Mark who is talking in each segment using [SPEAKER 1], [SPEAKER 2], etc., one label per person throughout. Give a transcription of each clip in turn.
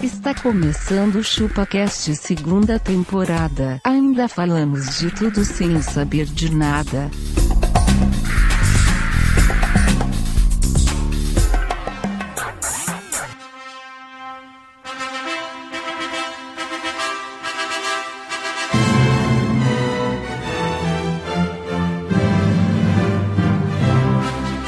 [SPEAKER 1] Está começando o ChupaCast segunda temporada. Ainda falamos de tudo sem saber de nada.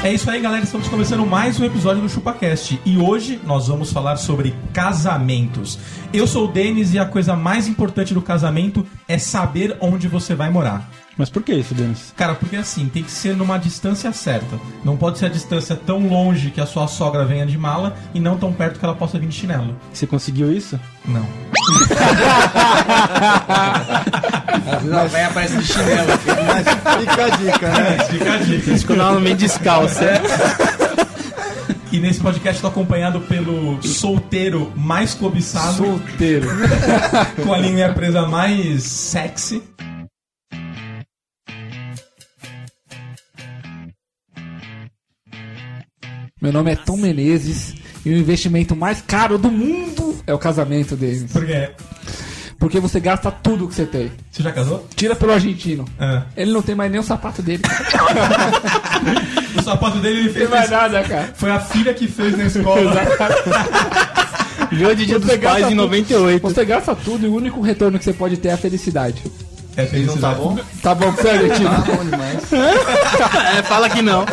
[SPEAKER 2] É isso aí, galera. Estamos começando mais um episódio do ChupaCast. E hoje nós vamos falar sobre casamentos. Eu sou o Denis e a coisa mais importante do casamento é saber onde você vai morar.
[SPEAKER 3] Mas por que isso, Denis?
[SPEAKER 2] Cara, porque assim, tem que ser numa distância certa. Não pode ser a distância tão longe que a sua sogra venha de mala e não tão perto que ela possa vir de chinelo.
[SPEAKER 3] Você conseguiu isso?
[SPEAKER 2] Não.
[SPEAKER 4] Às vezes a véia aparece de chinelo aqui.
[SPEAKER 5] Mas fica a dica, né?
[SPEAKER 2] É, Fica a dica.
[SPEAKER 3] Quando ela não vem descalça.
[SPEAKER 2] E nesse podcast estou acompanhado pelo solteiro mais cobiçado,
[SPEAKER 3] Solteiro.
[SPEAKER 2] com a linha presa mais sexy.
[SPEAKER 6] Meu nome é Tom Menezes e o investimento mais caro do mundo é o casamento deles.
[SPEAKER 2] Porque
[SPEAKER 6] Porque você gasta tudo que você tem.
[SPEAKER 2] você já casou?
[SPEAKER 6] Tira pelo argentino.
[SPEAKER 5] É.
[SPEAKER 2] Ah.
[SPEAKER 6] Ele não tem mais nem o sapato dele. Não
[SPEAKER 2] O sapato dele ele
[SPEAKER 6] tem
[SPEAKER 2] fez.
[SPEAKER 6] mais nada,
[SPEAKER 5] né,
[SPEAKER 6] cara.
[SPEAKER 2] Foi a filha que fez na escola.
[SPEAKER 3] Viu de dia
[SPEAKER 6] Você
[SPEAKER 3] dos
[SPEAKER 6] gasta
[SPEAKER 3] pais em
[SPEAKER 6] tudo.
[SPEAKER 3] 98.
[SPEAKER 6] Você gasta tudo e o único retorno que você pode ter é a felicidade.
[SPEAKER 2] É feliz,
[SPEAKER 5] Não tá bom?
[SPEAKER 6] Tá bom, sério,
[SPEAKER 5] Tá
[SPEAKER 6] tio?
[SPEAKER 5] bom demais.
[SPEAKER 3] É, fala que não.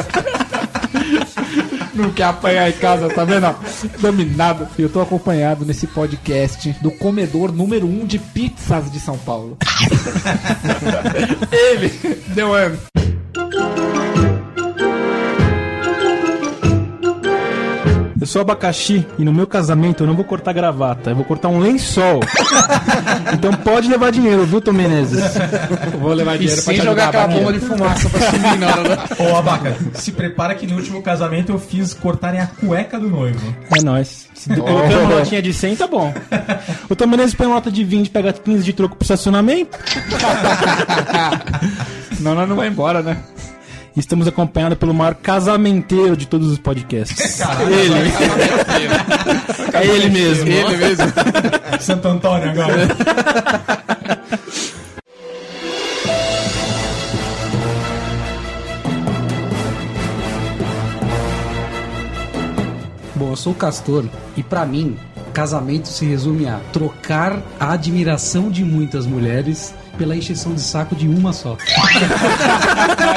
[SPEAKER 6] Não quer apanhar em casa, tá vendo? Dominado. E eu tô acompanhado nesse podcast do comedor número um de pizzas de São Paulo. Ele, deu ano.
[SPEAKER 3] Eu sou abacaxi e no meu casamento eu não vou cortar gravata, eu vou cortar um lençol. então pode levar dinheiro, viu, Tom Menezes?
[SPEAKER 6] Vou levar dinheiro
[SPEAKER 3] sem jogar aquela bomba
[SPEAKER 6] de fumaça pra sumir na hora da...
[SPEAKER 2] Ô, Abaca, se prepara que no último casamento eu fiz cortarem a cueca do noivo.
[SPEAKER 3] É nóis. Se tu colocar uma notinha de 100, tá bom. O Tom Menezes põe uma nota de 20, pega 15 de troco pro estacionamento.
[SPEAKER 6] Senão nós não vai embora, né?
[SPEAKER 3] E Estamos acompanhados pelo maior casamenteiro de todos os podcasts. ele. é ele mesmo.
[SPEAKER 6] Ele mesmo.
[SPEAKER 2] Santo Antônio agora.
[SPEAKER 7] Bom, eu sou o Castor e pra mim, casamento se resume a trocar a admiração de muitas mulheres pela encheção de saco de uma só.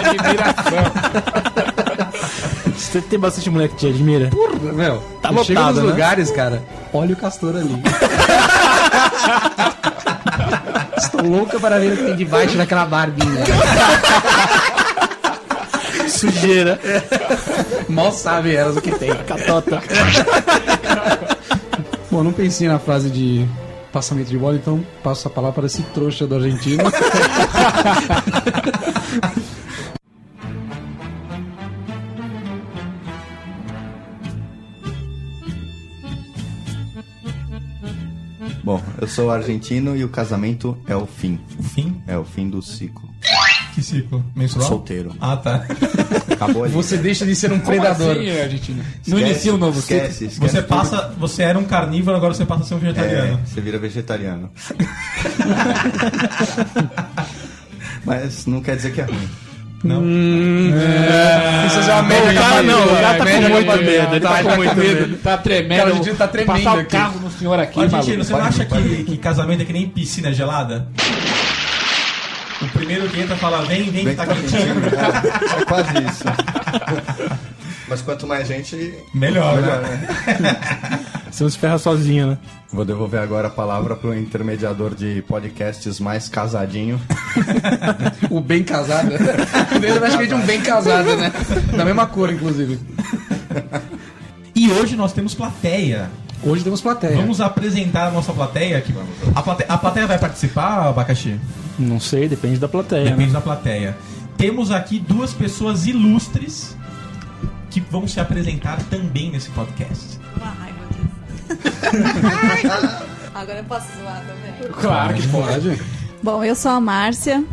[SPEAKER 6] Admiração.
[SPEAKER 3] Você tem bastante mulher que te admira?
[SPEAKER 7] Porra, meu.
[SPEAKER 3] Tá
[SPEAKER 7] eu chego
[SPEAKER 3] lotado,
[SPEAKER 7] nos
[SPEAKER 3] né?
[SPEAKER 7] lugares, cara. Olha o Castor ali. Estou louca para ver o que tem debaixo daquela barbinha.
[SPEAKER 3] Sujeira.
[SPEAKER 7] É. Mal sabem elas o que tem.
[SPEAKER 3] Catota.
[SPEAKER 7] Bom, não pensei na frase de passamento de bola, então passo a palavra para esse trouxa do argentino.
[SPEAKER 5] Bom, eu sou argentino e o casamento é o fim.
[SPEAKER 2] Fim?
[SPEAKER 5] É o fim do ciclo.
[SPEAKER 2] Que ciclo? Menstrual?
[SPEAKER 5] Solteiro.
[SPEAKER 2] Ah, tá.
[SPEAKER 5] Acabou ali. né?
[SPEAKER 7] Você deixa de ser um predador.
[SPEAKER 6] Assim, Argentina. Não
[SPEAKER 5] Esquece,
[SPEAKER 6] inicia um novo ciclo.
[SPEAKER 5] Esquece, esquece
[SPEAKER 2] Você
[SPEAKER 5] tudo.
[SPEAKER 2] passa. Você era um carnívoro, agora você passa a ser um
[SPEAKER 5] É,
[SPEAKER 2] vegetariano.
[SPEAKER 5] você vira vegetariano. Mas não quer dizer que é Hum, ruim.
[SPEAKER 2] Não?
[SPEAKER 7] Isso já é uma
[SPEAKER 3] O cara não, o cara tá
[SPEAKER 7] Média
[SPEAKER 6] né?
[SPEAKER 3] com muito
[SPEAKER 7] muito
[SPEAKER 3] medo. Ele tá
[SPEAKER 7] Tá
[SPEAKER 3] com
[SPEAKER 7] com
[SPEAKER 3] muito
[SPEAKER 7] medo.
[SPEAKER 3] medo.
[SPEAKER 6] Tá tremendo.
[SPEAKER 7] Cara, o Argentino tá tremendo
[SPEAKER 6] Passar o
[SPEAKER 7] aqui.
[SPEAKER 6] carro no senhor aqui,
[SPEAKER 2] Ó,
[SPEAKER 6] maluco.
[SPEAKER 2] Argentino, você não
[SPEAKER 5] pode-
[SPEAKER 2] acha
[SPEAKER 5] pode-
[SPEAKER 2] que, que casamento é que nem piscina gelada? O primeiro que entra fala: vem, vem, que
[SPEAKER 5] Bem
[SPEAKER 2] tá quentinho.
[SPEAKER 5] É, é quase isso. Mas quanto mais gente,
[SPEAKER 2] Melhor,
[SPEAKER 5] melhor,
[SPEAKER 2] né?
[SPEAKER 5] né?
[SPEAKER 3] Você não se ferra sozinho, né?
[SPEAKER 5] Vou devolver agora a palavra pro intermediador de podcasts mais casadinho.
[SPEAKER 7] O bem casado. Ele vai chamar de um bem casado, né? Da mesma cor, inclusive.
[SPEAKER 2] E hoje nós temos plateia.
[SPEAKER 7] Hoje temos plateia.
[SPEAKER 2] Vamos apresentar a nossa plateia aqui. A plateia, a plateia vai participar, Abacaxi?
[SPEAKER 3] Não sei, depende da
[SPEAKER 6] É,
[SPEAKER 3] plateia. né?
[SPEAKER 2] Depende da plateia. Temos aqui duas pessoas ilustres que vão se apresentar também nesse podcast.
[SPEAKER 8] Ai, meu Deus. Agora eu posso zoar também.
[SPEAKER 6] Claro que pode.
[SPEAKER 8] Bom, eu sou a Márcia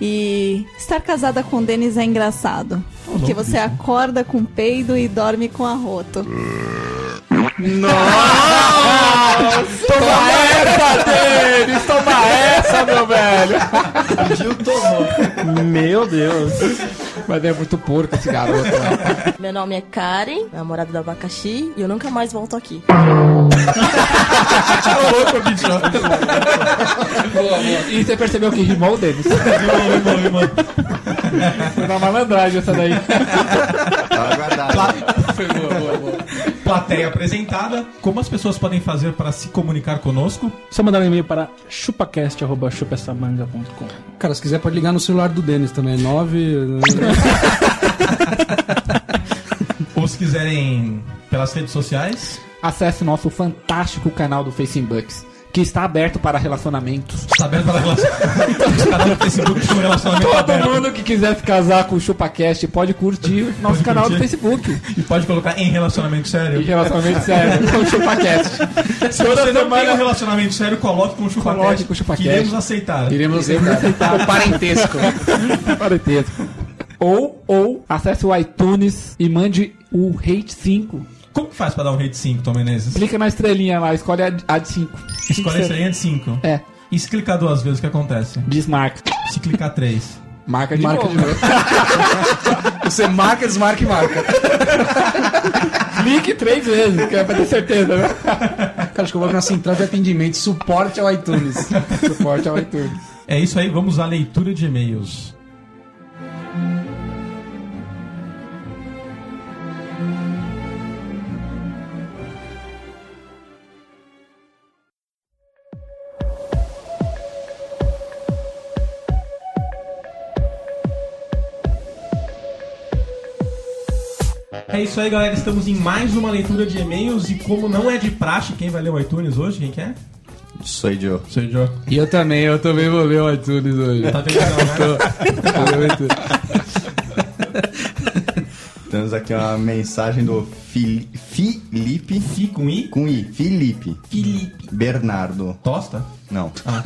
[SPEAKER 8] e estar casada com o Denis é engraçado. Porque você acorda com peido e dorme com arroto.
[SPEAKER 3] Nossa!
[SPEAKER 6] Toma essa, Denis! Toma essa, meu velho!
[SPEAKER 5] Pediu, tomou.
[SPEAKER 3] Meu Deus.
[SPEAKER 6] Mas é muito porco esse garoto, né?
[SPEAKER 9] Meu nome é Karen, namorada do abacaxi, e eu nunca mais volto aqui.
[SPEAKER 6] E você percebeu que rimou, Denis? É, Foi na malandragem essa daí.
[SPEAKER 5] Tá aguardado.
[SPEAKER 6] Foi boa, boa, boa.
[SPEAKER 2] Plateia apresentada. Como as pessoas podem fazer para se comunicar conosco?
[SPEAKER 3] Só mandar um e-mail para chupacast.chupessamanga.com.
[SPEAKER 7] Cara, se quiser pode ligar no celular do Denis também. é Nove.
[SPEAKER 2] Ou se quiserem pelas redes sociais.
[SPEAKER 6] Acesse nosso fantástico canal do Facebook, que está aberto para relacionamentos.
[SPEAKER 2] Tá aberto para relacionamento. canal Então, do Facebook com relacionamento
[SPEAKER 6] Todo
[SPEAKER 2] aberto.
[SPEAKER 6] mundo que quiser se casar com o ChupaCast pode curtir nosso canal do
[SPEAKER 2] curtir.
[SPEAKER 6] Facebook.
[SPEAKER 2] E pode colocar em relacionamento sério.
[SPEAKER 6] Em relacionamento sério, com o ChupaCast.
[SPEAKER 2] Se você não tem um relacionamento sério, coloque com o chupacast.
[SPEAKER 6] Coloque com o ChupaCast.
[SPEAKER 2] Queremos aceitar.
[SPEAKER 6] Iremos
[SPEAKER 4] O
[SPEAKER 7] um
[SPEAKER 4] parentesco.
[SPEAKER 6] parentesco. Ou, ou, acesse o iTunes e mande o Hate 5.
[SPEAKER 2] Como que faz pra dar um rate 5, Tom Menezes?
[SPEAKER 6] Clica na estrelinha lá, escolhe a, a de 5.
[SPEAKER 2] Escolhe a estrelinha de 5.
[SPEAKER 6] É,
[SPEAKER 2] E se clicar duas vezes, o que acontece?
[SPEAKER 6] desmarca.
[SPEAKER 2] Se clicar três.
[SPEAKER 6] Marca de
[SPEAKER 7] Marca
[SPEAKER 6] novo.
[SPEAKER 7] de novo. Você marca, desmarca e marca.
[SPEAKER 6] Clique três vezes, que é pra ter certeza, né?
[SPEAKER 7] Cara, acho que eu vou na central de atendimento, suporte ao iTunes.
[SPEAKER 6] Suporte ao iTunes.
[SPEAKER 2] É isso aí, vamos à leitura de e-mails. É isso aí, galera. Estamos em mais uma leitura de e-mails. E como não é de praxe, quem vai ler o iTunes hoje? Quem quer?
[SPEAKER 5] Sou idiota.
[SPEAKER 2] Sou idiota.
[SPEAKER 7] E eu também, eu também vou ler o iTunes hoje.
[SPEAKER 2] Tá tentando, né?
[SPEAKER 7] Eu vou ler o iTunes.
[SPEAKER 5] Temos aqui uma mensagem do Fili- Felipe.
[SPEAKER 2] Fi com um I?
[SPEAKER 5] Com I. Felipe.
[SPEAKER 2] Felipe.
[SPEAKER 5] Bernardo.
[SPEAKER 2] Tosta?
[SPEAKER 5] Não.
[SPEAKER 2] Ah.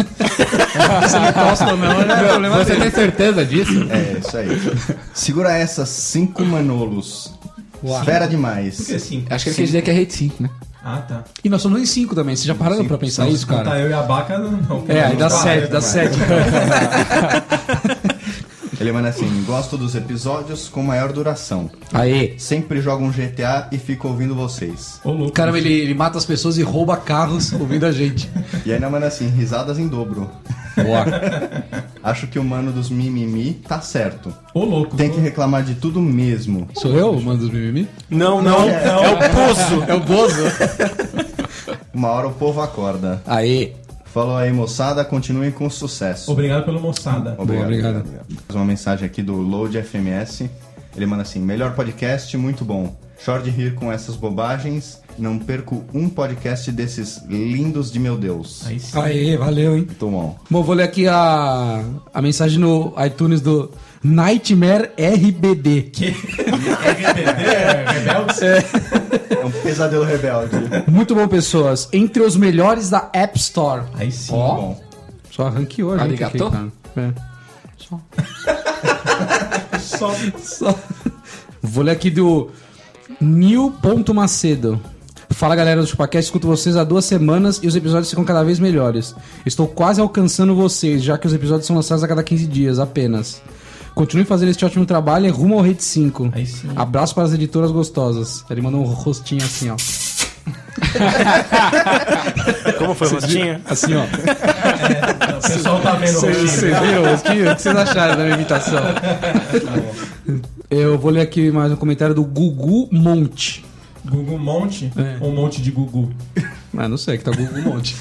[SPEAKER 7] Ah, é
[SPEAKER 6] Você tem certeza disso?
[SPEAKER 5] É, isso aí. Segura essa, cinco manolos. Fera
[SPEAKER 2] Por que assim?
[SPEAKER 5] demais.
[SPEAKER 2] cinco?
[SPEAKER 6] Acho que ele quer dizer que é Hate 5, né?
[SPEAKER 2] Ah, tá.
[SPEAKER 7] E nós somos em cinco também, vocês já pararam pra pensar isso, cara?
[SPEAKER 2] Tá, eu e a Baca não. não.
[SPEAKER 7] É, aí dá
[SPEAKER 2] Não,
[SPEAKER 7] sete,
[SPEAKER 2] não.
[SPEAKER 7] dá sete.
[SPEAKER 5] Ele manda assim: gosto dos episódios com maior duração.
[SPEAKER 7] Aê.
[SPEAKER 5] Sempre jogo um GTA e fico ouvindo vocês.
[SPEAKER 2] Ô, louco.
[SPEAKER 7] Caramba, ele, ele mata as pessoas e rouba carros ouvindo a gente.
[SPEAKER 5] E ainda manda assim: risadas em dobro.
[SPEAKER 7] Boa.
[SPEAKER 5] Acho que o mano dos mimimi tá certo.
[SPEAKER 2] Ô, louco.
[SPEAKER 5] Tem que reclamar de tudo mesmo.
[SPEAKER 7] Sou eu, o mano dos mimimi?
[SPEAKER 3] Não, não. É o poço.
[SPEAKER 7] É o Bozo.
[SPEAKER 5] Uma hora o povo acorda.
[SPEAKER 7] Aê.
[SPEAKER 5] Falou aí, moçada, continuem com sucesso.
[SPEAKER 2] Obrigado pelo moçada.
[SPEAKER 5] Obrigado.
[SPEAKER 7] Obrigado.
[SPEAKER 5] Mais uma mensagem aqui do Load FMS. Ele manda assim: melhor podcast, muito bom. Short de rir com essas bobagens. Não perco um podcast desses lindos de meu Deus.
[SPEAKER 2] Aí sim.
[SPEAKER 7] Aê, valeu, hein?
[SPEAKER 5] Muito bom.
[SPEAKER 7] Bom, vou ler aqui a, a mensagem no iTunes do Nightmare RBD.
[SPEAKER 2] Que... RBD? É, Rebeldes?
[SPEAKER 5] É um pesadelo rebelde.
[SPEAKER 7] Muito bom, pessoas. Entre os melhores da App Store.
[SPEAKER 2] Aí Ah, sim.
[SPEAKER 7] Ó.
[SPEAKER 5] Bom,
[SPEAKER 7] Só ranqueou a gente
[SPEAKER 6] Arigato?
[SPEAKER 7] aqui, cara. É.
[SPEAKER 2] Só...
[SPEAKER 7] Só- Vou ler aqui do Nil.macedo. Fala galera do ChupaCast, escuto vocês há duas semanas e os episódios ficam cada vez melhores. Estou quase alcançando vocês, já que os episódios são lançados a cada 15 dias apenas. Continue fazendo este ótimo trabalho e é rumo ao Rede 5.
[SPEAKER 2] Aí sim.
[SPEAKER 7] Abraço para as editoras gostosas. Ele mandou um rostinho assim, ó.
[SPEAKER 3] Como foi, Rostinha?
[SPEAKER 7] Assim, ó.
[SPEAKER 2] O pessoal tá vendo o
[SPEAKER 7] Vocês
[SPEAKER 2] vídeo.
[SPEAKER 7] viram? O que, o que vocês acharam da minha imitação? Eu vou ler aqui mais um comentário do Gugu Monte.
[SPEAKER 2] né? Gugu Monte
[SPEAKER 7] É.
[SPEAKER 2] ou Monte de Gugu?
[SPEAKER 7] Ah, não sei, que tá Gugu Monte.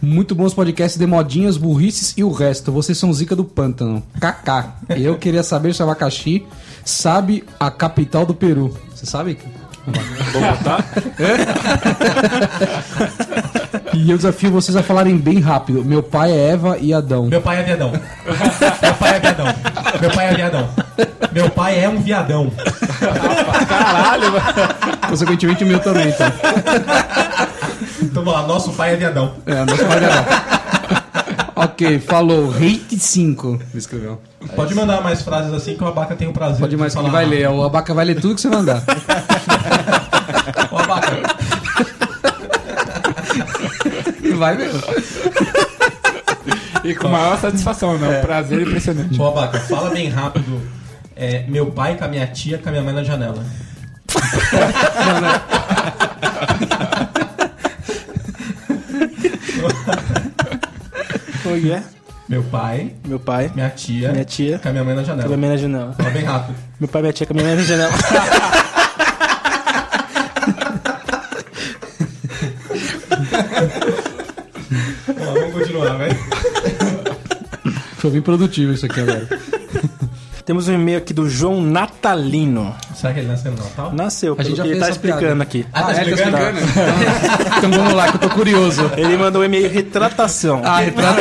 [SPEAKER 7] Muito bons podcasts de modinhas, burrices e o resto. Vocês são zica do pântano. KK. Eu queria saber se abacaxi sabe a capital do Peru. Você sabe? Bogotá? É? e eu desafio vocês a falarem bem rápido. Meu pai é Eva e Adão.
[SPEAKER 2] Meu pai é viadão. Meu pai é viadão. Meu pai é viadão. Meu pai é um viadão.
[SPEAKER 7] Consequentemente, o meu também, então.
[SPEAKER 2] Então vamos lá, nosso pai é viadão.
[SPEAKER 7] É, nosso pai é Adão. Ok, falou. Hate 5. Me escreveu.
[SPEAKER 2] Pode mandar mais frases assim que o Abaca tem o prazer
[SPEAKER 7] Pode
[SPEAKER 2] de
[SPEAKER 7] mais que ele
[SPEAKER 2] falar.
[SPEAKER 7] vai ler. O Abaca vai ler tudo que você mandar.
[SPEAKER 2] Ô, Abaca,
[SPEAKER 7] vai mesmo.
[SPEAKER 6] E com maior satisfação, né? Prazer impressionante.
[SPEAKER 2] Ô, Abaca, fala bem rápido. É, meu pai com a minha tia com a minha mãe na janela.
[SPEAKER 3] Oi, é?
[SPEAKER 2] Meu pai,
[SPEAKER 3] Meu pai,
[SPEAKER 2] minha tia,
[SPEAKER 3] Minha tia.
[SPEAKER 2] com a minha mãe na janela.
[SPEAKER 3] com a minha na janela.
[SPEAKER 2] Fala bem rápido.
[SPEAKER 3] Meu pai, minha tia, com a minha mãe na janela.
[SPEAKER 2] Vamos lá, vamos continuar, velho.
[SPEAKER 7] Foi bem produtivo isso aqui agora.
[SPEAKER 3] Temos um e-mail aqui do João Natalino.
[SPEAKER 2] Será que ele nasceu no Natal?
[SPEAKER 3] Nasceu, pelo
[SPEAKER 7] gente já
[SPEAKER 3] que ele
[SPEAKER 7] fez
[SPEAKER 3] tá
[SPEAKER 7] essa piada.
[SPEAKER 3] explicando aqui.
[SPEAKER 7] é,
[SPEAKER 2] Ah, tá explicando?
[SPEAKER 7] Então vamos lá, que eu tô curioso.
[SPEAKER 3] Ele mandou um e-mail retratação.
[SPEAKER 7] Ah, retrato.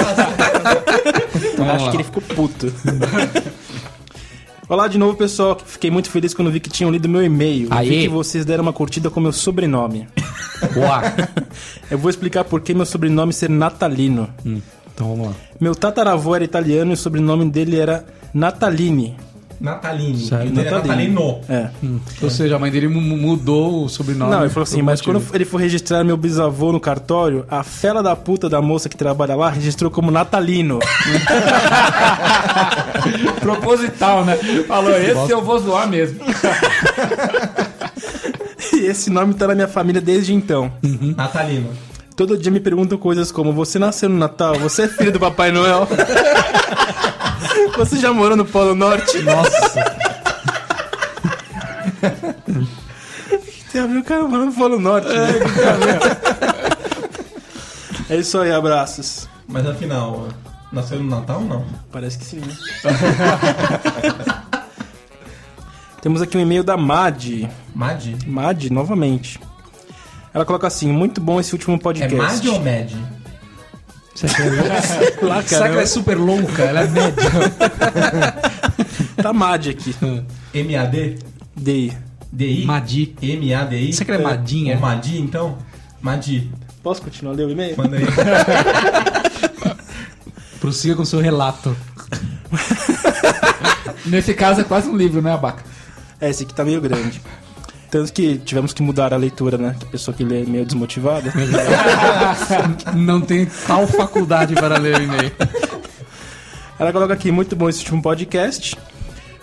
[SPEAKER 7] então, vamos
[SPEAKER 3] Acho
[SPEAKER 7] lá.
[SPEAKER 3] que ele ficou puto. Olá de novo, pessoal. Fiquei muito feliz quando vi que tinham lido meu e-mail. Eu Vi
[SPEAKER 7] Aê.
[SPEAKER 3] que vocês deram uma curtida com meu sobrenome.
[SPEAKER 7] Boa.
[SPEAKER 3] Eu vou explicar por que meu sobrenome ser natalino.
[SPEAKER 7] Então vamos lá.
[SPEAKER 3] Meu tataravô era italiano e o sobrenome dele era Natalini.
[SPEAKER 2] Natalini.
[SPEAKER 3] Sabe,
[SPEAKER 2] O dele é
[SPEAKER 3] Natalini.
[SPEAKER 2] Natalino.
[SPEAKER 3] É.
[SPEAKER 7] Hum, Ou seja, a mãe dele mu- mu- mudou o sobrenome.
[SPEAKER 3] Não, ele falou assim,
[SPEAKER 7] por
[SPEAKER 3] mas
[SPEAKER 7] motivo.
[SPEAKER 3] quando ele for registrar meu bisavô no cartório, a fela da puta da moça que trabalha lá registrou como Natalino.
[SPEAKER 6] Proposital, né? Falou, esse eu vou zoar mesmo.
[SPEAKER 3] e esse nome tá na minha família desde então.
[SPEAKER 2] Natalino.
[SPEAKER 3] Todo dia me perguntam coisas como: Você nasceu no Natal? Você é filho do Papai Noel? Você já morou no Polo Norte?
[SPEAKER 7] Nossa,
[SPEAKER 3] Você viu o cara morando no Polo Norte? É, é isso aí, abraços.
[SPEAKER 2] Mas afinal, nasceu no Natal ou não?
[SPEAKER 3] Parece que sim. né? Temos aqui um e-mail da Mad.
[SPEAKER 2] Madi?
[SPEAKER 3] Mad, novamente. Ela coloca assim: Muito bom esse último
[SPEAKER 2] É
[SPEAKER 3] podcast.
[SPEAKER 2] Madi ou Mad?
[SPEAKER 3] Lá,
[SPEAKER 7] será que ela é
[SPEAKER 3] cara,
[SPEAKER 7] super louca? Ela é média.
[SPEAKER 3] tá Mad aqui.
[SPEAKER 2] M-A-D?
[SPEAKER 3] Dei.
[SPEAKER 2] D-I?
[SPEAKER 7] Madi.
[SPEAKER 2] M-A-D-I?
[SPEAKER 7] Será que ela é madinha?
[SPEAKER 2] Ou Madi, então? Madi,
[SPEAKER 3] Posso continuar a ler o e-mail?
[SPEAKER 2] manda aí.
[SPEAKER 7] Prossiga com seu relato.
[SPEAKER 6] Nesse caso é quase um livro, né, Abaca?
[SPEAKER 3] É, esse aqui tá meio grande. Tanto que tivemos que mudar a leitura, né? Que a pessoa que lê é meio desmotivada.
[SPEAKER 7] Não tem tal faculdade para ler o e-mail.
[SPEAKER 3] Ela coloca aqui, muito bom esse último um podcast.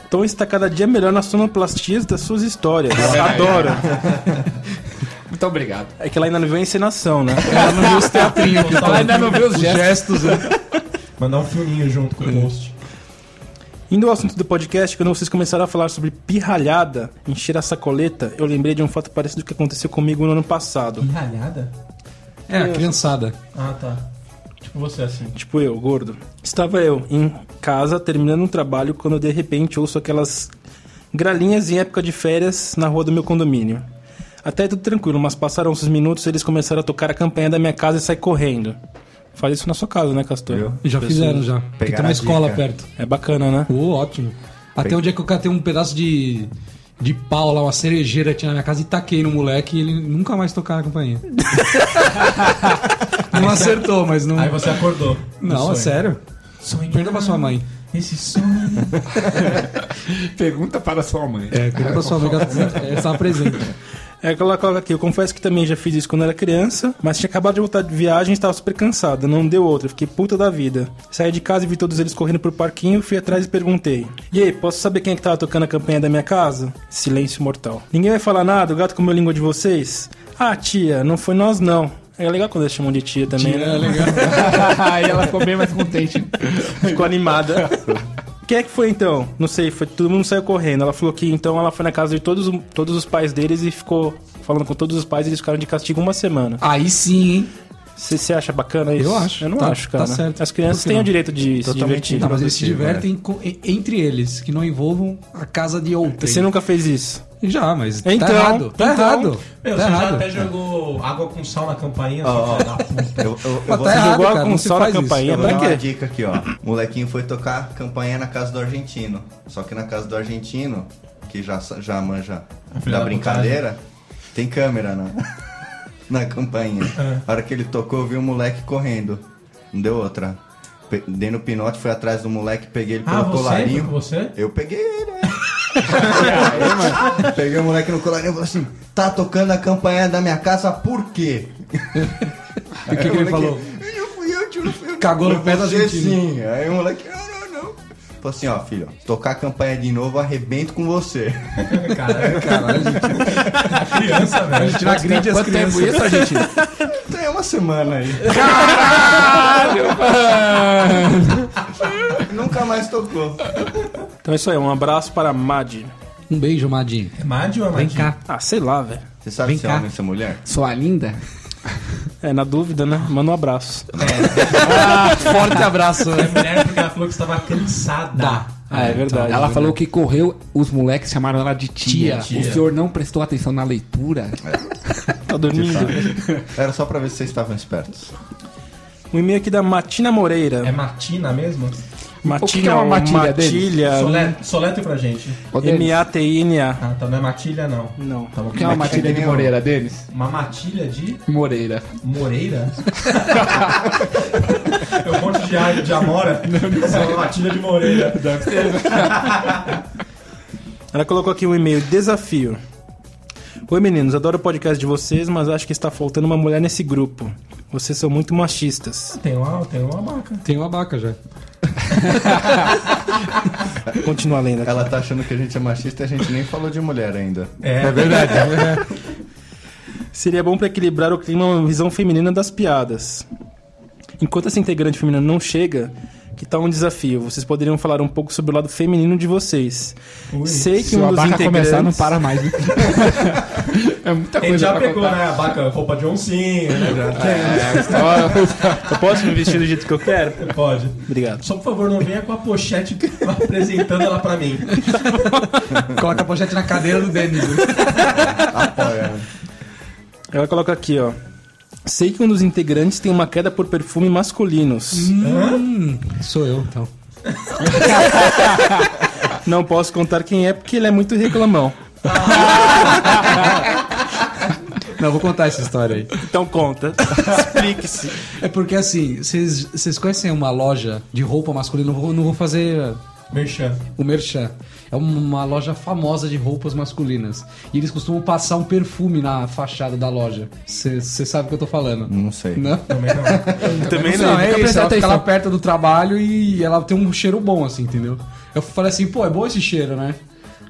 [SPEAKER 3] Tom está cada dia melhor nas sonoplastias das suas histórias. Adoro.
[SPEAKER 6] Muito obrigado.
[SPEAKER 3] É que ela ainda não viu a encenação, né?
[SPEAKER 7] Ela não viu os teatrinhos que tá
[SPEAKER 6] Ainda não viu os gestos.
[SPEAKER 7] né?
[SPEAKER 2] Mandar um filminho junto com o post.
[SPEAKER 3] Indo ao assunto do podcast, quando vocês começaram a falar sobre pirralhada, encher a sacoleta, eu lembrei de um fato parecido que aconteceu comigo no ano passado.
[SPEAKER 2] Pirralhada?
[SPEAKER 7] É, a criançada.
[SPEAKER 2] Ah, tá. Tipo você assim.
[SPEAKER 3] Tipo eu, gordo. Estava eu em casa terminando um trabalho quando de repente ouço aquelas gralinhas em época de férias na rua do meu condomínio. Até aí tudo tranquilo, mas passaram uns minutos e eles começaram a tocar a campanha da minha casa e saí correndo. Faz isso na sua casa, né, Castor?
[SPEAKER 5] Viu?
[SPEAKER 7] Já
[SPEAKER 5] Pessoas
[SPEAKER 7] fizeram, já. Porque tem
[SPEAKER 5] pegaram
[SPEAKER 7] uma
[SPEAKER 5] a
[SPEAKER 7] escola
[SPEAKER 5] dica.
[SPEAKER 7] perto.
[SPEAKER 3] É bacana, né?
[SPEAKER 7] Ô, ótimo. Até onde é que eu catei um pedaço de, de pau lá, uma cerejeira que tinha na minha casa e taquei no moleque e ele nunca mais tocava a campainha. não acertou, mas não.
[SPEAKER 2] Aí você acordou.
[SPEAKER 7] Não, é
[SPEAKER 2] é
[SPEAKER 7] sério.
[SPEAKER 2] Sonhar.
[SPEAKER 7] Pergunta pra sua mãe.
[SPEAKER 2] Esse sonho.
[SPEAKER 6] Pergunta para sua mãe.
[SPEAKER 7] É, pergunta pra sua mãe que ela ela estava presente.
[SPEAKER 3] É que ela coloca aqui, eu confesso que também já fiz isso quando era criança, mas tinha acabado de voltar de viagem e estava super cansado, não deu outra, fiquei puta da vida. Saí de casa e vi todos eles correndo pro parquinho, fui atrás e perguntei. E aí, posso saber quem é que tava tocando a campanha da minha casa? Silêncio mortal. Ninguém vai falar nada, o gato comeu a língua de vocês? Ah, tia, não foi nós não. É legal quando eles chamam de tia também, né?
[SPEAKER 6] Aí ela ficou bem mais contente.
[SPEAKER 3] Ficou animada. Quem é que foi então? Não sei, foi, todo mundo saiu correndo. Ela falou que então ela foi na casa de todos, todos os pais deles e ficou falando com todos os pais e eles ficaram de castigo uma semana.
[SPEAKER 7] Aí sim, hein?
[SPEAKER 3] Você você acha bacana isso?
[SPEAKER 7] Eu acho.
[SPEAKER 3] Eu não
[SPEAKER 7] Tá-
[SPEAKER 3] acho, cara.
[SPEAKER 7] tá certo.
[SPEAKER 3] As crianças
[SPEAKER 7] Por que
[SPEAKER 3] têm
[SPEAKER 7] não?
[SPEAKER 3] o direito de se
[SPEAKER 5] Totalmente
[SPEAKER 3] divertir.
[SPEAKER 7] Tá, mas eles se
[SPEAKER 5] produtivo,
[SPEAKER 7] divertem com- e- entre eles, que não envolvam a casa de outrem.
[SPEAKER 3] Você nunca fez isso.
[SPEAKER 7] Já, mas tá
[SPEAKER 3] Então,
[SPEAKER 7] errado. Tá
[SPEAKER 3] então.
[SPEAKER 7] errado.
[SPEAKER 2] Meu,
[SPEAKER 7] tá
[SPEAKER 2] você já
[SPEAKER 7] errado.
[SPEAKER 2] até jogou água com sal na campainha, sua filha da puta.
[SPEAKER 5] Eu, eu, eu
[SPEAKER 7] Mas
[SPEAKER 5] vou,
[SPEAKER 7] tá errado,
[SPEAKER 3] jogou
[SPEAKER 7] cara.
[SPEAKER 3] com
[SPEAKER 7] não se
[SPEAKER 3] sal na
[SPEAKER 7] faz isso.
[SPEAKER 3] campainha,
[SPEAKER 5] eu vou dar
[SPEAKER 3] pra quê?
[SPEAKER 5] uma dica aqui, ó. O molequinho foi tocar campanha na casa do argentino. Só que na casa do argentino, que já, já manja
[SPEAKER 2] filha
[SPEAKER 5] da
[SPEAKER 2] da
[SPEAKER 5] brincadeira, tem câmera na, na campainha.
[SPEAKER 2] É.
[SPEAKER 5] A hora que ele tocou, eu vi um moleque correndo. Não deu outra. Pe- Dei no pinote, fui atrás do moleque, peguei ele pelo
[SPEAKER 2] Ah, você? Foi
[SPEAKER 5] colarinho.
[SPEAKER 2] com você?
[SPEAKER 5] Eu peguei ele, né? Peguei o moleque no colarinho e falei assim: tá tocando a campanha da minha casa, por quê?
[SPEAKER 7] O que, que ele falou?
[SPEAKER 5] Eu não fui eu, tio, não fui eu.
[SPEAKER 7] Cagou no pé da
[SPEAKER 5] Você
[SPEAKER 7] Argentina.
[SPEAKER 5] sim. Aí o moleque, não, não, não. Falei assim, ó, filho, ó, tocar a campanha de novo, arrebento com você.
[SPEAKER 2] né, Criança, velho.
[SPEAKER 7] A gente não agride as
[SPEAKER 4] Quanto tempo
[SPEAKER 7] crianças.
[SPEAKER 4] isso, Argentina?
[SPEAKER 5] Tem uma semana aí. Nunca mais tocou.
[SPEAKER 3] Então é isso aí, um abraço para a Madi.
[SPEAKER 7] Um beijo, Madinho.
[SPEAKER 2] É Madi ou é
[SPEAKER 6] Vem
[SPEAKER 2] Madi?
[SPEAKER 6] cá,
[SPEAKER 3] Ah, sei lá, velho.
[SPEAKER 5] Você sabe
[SPEAKER 6] Vem
[SPEAKER 5] se é
[SPEAKER 6] cá.
[SPEAKER 5] homem ou se é mulher?
[SPEAKER 6] sua linda.
[SPEAKER 3] É, na dúvida, né? Manda um abraço.
[SPEAKER 4] Forte abraço.
[SPEAKER 2] É mulher porque ela falou que estava cansada.
[SPEAKER 6] Tá.
[SPEAKER 3] Ah, é verdade.
[SPEAKER 6] então. Ela falou que correu, os moleques chamaram ela de tia.
[SPEAKER 2] Tia, tia.
[SPEAKER 6] O senhor não prestou atenção na leitura.
[SPEAKER 3] Tá dormindo.
[SPEAKER 5] Era só pra ver se vocês estavam espertos.
[SPEAKER 3] Um e-mail aqui da Matina
[SPEAKER 2] É
[SPEAKER 3] Moreira.
[SPEAKER 2] Martina mesmo?
[SPEAKER 3] Matina,
[SPEAKER 6] O que é uma
[SPEAKER 3] ou
[SPEAKER 6] matilha deles?
[SPEAKER 3] matilha, né?
[SPEAKER 2] Soletra, soletra pra gente.
[SPEAKER 6] Ô, Denis,
[SPEAKER 3] M-A-T-I-N-A.
[SPEAKER 2] Ah, tá. Não é matilha, não.
[SPEAKER 3] Não.
[SPEAKER 2] Tá bom.
[SPEAKER 6] o que é uma matilha de Moreira, Denis?
[SPEAKER 2] Uma matilha de
[SPEAKER 6] Moreira.
[SPEAKER 2] Moreira? é um monte de ar de Amora. É uma matilha de Moreira.
[SPEAKER 3] Ela colocou aqui um e-mail, desafio. Oi meninos, adoro o podcast de vocês, mas acho que está faltando uma mulher nesse grupo. Vocês são muito machistas.
[SPEAKER 2] Tem uma, tem uma vaca.
[SPEAKER 7] Tem uma vaca já.
[SPEAKER 3] Continua lendo aqui.
[SPEAKER 5] Ela tá achando que a gente é machista e a gente nem falou de mulher ainda.
[SPEAKER 2] É,
[SPEAKER 3] Seria bom para equilibrar o clima uma visão feminina das piadas. Enquanto essa integrante feminina não chega, que tal um desafio? Vocês poderiam falar um pouco sobre o lado feminino de vocês. Sei que
[SPEAKER 6] Se
[SPEAKER 3] um
[SPEAKER 6] a
[SPEAKER 3] dos
[SPEAKER 6] barca
[SPEAKER 3] integrantes...
[SPEAKER 6] começar, não para mais. né? é muita
[SPEAKER 2] a gente
[SPEAKER 6] coisa
[SPEAKER 2] já
[SPEAKER 6] pra
[SPEAKER 2] pegou,
[SPEAKER 6] contar. É,
[SPEAKER 2] né? A vaca, roupa de oncinha, né?
[SPEAKER 3] Eu posso me vestir do jeito que eu quero?
[SPEAKER 2] Já- Pode.
[SPEAKER 3] Obrigado.
[SPEAKER 2] Só por favor, não venha com a pochete apresentando ela pra mim.
[SPEAKER 7] Coloca a pochete na cadeira do Denis. Ah,
[SPEAKER 5] Apoia.
[SPEAKER 7] é.
[SPEAKER 5] né?
[SPEAKER 3] Ela coloca aqui, ó. Sei que um dos integrantes tem uma queda por perfume masculinos.
[SPEAKER 7] Sou eu, então.
[SPEAKER 3] Não posso contar quem é porque ele é muito reclamão.
[SPEAKER 7] Não, vou contar essa história aí.
[SPEAKER 3] Então conta. Explique-se.
[SPEAKER 7] É porque assim, vocês vocês conhecem uma loja de roupa masculina? Não vou, não vou fazer
[SPEAKER 2] Merchan.
[SPEAKER 7] o merchan. É uma loja famosa de roupas masculinas. E eles costumam passar um perfume na fachada da loja. Você sabe o que eu tô falando? Né?
[SPEAKER 5] Não sei.
[SPEAKER 7] Não?
[SPEAKER 2] Também não.
[SPEAKER 3] Também
[SPEAKER 7] Não,
[SPEAKER 3] não.
[SPEAKER 7] é
[SPEAKER 6] fica prestando
[SPEAKER 7] isso, ela fica
[SPEAKER 6] atenção.
[SPEAKER 7] lá perto do trabalho e ela tem um cheiro bom, assim, entendeu? Eu falei assim, pô, é bom esse cheiro, né?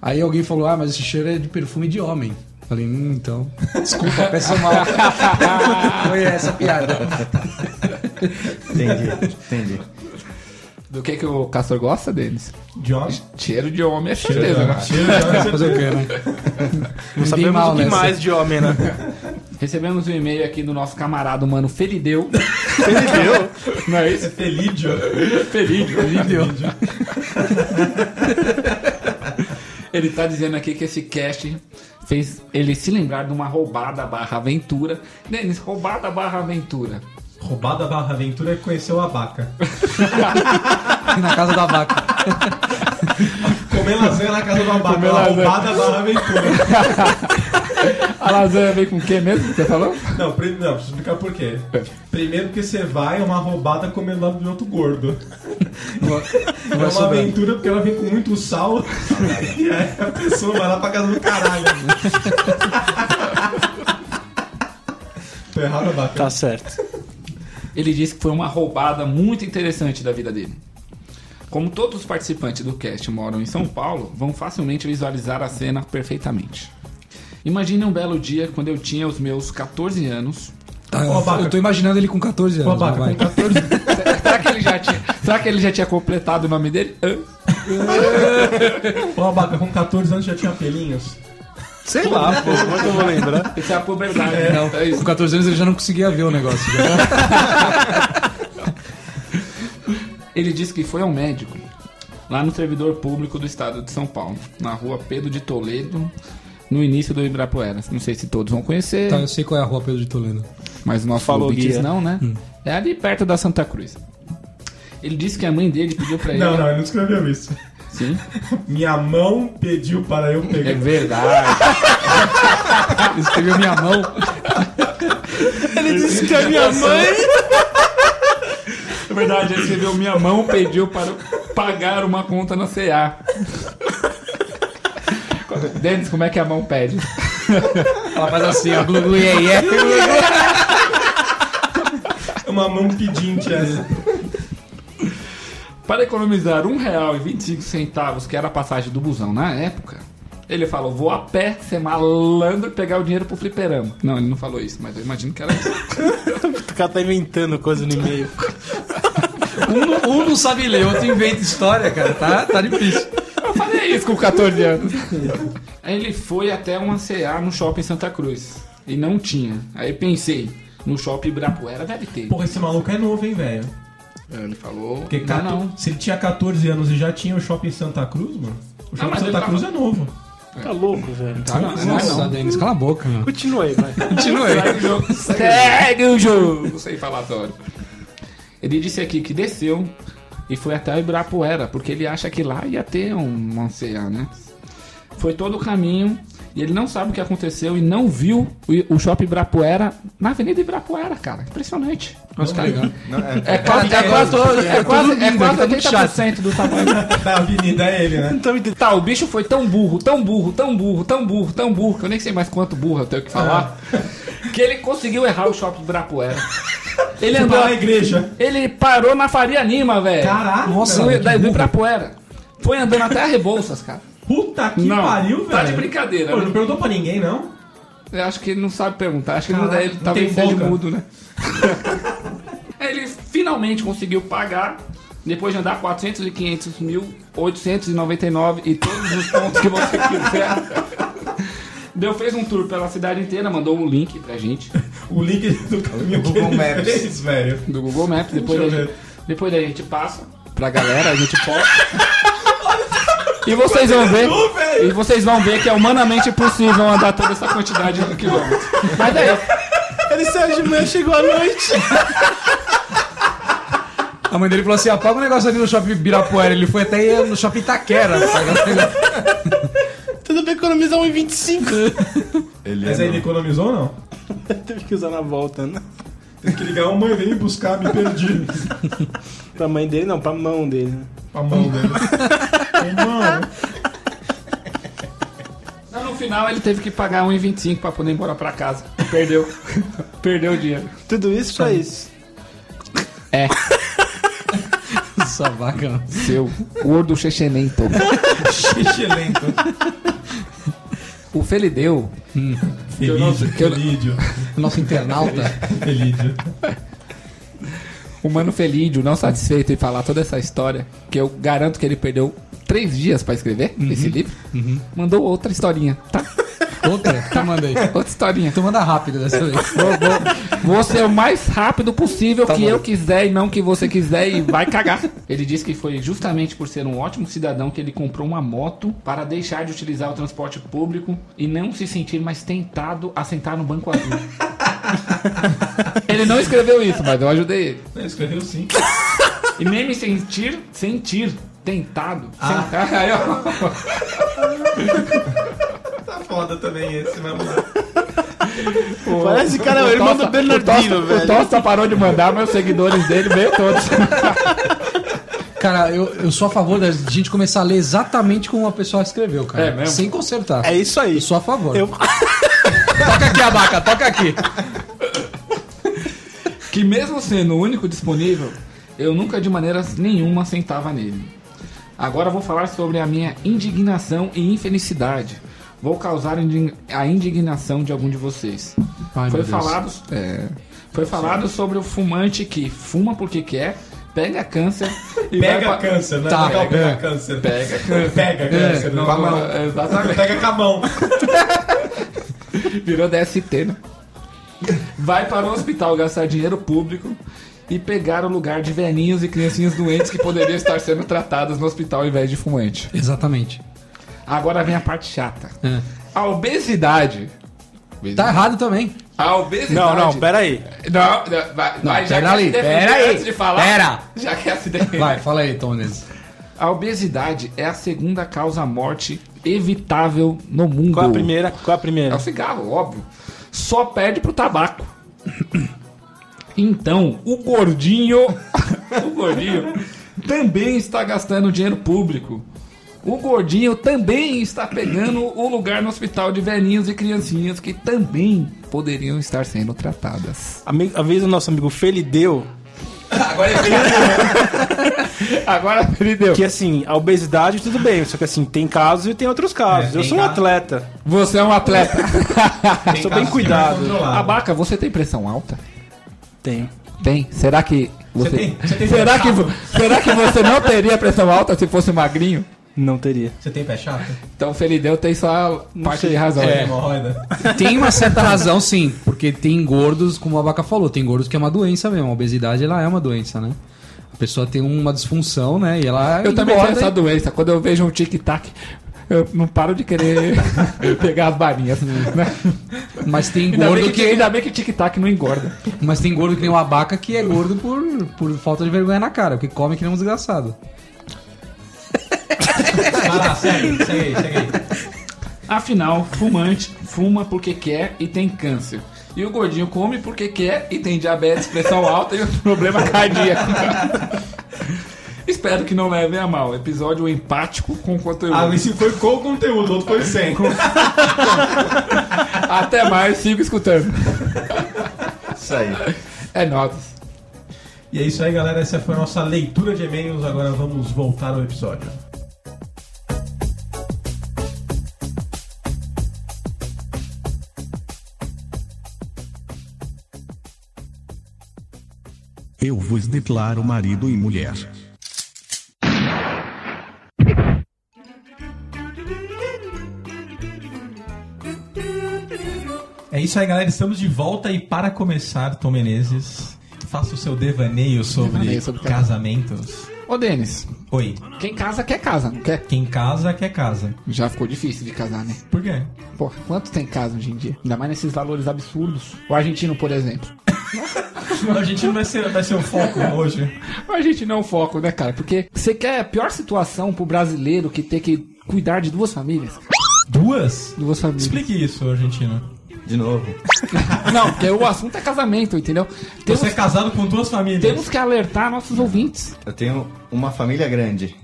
[SPEAKER 7] Aí alguém falou, ah, mas esse cheiro é de perfume de homem. Falei, hum, então. Desculpa, peço mal. Foi essa a piada.
[SPEAKER 5] Entendi, entendi.
[SPEAKER 6] Do que, que o Castor gosta, Denis?
[SPEAKER 2] De onde?
[SPEAKER 6] Cheiro de homem, é certeza, né?
[SPEAKER 7] Fazer o quê, né? Não
[SPEAKER 6] sabemos o que mais
[SPEAKER 3] de homem, né?
[SPEAKER 6] Recebemos um e-mail aqui do nosso camarada humano Felideu. Felideu? Não é isso?
[SPEAKER 2] Felídio.
[SPEAKER 6] Felídio, Felídio. ele tá dizendo aqui que esse cast fez ele se lembrar de uma roubada barra aventura. Denis, roubada barra aventura.
[SPEAKER 2] Roubada barra aventura e conheceu a vaca.
[SPEAKER 7] Na casa da vaca.
[SPEAKER 2] Comer lasanha na casa da vaca.
[SPEAKER 6] lasanha.
[SPEAKER 2] Roubada barra aventura.
[SPEAKER 6] A lasanha veio com o quê mesmo? Você falou?
[SPEAKER 2] Não, prim... não, preciso explicar por quê. Primeiro que você vai, é uma roubada comendo lá do outro gordo. É uma aventura porque ela vem com muito sal. e aí a pessoa vai lá pra casa do caralho. Tô errado, vaca.
[SPEAKER 3] Tá certo.
[SPEAKER 6] Ele disse que foi uma roubada muito interessante da vida dele. Como todos os participantes do cast moram em São Paulo, vão facilmente visualizar a cena perfeitamente. Imagine um belo dia quando eu tinha os meus 14 anos.
[SPEAKER 2] Ó, vaca.
[SPEAKER 7] Tá, eu tô imaginando ele com 14
[SPEAKER 6] Tá
[SPEAKER 7] anos.
[SPEAKER 2] Babaca,
[SPEAKER 7] vai.
[SPEAKER 2] com
[SPEAKER 4] então.
[SPEAKER 2] 14
[SPEAKER 6] Será que ele já tinha, será que ele já tinha completado o nome dele? Hã?
[SPEAKER 2] Ô, Abaca, com 14 anos já tinha pelinhos.
[SPEAKER 3] Sei lá, pô. Como é que eu vou lembrar?
[SPEAKER 6] Isso é a puberdade. É, não. É
[SPEAKER 7] Com
[SPEAKER 6] isso.
[SPEAKER 7] 14 anos ele já não conseguia ver o negócio. já.
[SPEAKER 6] Ele disse que foi ao médico, lá no servidor público do estado de São Paulo, na rua Pedro de Toledo, no início do Ibirapuera. Não sei se todos vão conhecer.
[SPEAKER 7] Tá, eu sei qual é a rua Pedro de Toledo.
[SPEAKER 6] Mas o nosso
[SPEAKER 3] Falou,
[SPEAKER 6] ouvintes
[SPEAKER 3] guia.
[SPEAKER 6] não, né? É ali perto da Santa Cruz. Ele disse que a mãe dele pediu pra ele.
[SPEAKER 2] Não, não, ele não escreveu isso.
[SPEAKER 6] Sim.
[SPEAKER 2] Minha mão pediu para eu
[SPEAKER 6] É
[SPEAKER 2] pegar.
[SPEAKER 6] verdade.
[SPEAKER 7] Escreveu minha mão.
[SPEAKER 6] É verdade, ele escreveu minha mão, pediu para eu pagar uma conta na CA. Denis, como é que a mão pede?
[SPEAKER 4] Ela faz assim, ó, glu glu iê, iê.
[SPEAKER 2] É uma mão pedinte essa.
[SPEAKER 6] Para economizar um R$ 1,25, que era a passagem do busão na época, ele falou: vou a pé ser malandro e pegar o dinheiro pro fliperama. Não, ele não falou isso, mas eu imagino que era isso.
[SPEAKER 3] O cara tá inventando coisa no e-mail.
[SPEAKER 4] Um, não- um não sabe ler, outro inventa história, cara. Tá, tá difícil.
[SPEAKER 6] Eu falei isso com 14 anos. Aí ele foi até uma CA no shopping Santa Cruz. E não tinha. Aí pensei, no shopping Ibirapuera deve ter.
[SPEAKER 2] Porra, esse maluco é novo, hein, velho?
[SPEAKER 6] Aí É, Ele falou. tá
[SPEAKER 2] Porque
[SPEAKER 6] não,
[SPEAKER 2] catu-
[SPEAKER 6] não.
[SPEAKER 2] se ele tinha 14 anos e já tinha o shopping Santa Cruz, mano. O shopping
[SPEAKER 6] mas ele
[SPEAKER 2] Santa
[SPEAKER 6] tá-
[SPEAKER 2] Cruz é novo.
[SPEAKER 3] Tá louco, velho.
[SPEAKER 6] Tá,
[SPEAKER 7] é
[SPEAKER 6] não, não, não.
[SPEAKER 7] Nossa, Denis, cala a boca, meu.
[SPEAKER 3] Continua aí, vai.
[SPEAKER 4] Continue.
[SPEAKER 6] Segue o jogo. Segue o jogo. Sem falatório. Ele disse aqui que desceu e foi até o Ibirapuera, porque ele acha que lá ia ter um uma CA, né? Foi todo o caminho e ele não sabe o que aconteceu e não viu o, o shopping Ibirapuera na Avenida Ibirapuera, cara. Impressionante. Nossa, cara.
[SPEAKER 5] Não, é-
[SPEAKER 6] É quase, é quase, todo- é quase, é quase 80% do tamanho.
[SPEAKER 2] da avenida é ele, né?
[SPEAKER 6] Tá, o bicho foi tão burro, tão burro, tão burro, tão burro, tão burro, que eu nem sei mais quanto burro eu tenho que falar,
[SPEAKER 2] Ah.
[SPEAKER 6] que ele conseguiu errar o shopping do Ibirapuera. Ele andou.
[SPEAKER 2] Tá na igreja.
[SPEAKER 6] Ele parou na Faria Lima, velho.
[SPEAKER 2] Caralho,
[SPEAKER 6] Nossa,
[SPEAKER 2] velho,
[SPEAKER 6] do, da, do Ibirapuera. Foi andando até a Rebouças, cara.
[SPEAKER 2] Puta que
[SPEAKER 6] Não,
[SPEAKER 2] pariu, velho.
[SPEAKER 6] tá de brincadeira,
[SPEAKER 2] Pô,
[SPEAKER 6] né?
[SPEAKER 2] não perguntou pra ninguém, não?
[SPEAKER 6] Eu acho que ele não sabe perguntar, acho que ele não,
[SPEAKER 2] Caraca,
[SPEAKER 6] ele
[SPEAKER 2] não
[SPEAKER 6] talvez
[SPEAKER 2] tem
[SPEAKER 6] seja
[SPEAKER 2] boca.
[SPEAKER 6] mudo, né? ele finalmente conseguiu pagar, depois de andar 400 e 500 mil, 899 e todos os pontos que você quiser. Deu, fez um tour pela cidade inteira, mandou um link pra gente
[SPEAKER 2] O link do caminho que
[SPEAKER 5] Google
[SPEAKER 2] ele
[SPEAKER 5] Maps.
[SPEAKER 2] fez, velho.
[SPEAKER 6] do Google Maps, depois,
[SPEAKER 2] Deixa
[SPEAKER 6] a
[SPEAKER 2] eu
[SPEAKER 6] gente, depois a gente passa pra galera, a gente posta. E vocês vão ver,
[SPEAKER 2] Não, velho.
[SPEAKER 6] e vocês vão ver que é humanamente possível andar toda essa quantidade de quilômetros. Mas é isso.
[SPEAKER 3] Ele saiu de manhã, chegou à noite.
[SPEAKER 7] A mãe dele falou assim: apaga o negócio ali no shopping Birapuera. Ele foi até eh, no shopping Itaquera. né, um
[SPEAKER 3] Tudo pra economizar 1,25.
[SPEAKER 5] Ele
[SPEAKER 2] Mas
[SPEAKER 5] é
[SPEAKER 2] aí ele
[SPEAKER 5] novo.
[SPEAKER 2] economizou ou não?
[SPEAKER 3] Teve que usar na volta, né?
[SPEAKER 2] Tem que ligar, mãe, vem me buscar, me perdi.
[SPEAKER 3] Pra mãe dele, não, pra mão dele. né?
[SPEAKER 2] A mão dele. Irmão,
[SPEAKER 6] Mas no final ele teve que pagar 1,25 pra poder ir embora pra casa. Perdeu. Perdeu o dinheiro.
[SPEAKER 3] Tudo isso pra isso.
[SPEAKER 7] Essa vaca.
[SPEAKER 6] Seu gordo chechenento.
[SPEAKER 2] xixi lento.
[SPEAKER 6] O Felideu.
[SPEAKER 2] Felídio, Felídio,
[SPEAKER 7] Nosso internauta.
[SPEAKER 2] Felídio.
[SPEAKER 6] O mano Felídio, não satisfeito em falar toda essa história, que eu garanto que ele perdeu três dias pra escrever esse livro, mandou outra historinha, tá?
[SPEAKER 7] Outra? Tu Tá, manda aí.
[SPEAKER 6] Outra historinha.
[SPEAKER 7] Tu manda rápido dessa vez.
[SPEAKER 6] Vou, vou- vou ser é o mais rápido possível
[SPEAKER 3] Tá
[SPEAKER 6] que eu quiser e não que você quiser e vai cagar. Ele disse que foi justamente por ser um ótimo cidadão que ele comprou uma moto para deixar de utilizar o transporte público e não se sentir mais tentado a sentar no banco azul. ele não escreveu isso, mas eu ajudei ele.
[SPEAKER 2] Não, escreveu sim.
[SPEAKER 6] E nem me sentir, sentir tentado.
[SPEAKER 3] Ah.
[SPEAKER 6] Sentar- Aí, ó.
[SPEAKER 2] Tá foda também esse, mas vamos lá.
[SPEAKER 3] Parece, cara, o irmão do Bernardino,
[SPEAKER 6] o Tosta, o
[SPEAKER 3] velho.
[SPEAKER 6] Tosta parou de mandar, mas os seguidores dele veio todos.
[SPEAKER 7] Cara, eu, eu sou a favor da gente começar a ler exatamente como a pessoa escreveu, cara.
[SPEAKER 6] É mesmo?
[SPEAKER 7] Sem consertar.
[SPEAKER 3] É isso aí.
[SPEAKER 7] Eu sou a favor.
[SPEAKER 3] Eu-
[SPEAKER 7] Toca aqui, abaca, toca aqui.
[SPEAKER 6] que mesmo sendo o único disponível, eu nunca de maneira nenhuma sentava nele. Agora vou falar sobre a minha indignação e infelicidade. Vou causar indi- a indignação de algum de vocês.
[SPEAKER 7] Ai,
[SPEAKER 6] foi
[SPEAKER 7] meu Deus.
[SPEAKER 6] falado, é, foi falado sobre o fumante que fuma porque quer, pega câncer e vai
[SPEAKER 2] Pega
[SPEAKER 6] pra-
[SPEAKER 2] câncer, né?
[SPEAKER 7] Tá,
[SPEAKER 2] Legal
[SPEAKER 7] pega.
[SPEAKER 2] pegar câncer.
[SPEAKER 6] Pega
[SPEAKER 2] câncer. Pega câncer.
[SPEAKER 6] Não,
[SPEAKER 2] com a mão.
[SPEAKER 6] é, exatamente.
[SPEAKER 2] Pega com a mão. Tá,
[SPEAKER 6] Virou DST, né? Vai para o hospital gastar dinheiro público e pegar o lugar de velhinhos e criancinhas doentes que poderiam estar sendo tratadas no hospital ao invés de fumante.
[SPEAKER 7] Exatamente.
[SPEAKER 6] Agora vem a parte chata. A obesidade.
[SPEAKER 7] É. Tá errado também.
[SPEAKER 6] A obesidade.
[SPEAKER 3] Não, não, pera aí.
[SPEAKER 6] Não, não, vai, vai, já
[SPEAKER 7] pera
[SPEAKER 6] quer
[SPEAKER 7] ali,
[SPEAKER 6] se defender
[SPEAKER 7] pera aí,
[SPEAKER 6] antes de falar.
[SPEAKER 7] pera.
[SPEAKER 6] Já quer se defender.
[SPEAKER 7] Vai, fala aí, Tones.
[SPEAKER 6] A obesidade é a segunda causa morte evitável no mundo.
[SPEAKER 3] Qual a primeira? Qual a
[SPEAKER 6] É
[SPEAKER 3] primeira?
[SPEAKER 6] o cigarro, óbvio. Só perde pro tabaco. Então, o gordinho. o gordinho também está gastando dinheiro público. O gordinho também está pegando o lugar no hospital de velhinhos e criancinhas que também poderiam estar sendo tratadas.
[SPEAKER 3] Ami- A vez do nosso amigo Felideu,
[SPEAKER 6] Agora ele Agora ele deu.
[SPEAKER 3] que assim, a obesidade tudo bem, só que assim, tem casos e tem outros casos.
[SPEAKER 2] É,
[SPEAKER 3] eu
[SPEAKER 2] tem
[SPEAKER 3] sou um
[SPEAKER 2] caso.
[SPEAKER 3] atleta,
[SPEAKER 6] Você é um atleta.
[SPEAKER 2] Tem
[SPEAKER 3] sou bem
[SPEAKER 2] casos que
[SPEAKER 3] cuidado.
[SPEAKER 2] vai controlar.
[SPEAKER 6] Abaca, você tem pressão alta?
[SPEAKER 3] Tenho.
[SPEAKER 6] Tem. Será que você,
[SPEAKER 2] tem- você tem
[SPEAKER 6] será que
[SPEAKER 2] pressão?
[SPEAKER 6] vo- será que você não teria pressão alta se fosse magrinho?
[SPEAKER 3] Não teria.
[SPEAKER 2] Você tem pé chato?
[SPEAKER 6] Então, Felideu tem sua parte de razão.
[SPEAKER 2] Tem
[SPEAKER 6] né?
[SPEAKER 2] hemorroida?
[SPEAKER 7] Tem uma certa razão, sim, porque tem gordos, como a Abaca falou, tem gordos que é uma doença mesmo. A obesidade ela é uma doença, né? A pessoa tem uma disfunção, né? E ela
[SPEAKER 6] Eu também tenho
[SPEAKER 7] engorda
[SPEAKER 6] essa
[SPEAKER 7] e-
[SPEAKER 6] doença. Quando eu vejo um tic-tac, eu não paro de querer pegar as balinhas. Né?
[SPEAKER 7] Mas tem
[SPEAKER 6] Ainda, bem
[SPEAKER 7] gordo
[SPEAKER 6] que,
[SPEAKER 7] que,
[SPEAKER 6] ainda bem que tic-tac não engorda.
[SPEAKER 7] mas tem gordo que nem o abaca que é gordo por, por falta de vergonha na cara, porque come que nem um desgraçado.
[SPEAKER 2] Vai lá, Tá, segue, segue aí, segue aí.
[SPEAKER 6] Afinal, fumante fuma porque quer e tem câncer. E o gordinho come porque quer e tem diabetes, pressão alta e um problema cardíaco. Espero que não levem a mal. Episódio empático com conteúdo.
[SPEAKER 2] Ah, esse foi com o conteúdo, o outro foi sem.
[SPEAKER 6] Até mais, sigo escutando.
[SPEAKER 5] Isso aí.
[SPEAKER 6] É nóis.
[SPEAKER 2] E é isso aí, galera. Essa foi a nossa leitura de e-mails. Agora vamos voltar ao episódio.
[SPEAKER 10] Eu vos declaro marido e mulher.
[SPEAKER 2] É isso aí, galera. Estamos de volta e para começar, Tom Menezes, faça o seu devaneio sobre,
[SPEAKER 6] Devaneio sobre
[SPEAKER 2] casamentos.
[SPEAKER 6] Ô, Denis,
[SPEAKER 2] Oi,
[SPEAKER 6] quem casa quer casa, não quer?
[SPEAKER 2] quem casa quer casa.
[SPEAKER 6] Já ficou difícil de casar, né?
[SPEAKER 2] Por quê?
[SPEAKER 6] Porra, quanto tem casa hoje em dia? Ainda mais nesses valores absurdos. O argentino, por exemplo.
[SPEAKER 2] A gente não vai ser, vai ser o foco hoje.
[SPEAKER 6] O argentino é um foco, né, cara? Porque você quer a pior situação pro brasileiro que ter que cuidar de duas famílias?
[SPEAKER 2] Duas?
[SPEAKER 6] Duas famílias.
[SPEAKER 2] Explique isso, Argentina.
[SPEAKER 5] De novo.
[SPEAKER 6] Não, porque o assunto é casamento, entendeu? Temos,
[SPEAKER 2] Você é casado com duas famílias.
[SPEAKER 6] temos que alertar nossos ouvintes.
[SPEAKER 5] Eu tenho uma família grande.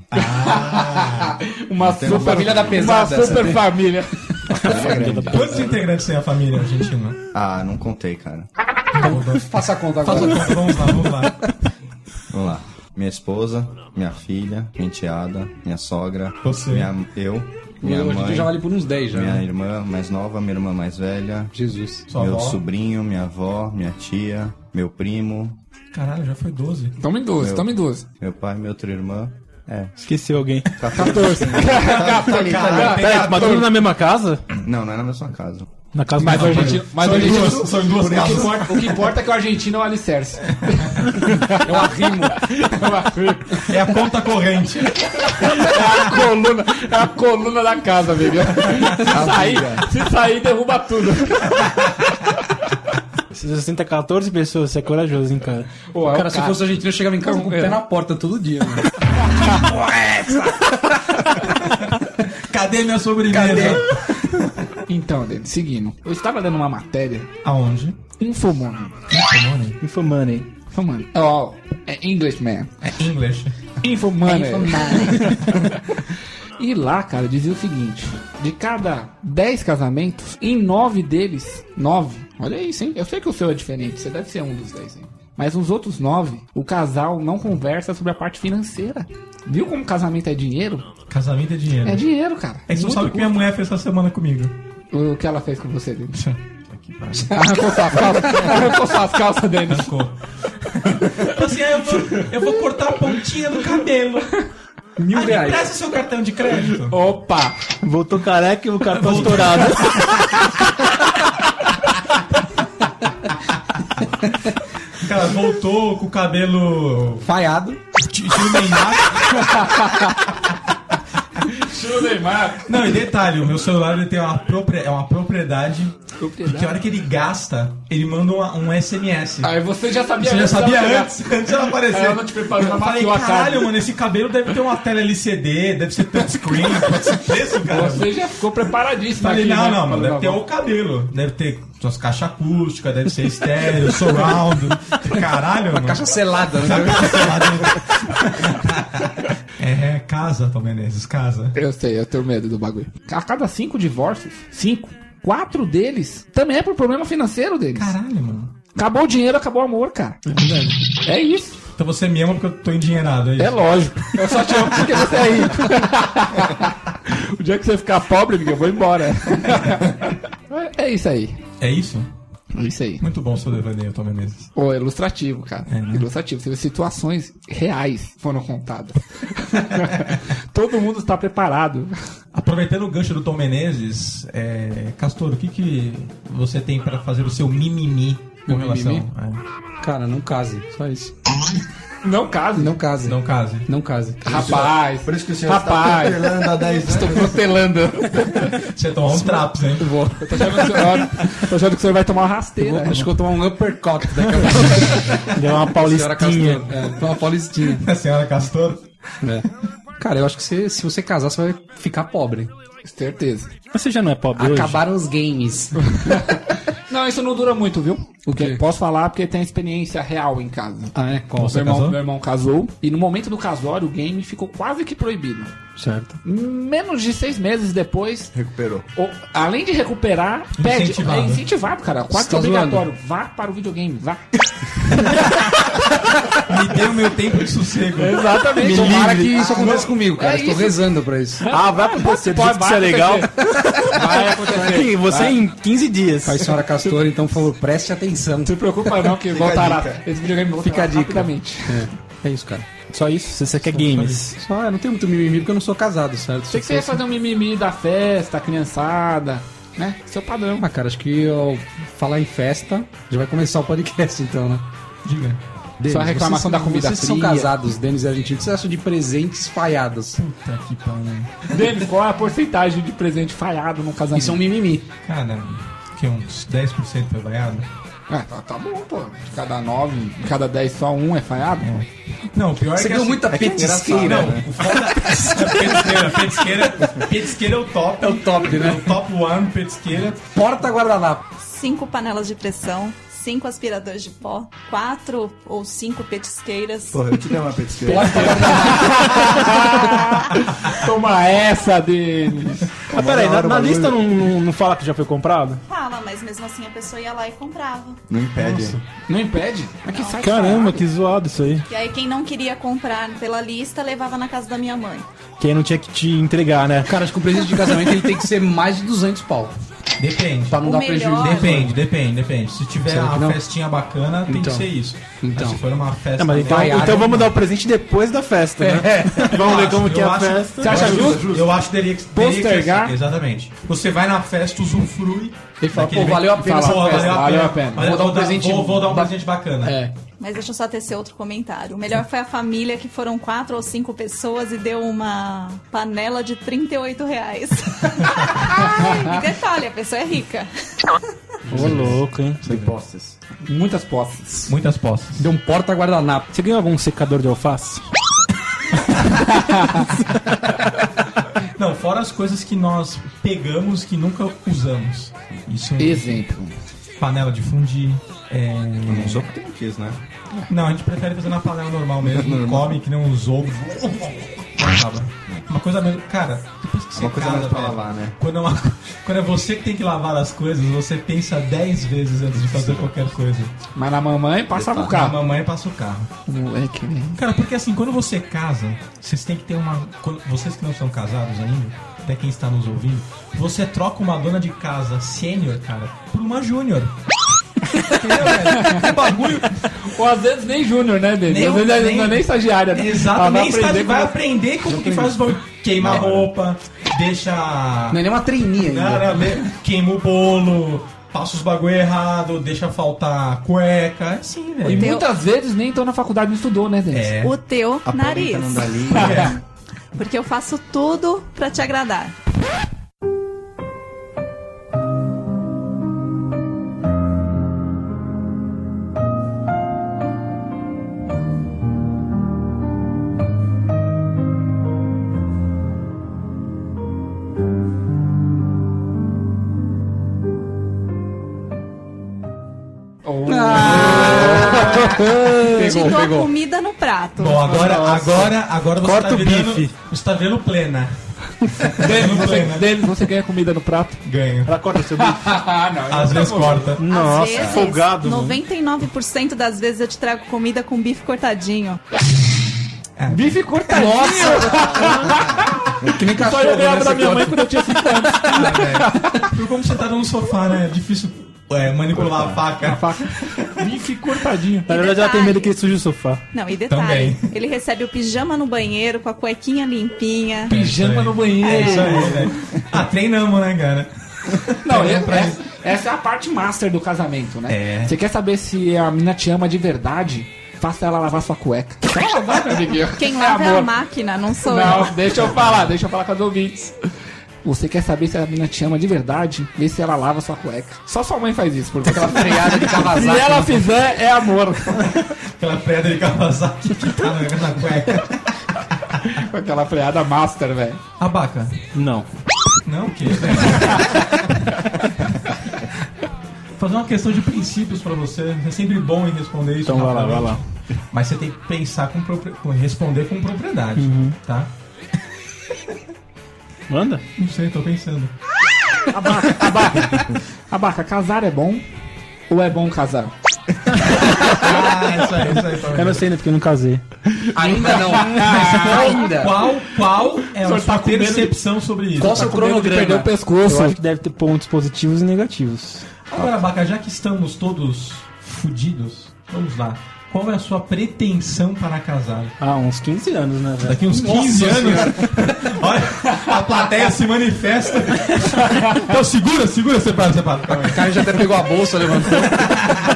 [SPEAKER 6] Uma
[SPEAKER 5] Tem uma
[SPEAKER 6] super
[SPEAKER 5] família da pesada,
[SPEAKER 6] Uma
[SPEAKER 5] essa
[SPEAKER 6] super
[SPEAKER 5] tem.
[SPEAKER 6] família.
[SPEAKER 5] Família grande.
[SPEAKER 2] Quantos integrantes tem a família argentina? Tá
[SPEAKER 5] Ah, não contei, cara.
[SPEAKER 7] Faça a conta
[SPEAKER 2] Faz a
[SPEAKER 7] agora.
[SPEAKER 2] conta, vamos lá, vamos lá.
[SPEAKER 5] Vamos lá. Minha esposa, minha filha, minha enteada, minha sogra,
[SPEAKER 2] Você.
[SPEAKER 5] minha eu, minha
[SPEAKER 7] Hoje em dia
[SPEAKER 5] mãe,
[SPEAKER 7] já vale por uns 10 já.
[SPEAKER 5] minha
[SPEAKER 7] né?
[SPEAKER 5] irmã mais nova, minha irmã mais velha,
[SPEAKER 7] Jesus.
[SPEAKER 2] Sua
[SPEAKER 5] meu
[SPEAKER 2] avó.
[SPEAKER 5] sobrinho, minha avó, minha tia, meu primo,
[SPEAKER 2] Caralho, já foi 12.
[SPEAKER 6] Tamo em 12,
[SPEAKER 5] Meu.
[SPEAKER 6] tamo em 12.
[SPEAKER 5] meu pai, minha outra irmã. É,
[SPEAKER 3] Esqueceu alguém.
[SPEAKER 6] 14.
[SPEAKER 5] tá, tá ali, tá ali.
[SPEAKER 6] Ah,
[SPEAKER 3] Pera, mas tudo na mesma casa?
[SPEAKER 5] Não, não é na mesma casa.
[SPEAKER 3] Na casa
[SPEAKER 6] Mas o
[SPEAKER 3] do meu pai.
[SPEAKER 6] argentino. Mas o
[SPEAKER 2] São em
[SPEAKER 6] argentino.
[SPEAKER 2] duas, são em duas
[SPEAKER 6] O que,
[SPEAKER 2] casas.
[SPEAKER 6] importa, o que importa é que o argentino é um alicerce. É um arrimo. É um arrimo.
[SPEAKER 2] É a conta corrente.
[SPEAKER 6] É a coluna, é a coluna da casa, amigo. Se sair, se sair, derruba tudo.
[SPEAKER 3] Se você senta 14 pessoas, você é corajoso, hein, cara?
[SPEAKER 6] Pô, é
[SPEAKER 7] Cara, É.
[SPEAKER 6] um
[SPEAKER 7] se eu fosse argentino, eu chegava em casa com o pé na porta todo dia, mano.
[SPEAKER 2] Cadê minha sobremesa?
[SPEAKER 6] Então, Denis, seguindo. Eu estava lendo uma matéria,
[SPEAKER 2] Aonde?
[SPEAKER 6] Infomone.
[SPEAKER 3] Infomoney.
[SPEAKER 6] Infomone. Ó, é Englishman.
[SPEAKER 2] É English.
[SPEAKER 6] Infomone.
[SPEAKER 9] Infomane.
[SPEAKER 6] E lá, cara, dizia o seguinte: de cada 10 casamentos, em 9 deles, 9, olha isso, hein? Eu sei que o seu é diferente, você deve ser um dos 10, hein? Mas nos outros 9, o casal não conversa sobre a parte financeira. Viu como casamento é dinheiro?
[SPEAKER 2] Casamento é dinheiro.
[SPEAKER 6] É dinheiro, cara.
[SPEAKER 2] É que você não
[SPEAKER 6] Muito
[SPEAKER 2] sabe o que minha mulher fez essa semana comigo.
[SPEAKER 6] cu- O que ela fez com você, Denis? Arrancou suas calças, arrancou suas calças, Denis.
[SPEAKER 2] Ficou. Falou assim, ah, eu, vou, eu vou cortar a pontinha do cabelo.
[SPEAKER 7] Mil
[SPEAKER 2] Ah, me
[SPEAKER 7] reais.
[SPEAKER 2] Presta seu cartão de crédito.
[SPEAKER 6] Opa!
[SPEAKER 3] Voltou careca e o cartão estourado.
[SPEAKER 2] O cara voltou com o cabelo um
[SPEAKER 7] Falhado.
[SPEAKER 2] iluminado.
[SPEAKER 6] Tio Neymar!
[SPEAKER 2] Não, e detalhe, o meu celular ele tem uma, propria, é uma propriedade, que a hora que ele gasta, ele manda uma- um SMS.
[SPEAKER 6] Aí Ah, você já sabia
[SPEAKER 2] Você já
[SPEAKER 6] antes dela
[SPEAKER 2] sabia
[SPEAKER 6] chegar.
[SPEAKER 2] antes, antes ela aparecer.
[SPEAKER 6] Ela não te preparou, ela
[SPEAKER 2] eu falei,
[SPEAKER 6] maquiou a cara.
[SPEAKER 2] caralho, mano, esse cabelo deve ter uma tela LCD, deve ser touchscreen, pode ser preço, cara.
[SPEAKER 6] Você já ficou preparadíssimo.
[SPEAKER 2] Falei,
[SPEAKER 6] aqui,
[SPEAKER 2] não,
[SPEAKER 6] né?
[SPEAKER 2] não, mano, deve ter
[SPEAKER 6] Falou,
[SPEAKER 2] o cabelo. Deve ter suas caixas acústicas, deve ser estéreo, surround. Caralho, mano.
[SPEAKER 7] Caixa selada, né?
[SPEAKER 2] Sei lá, deve- É, casa, Tom Menezes, casa.
[SPEAKER 6] Eu sei, eu tenho medo do bagulho. A cada cinco divórcios, cinco, quatro deles também é por problema financeiro deles.
[SPEAKER 2] Caralho, mano.
[SPEAKER 6] Acabou o dinheiro, acabou o amor, cara.
[SPEAKER 2] É verdade.
[SPEAKER 6] É isso.
[SPEAKER 2] Então você me ama porque eu tô endinheirado, é isso?
[SPEAKER 6] É lógico. Eu só te amo porque você é rico. o dia que você ficar pobre, amigo, eu vou embora. é isso aí.
[SPEAKER 2] É isso?
[SPEAKER 6] É isso aí.
[SPEAKER 2] Muito bom seu devaneio, Tom Menezes.
[SPEAKER 6] Pô, é né? ilustrativo, cara. Ilustrativo. Você vê situações reais foram contadas. Todo mundo está preparado.
[SPEAKER 2] Aproveitando o gancho do Tom Menezes, é, Castor, o que, que você tem pra fazer o seu mimimi com
[SPEAKER 7] Meu
[SPEAKER 2] relação?
[SPEAKER 7] mimimi? Cara, não case. Só isso.
[SPEAKER 6] Não case.
[SPEAKER 7] Não
[SPEAKER 2] É,
[SPEAKER 7] case.
[SPEAKER 2] não case.
[SPEAKER 7] Não case.
[SPEAKER 6] Rapaz.
[SPEAKER 5] Por isso que o senhor
[SPEAKER 6] Rapaz.
[SPEAKER 5] está protelando há
[SPEAKER 7] né?
[SPEAKER 5] 10
[SPEAKER 6] Estou
[SPEAKER 5] anos.
[SPEAKER 6] protelando.
[SPEAKER 2] Você toma um traps, hein?
[SPEAKER 7] Vou.
[SPEAKER 6] Eu tô achando que o senhor, tô achando que o senhor vai tomar uma
[SPEAKER 7] Vou-
[SPEAKER 6] rasteira. né?
[SPEAKER 7] acho que eu vou tomar um uppercut daqui a
[SPEAKER 3] Deu uma paulistinha.
[SPEAKER 7] pouco. É, tô uma paulistinha.
[SPEAKER 2] A senhora Castor.
[SPEAKER 7] É. Cara, eu acho que você- se você casar, você vai ficar pobre.
[SPEAKER 6] Certeza.
[SPEAKER 3] Mas você já não é pobre hoje?
[SPEAKER 7] Acabaram os games.
[SPEAKER 6] Não, isso não dura muito, viu?
[SPEAKER 7] O quê?
[SPEAKER 6] Eu Posso falar porque tem a experiência real em casa.
[SPEAKER 7] Ah, é? Qual?
[SPEAKER 2] Você
[SPEAKER 6] meu, irmão,
[SPEAKER 2] casou?
[SPEAKER 6] meu irmão casou e no momento do casório o game ficou quase que proibido.
[SPEAKER 7] Certo.
[SPEAKER 6] Menos de seis meses depois,
[SPEAKER 5] Recuperou.
[SPEAKER 6] o- além de recuperar, pede,
[SPEAKER 2] Incentivado.
[SPEAKER 6] é incentivado, cara. Quase
[SPEAKER 7] Você
[SPEAKER 6] que é
[SPEAKER 7] tá
[SPEAKER 6] obrigatório. Vá para o videogame, vá.
[SPEAKER 2] Me deu meu tempo de sossego.
[SPEAKER 6] Exatamente.
[SPEAKER 7] Tomara que isso aconteça comigo, cara.
[SPEAKER 6] É
[SPEAKER 7] Estou
[SPEAKER 6] isso.
[SPEAKER 7] rezando pra Ah, isso.
[SPEAKER 3] Ah, vai acontecer, do jeito que isso é
[SPEAKER 6] vai
[SPEAKER 3] legal.
[SPEAKER 6] Vai acontecer.
[SPEAKER 3] Sim, você em 15 dias.
[SPEAKER 7] A senhora Castor, então, por favor, preste atenção.
[SPEAKER 6] Não se preocupa não que
[SPEAKER 5] a
[SPEAKER 6] voltará.
[SPEAKER 5] dica.
[SPEAKER 6] Esse videogame voltará
[SPEAKER 7] Fica a dica.
[SPEAKER 6] rapidamente.
[SPEAKER 7] É isso, cara.
[SPEAKER 3] Só isso? Se você quer games.
[SPEAKER 7] Só, eu não tenho muito mimimi porque eu não sou casado, certo?
[SPEAKER 6] Sei que você ia fazer um mimimi da festa, criançada, né? Seu padrão.
[SPEAKER 7] Ah, cara, acho que ao falar em festa, já vai começar o podcast, então, né?
[SPEAKER 2] Diga.
[SPEAKER 7] Denis,
[SPEAKER 6] Só a reclamação
[SPEAKER 7] vocês são-
[SPEAKER 6] da comida
[SPEAKER 7] vocês são
[SPEAKER 6] fria.
[SPEAKER 7] casados, Denis e Argentino. O que vocês acham de presentes falhados?
[SPEAKER 2] Puta que pariu.
[SPEAKER 6] Dele, qual é a porcentagem de presente falhado no casamento?
[SPEAKER 7] Isso é um mimimi.
[SPEAKER 2] Cara, que uns 10% foi vaiado?
[SPEAKER 6] Ah, tá, tá bom, pô. De cada nove, de cada dez, só um é falhado.
[SPEAKER 2] Não, o pior é
[SPEAKER 7] Você
[SPEAKER 2] que.
[SPEAKER 7] deu
[SPEAKER 2] assim-
[SPEAKER 7] muita
[SPEAKER 5] é que é
[SPEAKER 7] petisqueira.
[SPEAKER 5] engraçado,
[SPEAKER 2] Não, o foda. petisqueira, petisqueira. Petisqueira é o top.
[SPEAKER 7] É o top, né?
[SPEAKER 2] É o top one, petisqueira.
[SPEAKER 7] Porta guardanapo.
[SPEAKER 8] Cinco panelas de pressão, cinco aspiradores de pó, quatro ou cinco petisqueiras.
[SPEAKER 5] Porra, eu te dei uma petisqueira.
[SPEAKER 6] Toma essa, Denis.
[SPEAKER 3] Mas peraí, na, na lista não, não, não fala que já foi comprado?
[SPEAKER 8] Fala, mas mesmo assim a pessoa ia lá e comprava.
[SPEAKER 5] Não impede.
[SPEAKER 6] Não impede? Mas que sai
[SPEAKER 3] Caramba, que zoado isso aí.
[SPEAKER 8] E aí quem não queria comprar pela lista levava na casa da minha mãe.
[SPEAKER 3] Quem não tinha que te entregar, né?
[SPEAKER 7] Cara, acho que o presente de casamento ele tem que ser mais de 200 pau.
[SPEAKER 2] Depende.
[SPEAKER 7] Pra não
[SPEAKER 8] O
[SPEAKER 7] dar
[SPEAKER 8] melhor-
[SPEAKER 7] prejuízo.
[SPEAKER 2] Depende, depende, depende. Se tiver
[SPEAKER 7] Será que
[SPEAKER 2] uma
[SPEAKER 7] não?
[SPEAKER 2] festinha bacana, tem que
[SPEAKER 7] Então.
[SPEAKER 2] ser isso.
[SPEAKER 7] Então.
[SPEAKER 2] Mas se for uma festa.
[SPEAKER 3] É, mas então,
[SPEAKER 7] Vai,
[SPEAKER 3] então
[SPEAKER 7] Adam.
[SPEAKER 3] vamos dar o presente depois da festa, né? Vamos ver como que é a festa.
[SPEAKER 2] Você
[SPEAKER 6] acha justo?
[SPEAKER 2] Eu acho que teria que teria que ser
[SPEAKER 6] Postergar?
[SPEAKER 2] assim, Exatamente. Você vai na festa, usufrui.
[SPEAKER 7] Ele fala,
[SPEAKER 2] daquele
[SPEAKER 7] pô, valeu a
[SPEAKER 2] evento.
[SPEAKER 7] pena essa
[SPEAKER 2] Pô,
[SPEAKER 7] festa,
[SPEAKER 6] valeu a pena.
[SPEAKER 2] Olha,
[SPEAKER 7] Vou dar um presente
[SPEAKER 2] Vou, vou dar um
[SPEAKER 7] ba-
[SPEAKER 2] presente bacana.
[SPEAKER 7] É.
[SPEAKER 8] Mas deixa eu só tecer outro comentário. O melhor foi a família, que foram quatro ou cinco pessoas e deu uma panela de 38 reais. Ai, e detalhe, a pessoa é rica.
[SPEAKER 3] Ô, louco, hein?
[SPEAKER 5] Impostas.
[SPEAKER 6] Muitas posses.
[SPEAKER 2] Muitas posses.
[SPEAKER 7] Deu um porta guardanapo.
[SPEAKER 3] Você ganhou algum secador de alface?
[SPEAKER 2] Não, fora as coisas que nós pegamos que nunca usamos. Isso é
[SPEAKER 6] Exemplo.
[SPEAKER 2] panela de fundir. é,
[SPEAKER 5] Não sou porque não quis, né?
[SPEAKER 2] Não, a gente prefere fazer na panela normal mesmo. Come que não usou. Acaba. Uma coisa mesmo. Cara, depois que você
[SPEAKER 5] Uma coisa
[SPEAKER 2] casa,
[SPEAKER 5] mais pra
[SPEAKER 2] velho,
[SPEAKER 5] lavar, né?
[SPEAKER 2] Quando é, uma- quando é você que tem que lavar as coisas, você pensa 10 vezes antes de fazer qualquer coisa.
[SPEAKER 6] Mas na mamãe passava o
[SPEAKER 2] A
[SPEAKER 5] Ah.
[SPEAKER 6] carro.
[SPEAKER 2] mamãe passa o carro.
[SPEAKER 6] Moleque, né?
[SPEAKER 2] Cara, porque assim, quando você casa, vocês têm que ter uma. quando- vocês que não são casados ainda, até quem está nos ouvindo, você troca uma dona de casa sênior, cara, por uma júnior. Entendeu, velho? O bagulho.
[SPEAKER 6] Ou às vezes nem júnior, né, Denis?
[SPEAKER 2] Nem-
[SPEAKER 6] às vezes
[SPEAKER 2] nem-
[SPEAKER 6] não é nem estagiária. né? Ela
[SPEAKER 2] Exato,
[SPEAKER 6] vai
[SPEAKER 2] nem está de-
[SPEAKER 6] aprender
[SPEAKER 2] vai
[SPEAKER 6] como-
[SPEAKER 2] aprender como que faz os bagulho. Queima a roupa, deixa.
[SPEAKER 7] Não é nem uma treininha
[SPEAKER 2] Não,
[SPEAKER 7] ainda.
[SPEAKER 2] não, de- Queima o bolo, passa os bagulho errado, deixa faltar cueca. É assim,
[SPEAKER 6] E
[SPEAKER 2] velho.
[SPEAKER 6] muitas vezes nem então na faculdade não estudou, né, Denis?
[SPEAKER 2] É.
[SPEAKER 8] O teu
[SPEAKER 5] A
[SPEAKER 8] nariz.
[SPEAKER 5] polenta não dá ali.
[SPEAKER 2] É.
[SPEAKER 8] Porque eu faço tudo pra te agradar.
[SPEAKER 6] Ou-
[SPEAKER 8] Te dou comida no prato.
[SPEAKER 2] Bom, agora,
[SPEAKER 8] Nossa.
[SPEAKER 2] agora, agora você
[SPEAKER 3] Corta
[SPEAKER 2] tá
[SPEAKER 3] o
[SPEAKER 2] virando,
[SPEAKER 3] bife.
[SPEAKER 2] Você tá virando plena.
[SPEAKER 6] Denis, você,
[SPEAKER 2] Plena.
[SPEAKER 6] Denis, você ganha comida no prato?
[SPEAKER 2] Ganho.
[SPEAKER 3] Ela corta seu bife.
[SPEAKER 6] Ah, não.
[SPEAKER 2] Às vezes corta.
[SPEAKER 8] Às
[SPEAKER 3] Nossa,
[SPEAKER 8] vezes,
[SPEAKER 3] folgado. mano.
[SPEAKER 8] 99% das vezes eu te trago comida com bife cortadinho.
[SPEAKER 6] Bife cortadinho.
[SPEAKER 7] Que nem
[SPEAKER 6] Só eu
[SPEAKER 7] cachorro, né?
[SPEAKER 6] ganhava da
[SPEAKER 7] Você
[SPEAKER 6] minha mãe
[SPEAKER 7] corta.
[SPEAKER 6] quando eu tinha 5 anos.
[SPEAKER 2] Ah, velho. Por como você tá no sofá, né? É difícil é, manipular a faca.
[SPEAKER 6] Bife cortadinho.
[SPEAKER 3] Na
[SPEAKER 8] E
[SPEAKER 3] verdade, ela tem
[SPEAKER 8] detalhe.
[SPEAKER 3] medo que ele suje o sofá.
[SPEAKER 8] Não, e detalhe,
[SPEAKER 2] Também.
[SPEAKER 8] ele recebe o pijama no banheiro com a cuequinha limpinha.
[SPEAKER 6] Pijama no
[SPEAKER 2] É
[SPEAKER 6] banheiro.
[SPEAKER 2] isso aí, velho. Ah, treinamos, né, cara?
[SPEAKER 6] Não,
[SPEAKER 2] É,
[SPEAKER 6] é-
[SPEAKER 2] pra-
[SPEAKER 6] essa, essa é a parte master do casamento, né?
[SPEAKER 2] É.
[SPEAKER 6] Você quer saber se a mina te ama de verdade? Faça ela lavar sua cueca. Só ela lavar, meu amiguinho.
[SPEAKER 8] Quem
[SPEAKER 6] É
[SPEAKER 8] lava é a
[SPEAKER 6] amor.
[SPEAKER 8] máquina, não sou eu.
[SPEAKER 6] Não, deixa eu falar, deixa eu falar com os ouvintes. Você quer saber se a mina te ama de verdade? Vê se ela lava sua cueca. Só sua mãe faz isso, porque ela freada de cavazaco. Se ela fizer, é amor.
[SPEAKER 2] Aquela pedra de Kawasaki que tá na, na cueca.
[SPEAKER 6] Com Aquela freada master, velho.
[SPEAKER 2] Abaca.
[SPEAKER 3] Não.
[SPEAKER 2] Não, o quê, velho? Fazer uma questão de princípios pra você. É sempre bom em responder isso.
[SPEAKER 3] Então vai lá, vai
[SPEAKER 2] rapidamente.
[SPEAKER 3] lá.
[SPEAKER 2] Mas você tem que pensar com, propri- com- responder com propriedade, tá?
[SPEAKER 3] Manda?
[SPEAKER 2] Não sei, tô pensando.
[SPEAKER 6] Abaca, abaca. Abaca, casar é bom? Ou é bom casar?
[SPEAKER 2] Ah, isso aí, isso aí.
[SPEAKER 3] Eu não sei ainda porque eu não casei.
[SPEAKER 4] Ainda não. Ainda.
[SPEAKER 2] Qual, qual é
[SPEAKER 6] senhor
[SPEAKER 2] a sua
[SPEAKER 6] tá com medo de-
[SPEAKER 2] percepção sobre isso?
[SPEAKER 4] Qual
[SPEAKER 7] Tá
[SPEAKER 4] o seu
[SPEAKER 6] Perdeu o
[SPEAKER 4] cronograma?
[SPEAKER 6] pescoço.
[SPEAKER 3] Eu acho que deve ter pontos positivos e negativos.
[SPEAKER 2] Agora, Baca, já que estamos todos fudidos, vamos lá. Qual é a sua pretensão para casar?
[SPEAKER 3] Ah, uns 15 anos, né, velho?
[SPEAKER 2] Daqui uns 15 anos. Olha, a plateia se manifesta. Então segura, segura, separa, separa.
[SPEAKER 3] É
[SPEAKER 2] Calma aí.
[SPEAKER 7] O cara já até pegou a bolsa, levantou.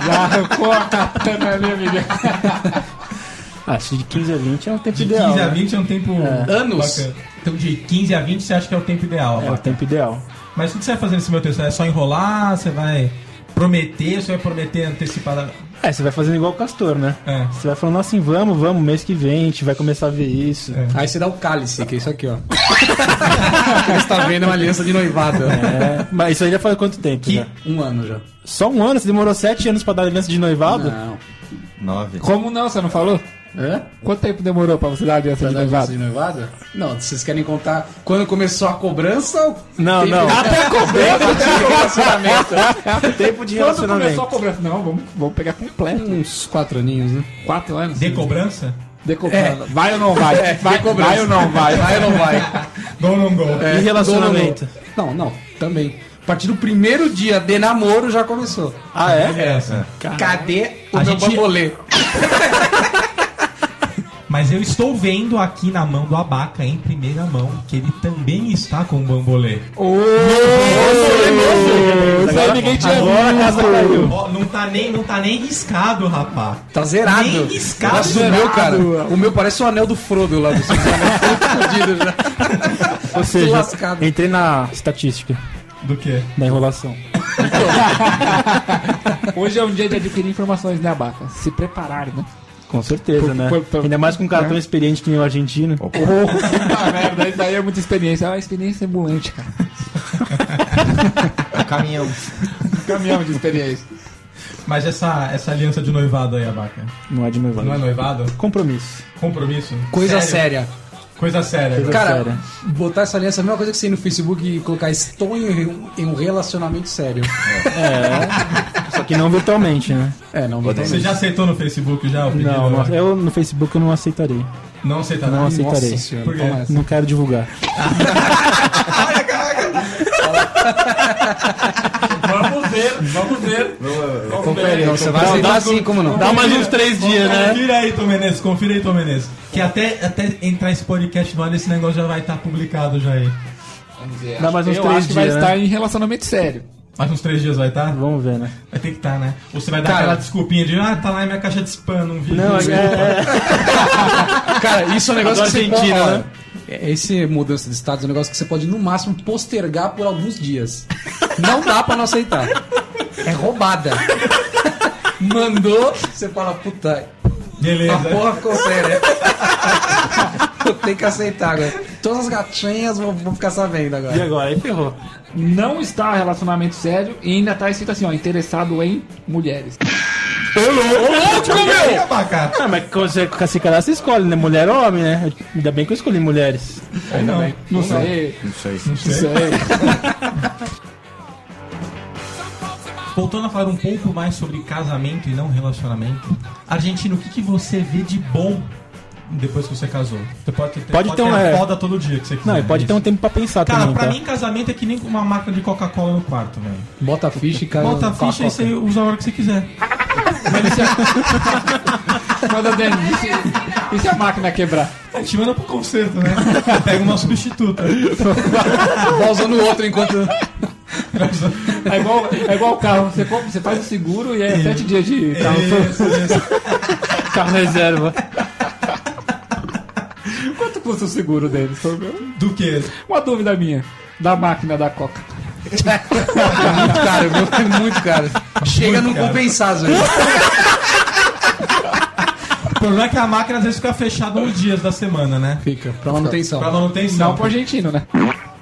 [SPEAKER 6] Já arrancou a katana ali, amiga.
[SPEAKER 3] Acho que de 15 a 20 é o tempo
[SPEAKER 2] De 15
[SPEAKER 3] ideal.
[SPEAKER 2] a
[SPEAKER 3] né?
[SPEAKER 2] 20 é um tempo.
[SPEAKER 4] Anos?
[SPEAKER 2] bacana. Então de 15 a 20 você acha que é o tempo ideal.
[SPEAKER 3] É o
[SPEAKER 2] Abaca?
[SPEAKER 3] tempo ideal.
[SPEAKER 2] Mas o que você vai fazer nesse meu texto? É só enrolar? Você vai prometer? Você vai prometer antecipada?
[SPEAKER 3] É, você vai fazendo igual o Castor, né?
[SPEAKER 2] É.
[SPEAKER 3] Você vai falando assim, vamos, vamos, mês que vem, a gente vai começar a ver isso.
[SPEAKER 2] É.
[SPEAKER 7] Aí você dá o cálice, que é isso aqui, ó. Você tá vendo é uma aliança de noivado.
[SPEAKER 3] É, mas isso aí já faz quanto tempo?
[SPEAKER 2] Que-
[SPEAKER 3] já?
[SPEAKER 7] Um ano já.
[SPEAKER 3] Só um ano? Você demorou sete anos pra dar aliança de noivado?
[SPEAKER 7] Não.
[SPEAKER 5] Nove.
[SPEAKER 6] Como não? Você não falou?
[SPEAKER 7] É?
[SPEAKER 6] Quanto tempo demorou pra você dar a aliança de
[SPEAKER 7] Pra dar aliança
[SPEAKER 6] noivado?
[SPEAKER 7] de noivado? Não, vocês querem contar quando começou a cobrança ou
[SPEAKER 3] Não,
[SPEAKER 7] Tem-
[SPEAKER 3] não.
[SPEAKER 7] Até
[SPEAKER 3] Tempo de
[SPEAKER 6] Quando começou a
[SPEAKER 3] relacionamento.
[SPEAKER 6] cobrança? Não, vamos, vamos pegar completo.
[SPEAKER 7] uns quatro aninhos, né?
[SPEAKER 6] Quatro anos.
[SPEAKER 2] De cobrança?
[SPEAKER 6] É,
[SPEAKER 7] É.
[SPEAKER 6] Decobrando. Vai ou não vai? vai,
[SPEAKER 7] cobrança.
[SPEAKER 6] vai ou não vai?
[SPEAKER 7] Vai ou não vai?
[SPEAKER 2] Go não go.
[SPEAKER 3] E relacionamento?
[SPEAKER 7] Não, não, também. A partir do primeiro dia de namoro já começou.
[SPEAKER 3] Ah, é?
[SPEAKER 2] essa.
[SPEAKER 7] Cadê o
[SPEAKER 2] A
[SPEAKER 7] meu
[SPEAKER 2] gente-
[SPEAKER 7] bambolê?
[SPEAKER 2] Mas eu estou vendo aqui na mão do Abaca, em primeira mão, que ele também está com um bambolê.
[SPEAKER 6] Isso aí ninguém tinha
[SPEAKER 3] Agora, Castor.
[SPEAKER 2] Ó, não tá nem, não tá nem riscado, rapá.
[SPEAKER 7] Tá zerado.
[SPEAKER 2] Nem riscado,
[SPEAKER 7] Nossa, o
[SPEAKER 2] zerado.
[SPEAKER 7] meu, cara. O meu parece o anel do Frodo lá do seu fudido já.
[SPEAKER 3] Ou seja,
[SPEAKER 7] lascado.
[SPEAKER 3] entrei na estatística
[SPEAKER 2] Do quê?
[SPEAKER 3] da enrolação.
[SPEAKER 6] Hoje é um dia de adquirir informações, né, Abaca? Se preparar, né?
[SPEAKER 3] Com certeza,
[SPEAKER 6] Por-
[SPEAKER 3] né?
[SPEAKER 6] por- por-
[SPEAKER 3] Ainda mais com um cara tão experiente que nem o argentino.
[SPEAKER 6] Puta merda, isso aí é muita experiência. É uma experiência ambulante, cara.
[SPEAKER 2] É
[SPEAKER 5] Caminhão.
[SPEAKER 6] Um Caminhão de experiência.
[SPEAKER 2] Mas essa, essa aliança de noivado aí, Abaca.
[SPEAKER 3] Não é de noivado.
[SPEAKER 2] Não é noivado?
[SPEAKER 3] Compromisso.
[SPEAKER 2] Compromisso?
[SPEAKER 7] Coisa
[SPEAKER 2] Sério?
[SPEAKER 7] séria.
[SPEAKER 2] Coisa séria.
[SPEAKER 3] Coisa
[SPEAKER 7] Cara,
[SPEAKER 3] séria.
[SPEAKER 7] botar essa aliança é a mesma coisa que você ir no Facebook e colocar estou em um, em um relacionamento sério.
[SPEAKER 3] Só que não virtualmente, né?
[SPEAKER 7] É, não,
[SPEAKER 5] Pode
[SPEAKER 2] Você
[SPEAKER 7] botar
[SPEAKER 2] já aceitou no Facebook já o pedido?
[SPEAKER 3] Não, não- eu no Facebook eu não aceitarei.
[SPEAKER 2] Não aceitará?
[SPEAKER 3] Não aceito.
[SPEAKER 7] Nossa
[SPEAKER 3] aceitarei.
[SPEAKER 7] senhora,
[SPEAKER 2] Por quê?
[SPEAKER 7] toma essa.
[SPEAKER 3] Não quero divulgar.
[SPEAKER 6] Vamos ver, vamos ver.
[SPEAKER 7] Não, você vai
[SPEAKER 3] Não,
[SPEAKER 7] aceitar
[SPEAKER 3] dá-
[SPEAKER 7] assim, como não?
[SPEAKER 3] Dá mais uns três dias, né?
[SPEAKER 2] Confira aí, Tom Menezes, confira aí, Tom Menezes. Que até, até entrar esse podcast no ar, esse negócio já vai estar publicado já aí.
[SPEAKER 3] Dá mais uns
[SPEAKER 6] Eu
[SPEAKER 3] três
[SPEAKER 6] acho que vai
[SPEAKER 3] dias, né?
[SPEAKER 6] estar em relacionamento sério.
[SPEAKER 2] Mais uns três dias vai estar?
[SPEAKER 3] Vamos ver, né?
[SPEAKER 2] Vai ter que estar, né? Ou você vai dar
[SPEAKER 7] Cara.
[SPEAKER 2] aquela desculpinha de, ah, tá lá em minha caixa de spam, não vi.
[SPEAKER 3] Não, é, é,
[SPEAKER 7] Cara, isso é um negócio
[SPEAKER 3] Adoro
[SPEAKER 7] que você
[SPEAKER 3] Argentina,
[SPEAKER 7] pode...
[SPEAKER 3] né?
[SPEAKER 7] É, Esse mudança de status é um negócio que você pode, no máximo, postergar por alguns dias. Não dá pra não aceitar. É roubada. Mandou, você fala, puta, a
[SPEAKER 2] Beleza.
[SPEAKER 7] porra ficou séria. Eu tenho que aceitar agora. Todas as gatinhas vão, vão ficar sabendo
[SPEAKER 3] e
[SPEAKER 7] agora.
[SPEAKER 3] agora? Aí ferrou.
[SPEAKER 6] tá Não está em relacionamento sério e ainda está escrito assim, ó, interessado em mulheres.
[SPEAKER 11] Ô louco,
[SPEAKER 2] meu!
[SPEAKER 11] Ah, mas quando você se cadastra, você escolhe, né? Mulher ou homem, né? Ainda bem que eu escolhi mulheres.
[SPEAKER 6] Ainda bem. Não sei.
[SPEAKER 5] Não sei.
[SPEAKER 6] Não sei.
[SPEAKER 2] Voltando a falar um pouco mais sobre casamento e não relacionamento, Argentino, o que, que você vê de bom depois que você casou? Você pode ter,
[SPEAKER 11] Pode ter uma-
[SPEAKER 2] a foda todo dia que você quiser.
[SPEAKER 11] Não, e pode ter um
[SPEAKER 2] É isso.
[SPEAKER 11] tempo pra pensar
[SPEAKER 2] Cara,
[SPEAKER 11] também,
[SPEAKER 2] pra
[SPEAKER 11] tá?
[SPEAKER 2] mim casamento é que nem uma máquina de Coca-Cola no quarto, velho.
[SPEAKER 7] Bota a
[SPEAKER 11] É,
[SPEAKER 7] ficha e cai
[SPEAKER 2] Bota a
[SPEAKER 7] com
[SPEAKER 2] ficha e
[SPEAKER 7] coca.
[SPEAKER 2] você usa a hora que você quiser.
[SPEAKER 6] Manda dentro. E se- E se a máquina quebrar?
[SPEAKER 2] É, te manda pro concerto, né? Pega uma substituta.
[SPEAKER 6] Vai usando o outro enquanto. É igual, é igual o carro, você, compra, você faz o seguro e é sete dias de
[SPEAKER 2] Tá,
[SPEAKER 6] carro.
[SPEAKER 11] Carro reserva.
[SPEAKER 6] Quanto custa o seguro dele?
[SPEAKER 2] Do que?
[SPEAKER 6] Uma dúvida minha, da máquina da Coca.
[SPEAKER 7] É muito caro, meu. É muito caro. Chega né? a não
[SPEAKER 2] caro.
[SPEAKER 7] compensar, às vezes.
[SPEAKER 2] O problema é que a máquina às vezes fica fechada uns dias da semana, né?
[SPEAKER 7] Fica, pra manutenção.
[SPEAKER 2] Pra manutenção.
[SPEAKER 6] Não pro argentino, né?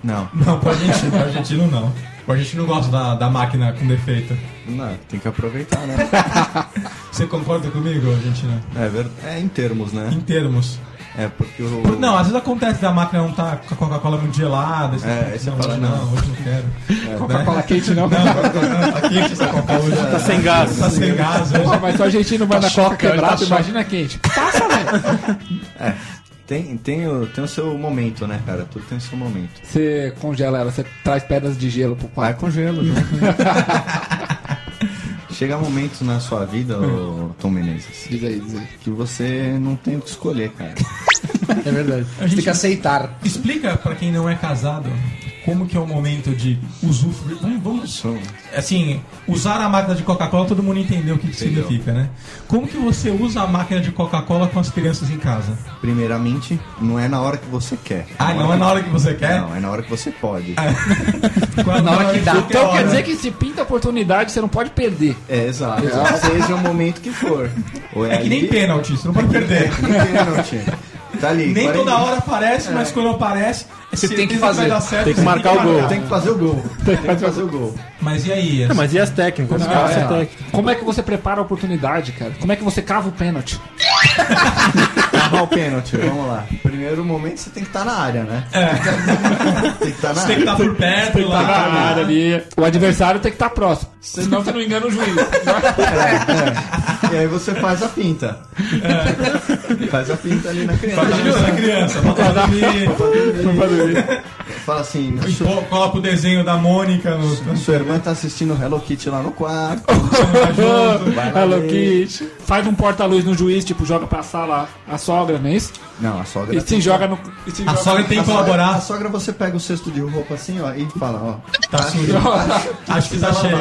[SPEAKER 5] Não,
[SPEAKER 2] Não, pro argentino, pro argentino não. Pro argentino gosta da, da máquina com defeito.
[SPEAKER 5] não, tem que aproveitar, né?
[SPEAKER 2] Você concorda comigo, argentino?
[SPEAKER 5] É, ver- é em termos, né?
[SPEAKER 2] Em termos.
[SPEAKER 5] É porque o.
[SPEAKER 2] Por- Não, às vezes acontece da máquina não tá com a Coca-Cola muito gelada. Você
[SPEAKER 5] É,
[SPEAKER 2] fala,
[SPEAKER 5] aí você
[SPEAKER 2] não,
[SPEAKER 5] fala,
[SPEAKER 2] hoje
[SPEAKER 5] não.
[SPEAKER 2] não, hoje não quero. Né?
[SPEAKER 6] Coca-Cola quente não.
[SPEAKER 2] Não, Coca-Cola, tá quente essa Coca-Cola hoje. Tá
[SPEAKER 11] sem gás.
[SPEAKER 2] Tá sem gás
[SPEAKER 6] Pô,
[SPEAKER 2] hoje.
[SPEAKER 6] mas se o argentino vai na Coca
[SPEAKER 11] choque,
[SPEAKER 6] quebrada,
[SPEAKER 11] tá choque.
[SPEAKER 6] imagina é quente. Passa, velho.
[SPEAKER 5] Tem, tem, o, tem o seu momento, né, cara? Tudo tem o seu momento.
[SPEAKER 6] Você congela ela, você traz pedras de gelo pro
[SPEAKER 5] Vai
[SPEAKER 6] quarto.
[SPEAKER 5] com gelo, né? Chega momentos na sua vida, ô, Tom Menezes,
[SPEAKER 6] Diz aí, diz aí.
[SPEAKER 5] que você não tem o que escolher, cara.
[SPEAKER 7] É verdade. Você tem que aceitar.
[SPEAKER 2] Explica pra quem não é casado como que é o momento de usufruir. Vamos, vamos assim, usar a máquina de Coca-Cola, todo mundo entendeu o que, que significa, né? Como que você usa a máquina de Coca-Cola com as crianças em casa?
[SPEAKER 5] Primeiramente, não é na hora que você quer.
[SPEAKER 2] Ah, não é na hora que você quer? Ah.
[SPEAKER 5] Não, é na hora que você pode.
[SPEAKER 2] Quando- na hora que dá.
[SPEAKER 6] Então quer dizer que se pinta a oportunidade, você não pode perder.
[SPEAKER 5] É, exato. exato. Seja o momento que for. Ou
[SPEAKER 2] É que nem
[SPEAKER 5] ali- É
[SPEAKER 2] pênalti, você não pode perder.
[SPEAKER 5] Nem pênalti. Tá ali.
[SPEAKER 2] Nem
[SPEAKER 5] 40
[SPEAKER 2] toda hora aparece, mas quando aparece, é você
[SPEAKER 7] tem que fazer.
[SPEAKER 11] Tem que marcar o gol.
[SPEAKER 5] Tem que fazer o gol. Tem que fazer o gol.
[SPEAKER 2] Mas e aí?
[SPEAKER 11] Não, mas e as técnicas? Passa a técnica.
[SPEAKER 6] Como é que você prepara a oportunidade, cara? Como é que você cava o pênalti?
[SPEAKER 5] Arrumar o pênalti, vamos lá. Primeiro momento você tem que estar na área, né? É. tem que estar na
[SPEAKER 2] É. Você tem que
[SPEAKER 5] área.
[SPEAKER 2] estar por perto
[SPEAKER 6] Tá na
[SPEAKER 2] lá.
[SPEAKER 6] área ali. O adversário tem que estar próximo. Senão você não engana o juiz.
[SPEAKER 5] É. E aí você faz a pinta.
[SPEAKER 2] É.
[SPEAKER 5] Faz a pinta ali na
[SPEAKER 2] Pra dar
[SPEAKER 5] criança.
[SPEAKER 2] atenção na tá criança, pra dar
[SPEAKER 5] Fala assim, sua,
[SPEAKER 2] Pô, Coloca o desenho da Mônica no.
[SPEAKER 5] sua irmã tá assistindo Hello Kitty lá no quarto. Vai lá
[SPEAKER 6] Hello
[SPEAKER 5] ver.
[SPEAKER 6] Kitty. Faz um porta-luz no juiz, tipo, joga pra sala a sogra, não é isso?
[SPEAKER 5] Não, a sogra. tá
[SPEAKER 6] E se joga no. E se
[SPEAKER 2] A
[SPEAKER 6] joga-
[SPEAKER 2] sogra tem
[SPEAKER 5] a
[SPEAKER 2] que
[SPEAKER 5] sogra- A
[SPEAKER 2] colaborar.
[SPEAKER 5] sogra você pega o cesto de roupa assim, ó, e fala, ó.
[SPEAKER 2] Tá sujo. Acho que tá cheio.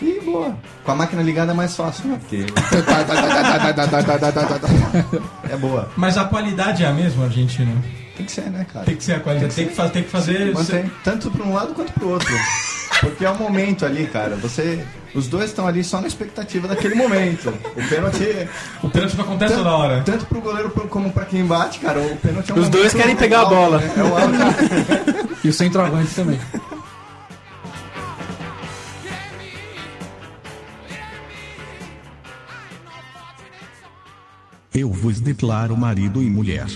[SPEAKER 5] E boa. Com a máquina ligada é mais fácil, né? Porque é boa.
[SPEAKER 2] Mas a qualidade é a mesma, argentino?
[SPEAKER 5] Tem que ser, né, cara?
[SPEAKER 2] Tem que ser a qualidade. Tem que, fa- tem que fazer.
[SPEAKER 5] Mantém tanto para um lado quanto pro outro. Porque é o momento ali, cara. Você. Os dois estão ali só na expectativa daquele momento. O pênalti.
[SPEAKER 2] O pênalti não acontece
[SPEAKER 5] Tanto,
[SPEAKER 2] toda hora.
[SPEAKER 5] tanto pro goleiro pro- como pra quem bate, cara, o pênalti é um
[SPEAKER 11] Os dois
[SPEAKER 5] momento
[SPEAKER 11] querem pegar a
[SPEAKER 5] alto,
[SPEAKER 11] bola.
[SPEAKER 5] né? É o alto.
[SPEAKER 7] E o centroavante também.
[SPEAKER 10] Eu vos declaro marido e mulher.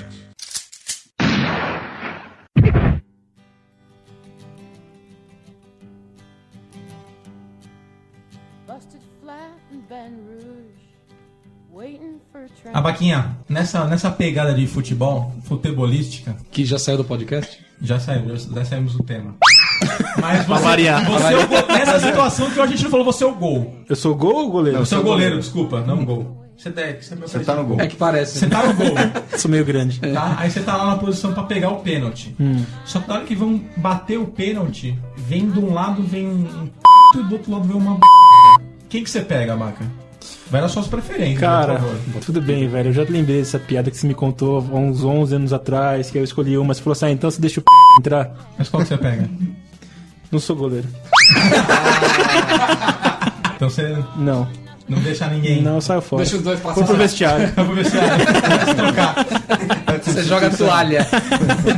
[SPEAKER 2] A Baquinha, nessa, nessa pegada de futebol, futebolística,
[SPEAKER 7] Que já saiu do podcast?
[SPEAKER 2] já saímos, já saímos do tema. Mas
[SPEAKER 11] Pra
[SPEAKER 2] você,
[SPEAKER 11] variar.
[SPEAKER 2] você é o gol- nessa situação que o argentino falou, você é o gol.
[SPEAKER 11] Eu sou gol ou goleiro?
[SPEAKER 2] Você é o goleiro, desculpa, não o gol. Você, deve, você, é meu
[SPEAKER 5] Você tá no gol.
[SPEAKER 7] É que parece.
[SPEAKER 2] Você tá no gol,
[SPEAKER 11] Sou meio grande.
[SPEAKER 2] tá? Aí você tá lá na posição pra pegar o pênalti. Só que na hora que vão bater o pênalti, vem de um lado vem um p... e do outro lado vem uma b... Quem que você pega, Maca? Vai nas suas preferências,
[SPEAKER 11] Cara,
[SPEAKER 2] por favor.
[SPEAKER 11] tudo bem, velho. Eu já lembrei dessa piada que você me contou há uns 11 anos atrás, que eu escolhi uma. Você falou assim, ah, então você deixa o p... entrar?
[SPEAKER 2] Mas qual que você pega?
[SPEAKER 11] Não sou goleiro.
[SPEAKER 2] Então você
[SPEAKER 11] Não.
[SPEAKER 2] não deixa ninguém...
[SPEAKER 11] Não, eu saio fora.
[SPEAKER 6] Deixa os dois
[SPEAKER 11] Vou pro
[SPEAKER 6] passar.
[SPEAKER 11] vestiário.
[SPEAKER 2] Eu vou ver se- se trocar.
[SPEAKER 7] Você joga a toalha.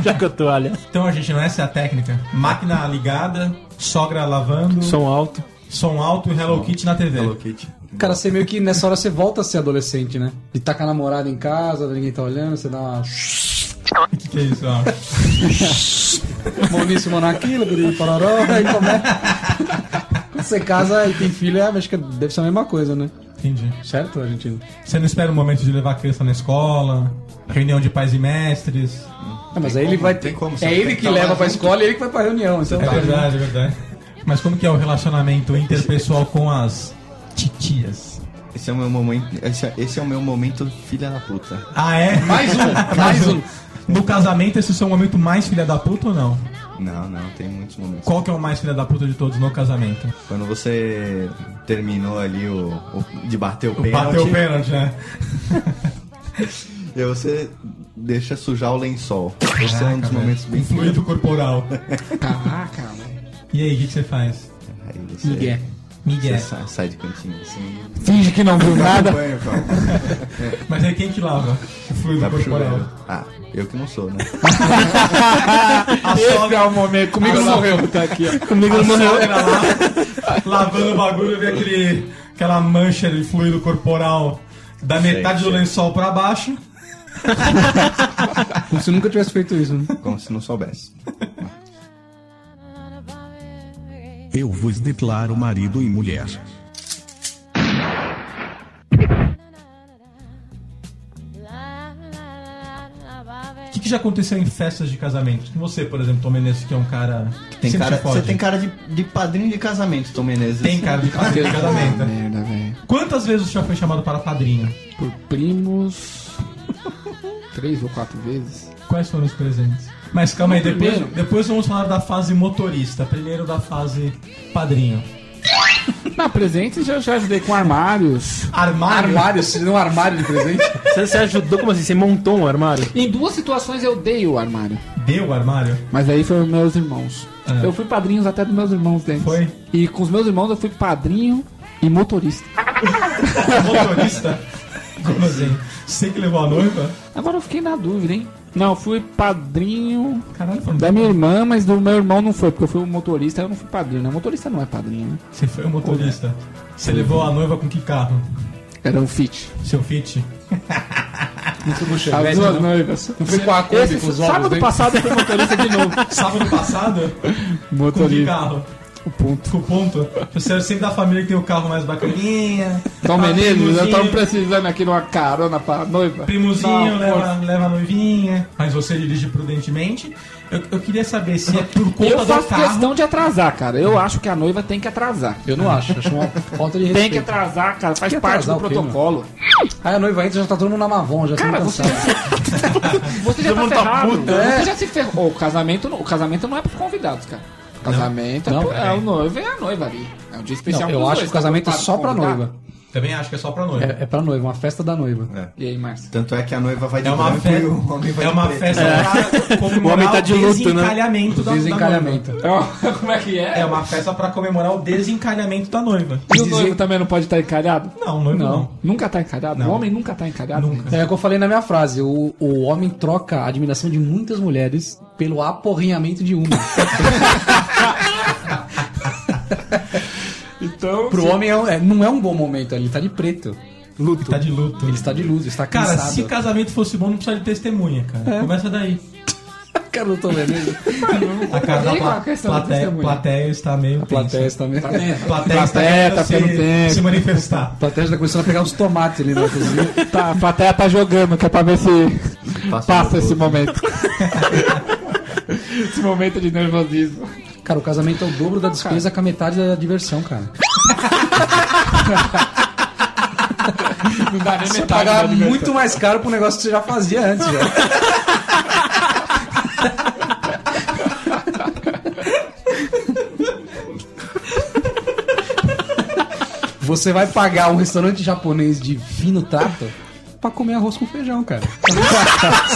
[SPEAKER 11] já que eu tô, olha.
[SPEAKER 2] Então, gente, não essa é a técnica. Máquina ligada, sogra lavando, som,
[SPEAKER 11] Som alto.
[SPEAKER 2] Som alto e Hello Kitty na TV. Hello
[SPEAKER 5] Kitty.
[SPEAKER 7] Cara, você meio que nessa hora você volta a ser adolescente, né? De tá com a namorada em casa, ninguém tá olhando, você dá uma.
[SPEAKER 2] O que, que é isso? Ah,
[SPEAKER 7] Maurício Monaquilo, Guri Pororó, aí começa. Quando você casa e tem filho, é, acho que deve ser a mesma coisa, né?
[SPEAKER 2] entendi.
[SPEAKER 7] Certo, Argentina?
[SPEAKER 2] Você não espera o momento de levar a criança na escola? Reunião de pais e mestres?
[SPEAKER 7] Ah, mas aí ele vai ter. é ele que leva pra escola e ele que vai pra reunião. Então
[SPEAKER 2] É
[SPEAKER 7] tá, né?
[SPEAKER 2] verdade, é verdade. Mas como que é o relacionamento interpessoal com as titias?
[SPEAKER 5] Esse é o meu momento. Esse é, esse é o meu momento, filha da puta.
[SPEAKER 2] Ah, é?
[SPEAKER 5] Mais um, mais um.
[SPEAKER 2] No casamento, esse é o seu momento mais filha da puta ou não?
[SPEAKER 5] Não, não, tem muitos momentos.
[SPEAKER 2] Qual que é o mais filha da puta de todos no casamento?
[SPEAKER 5] Quando você terminou ali o, o- de bater o pênalti.
[SPEAKER 2] Bateu o pênalti, né?
[SPEAKER 5] E aí você deixa sujar o lençol. Esse é um
[SPEAKER 2] Caraca,
[SPEAKER 5] dos momentos
[SPEAKER 2] velho.
[SPEAKER 5] bem
[SPEAKER 2] Um fluido corporal.
[SPEAKER 6] Caraca, mano.
[SPEAKER 2] E aí, o que, que você faz?
[SPEAKER 5] Aí você,
[SPEAKER 7] Miguel.
[SPEAKER 5] você
[SPEAKER 2] Miguel.
[SPEAKER 5] sa- sai de cantinho assim.
[SPEAKER 7] Ah, Finge que não viu nada.
[SPEAKER 5] Banho, calma.
[SPEAKER 2] Mas é aí quem que lava? O fluido
[SPEAKER 5] Vai pro chuveiro.
[SPEAKER 2] corporal.
[SPEAKER 5] Ah, eu que não sou, né?
[SPEAKER 2] A sogra,
[SPEAKER 7] o momento. É, Comigo não morreu. Tá aqui, ó. Comigo
[SPEAKER 2] a sogra lá, lavando o bagulho, vê aquele, aquela mancha de fluido corporal da metade do
[SPEAKER 5] sei.
[SPEAKER 2] lençol pra baixo.
[SPEAKER 7] Como se nunca tivesse feito isso, né?
[SPEAKER 5] Como se não soubesse.
[SPEAKER 10] Eu vos declaro marido e mulher.
[SPEAKER 2] O que, que já aconteceu em festas de casamento? Com você, por exemplo, Tom Menezes, que é um cara que
[SPEAKER 5] Tem
[SPEAKER 2] sempre
[SPEAKER 5] cara,
[SPEAKER 2] se fode.
[SPEAKER 5] você tem cara de, de padrinho de casamento, Tom Menezes.
[SPEAKER 2] Tem cara de cara de casamento. né?
[SPEAKER 6] Merda, velho.
[SPEAKER 2] Quantas vezes você já foi chamado para padrinho?
[SPEAKER 6] Por primos. Três ou quatro vezes.
[SPEAKER 2] Quais foram os presentes? Mas calma aí,
[SPEAKER 6] No
[SPEAKER 2] depois,
[SPEAKER 6] primeiro.
[SPEAKER 2] depois vamos falar da fase motorista, primeiro da fase padrinho.
[SPEAKER 6] Na presente já, já ajudei com armários.
[SPEAKER 2] Armário?
[SPEAKER 7] Armário, se não um armário de presente.
[SPEAKER 11] Você, você ajudou, como assim? Você montou um armário?
[SPEAKER 6] Em duas situações eu dei o armário.
[SPEAKER 2] Deu o armário?
[SPEAKER 6] Mas aí foram meus irmãos. Eu fui padrinhos até dos meus irmãos dentro.
[SPEAKER 2] Foi?
[SPEAKER 6] E com os meus irmãos eu fui padrinho e motorista.
[SPEAKER 2] Motorista? Como assim? Você que levou a noiva?
[SPEAKER 6] Agora eu fiquei na dúvida, hein? Não, eu fui padrinho
[SPEAKER 2] Caralho, foi
[SPEAKER 6] da minha irmã, mas do meu irmão não foi, porque eu fui o motorista, eu não fui padrinho, né? Motorista não é padrinho, né?
[SPEAKER 2] Você foi o motorista. Você levou a noiva com que carro?
[SPEAKER 6] Era um fit.
[SPEAKER 2] Seu Fit?
[SPEAKER 6] As duas noivas.
[SPEAKER 7] Tá Não foi com a Kombi,
[SPEAKER 6] Esse
[SPEAKER 7] com os olhos
[SPEAKER 6] Sábado
[SPEAKER 7] dentro?
[SPEAKER 6] passado eu fui motorista de novo.
[SPEAKER 2] Sábado passado? com que
[SPEAKER 6] Motorista.
[SPEAKER 2] carro?
[SPEAKER 6] O ponto.
[SPEAKER 2] Com ponto? Você é sempre da família que tem o carro mais bacaninha. tá,
[SPEAKER 6] Tom Menezes, eu tava
[SPEAKER 2] primozinho.
[SPEAKER 6] precisando aqui de uma carona pra noiva.
[SPEAKER 2] Primozinho,
[SPEAKER 6] Não,
[SPEAKER 7] né,
[SPEAKER 2] leva, leva a noivinha, mas você dirige prudentemente. Eu, eu queria saber se é por conta
[SPEAKER 6] Eu
[SPEAKER 2] do carro.
[SPEAKER 6] faço questão de atrasar, cara. Eu acho que a noiva tem que atrasar.
[SPEAKER 7] Eu não acho, acho uma falta de respeito.
[SPEAKER 6] Tem que atrasar, cara. Faz
[SPEAKER 7] Tem que
[SPEAKER 6] parte
[SPEAKER 7] atrasar
[SPEAKER 6] do
[SPEAKER 7] o quê,
[SPEAKER 6] protocolo.
[SPEAKER 7] Aí a noiva entra já tá todo mundo na Mavon, já
[SPEAKER 6] Cara,
[SPEAKER 7] tá
[SPEAKER 6] você,
[SPEAKER 7] cansado.
[SPEAKER 6] você já tá ferrado.
[SPEAKER 7] É.
[SPEAKER 6] Você já se ferrou. O casamento, não- o casamento não é pros convidados, cara. O casamento é,
[SPEAKER 7] Não,
[SPEAKER 6] pro- é
[SPEAKER 2] peraí.
[SPEAKER 6] o noivo e a noiva ali. É um dia especial
[SPEAKER 7] Não, eu
[SPEAKER 6] pros
[SPEAKER 7] acho
[SPEAKER 6] dois,
[SPEAKER 7] que o casamento é
[SPEAKER 6] tá?
[SPEAKER 7] só pra
[SPEAKER 6] Convidado.
[SPEAKER 7] noiva.
[SPEAKER 2] Também acho que é só pra noiva.
[SPEAKER 7] É, é pra noiva, uma festa da noiva.
[SPEAKER 6] E aí, Márcio?
[SPEAKER 5] Tanto é que a noiva vai de
[SPEAKER 2] É uma,
[SPEAKER 5] branco
[SPEAKER 2] fe...
[SPEAKER 5] e o homem vai
[SPEAKER 2] é
[SPEAKER 5] de
[SPEAKER 2] uma
[SPEAKER 5] preto.
[SPEAKER 2] festa pra comemorar
[SPEAKER 11] O homem tá de
[SPEAKER 2] o
[SPEAKER 11] luto, né?
[SPEAKER 2] desencalhamento da- da
[SPEAKER 7] Desencalhamento.
[SPEAKER 6] Como é que
[SPEAKER 2] noiva. É uma festa pra comemorar o desencalhamento da noiva.
[SPEAKER 6] E o noivo também não pode estar encalhado?
[SPEAKER 2] Não, noiva não.
[SPEAKER 6] Nunca tá encalhado? O homem nunca tá encalhado?
[SPEAKER 2] Nunca.
[SPEAKER 7] É o que eu falei na minha frase. O, o homem troca a admiração de muitas mulheres pelo aporrinhamento de uma.
[SPEAKER 6] Então,
[SPEAKER 7] Pro homem é um- é- não é um bom momento, ele tá de preto.
[SPEAKER 2] Ele tá de luto.
[SPEAKER 7] Ele está de luz, está
[SPEAKER 2] Cara,
[SPEAKER 7] cansado.
[SPEAKER 2] se casamento fosse bom, não precisa de testemunha, cara. Começa daí.
[SPEAKER 7] Cara, eu tô vendo ele.
[SPEAKER 2] A cara da
[SPEAKER 6] Tem uma
[SPEAKER 2] pla...
[SPEAKER 6] questão da
[SPEAKER 2] plateia,
[SPEAKER 6] testemunha.
[SPEAKER 2] plateia está meio.
[SPEAKER 7] A plateia
[SPEAKER 2] tensa.
[SPEAKER 7] está meio...
[SPEAKER 2] A
[SPEAKER 7] A
[SPEAKER 2] plateia está
[SPEAKER 6] Plateia
[SPEAKER 2] querendo
[SPEAKER 6] tá
[SPEAKER 2] se...
[SPEAKER 6] tendo tempo.
[SPEAKER 2] se manifestar.
[SPEAKER 7] plateia está começando a pegar uns tomates ali na cozinha.
[SPEAKER 6] tá, a plateia tá jogando, que é pra ver se passa, esse momento. esse momento de nervosismo.
[SPEAKER 7] Cara, o casamento é o dobro da despesa com a metade da diversão, cara.
[SPEAKER 6] Não dá nem
[SPEAKER 7] Você
[SPEAKER 6] metade.
[SPEAKER 7] pagar
[SPEAKER 6] da diversão.
[SPEAKER 7] muito mais caro pro negócio que você já fazia antes, velho. Você vai pagar um restaurante japonês de fino trato pra comer arroz com feijão, cara.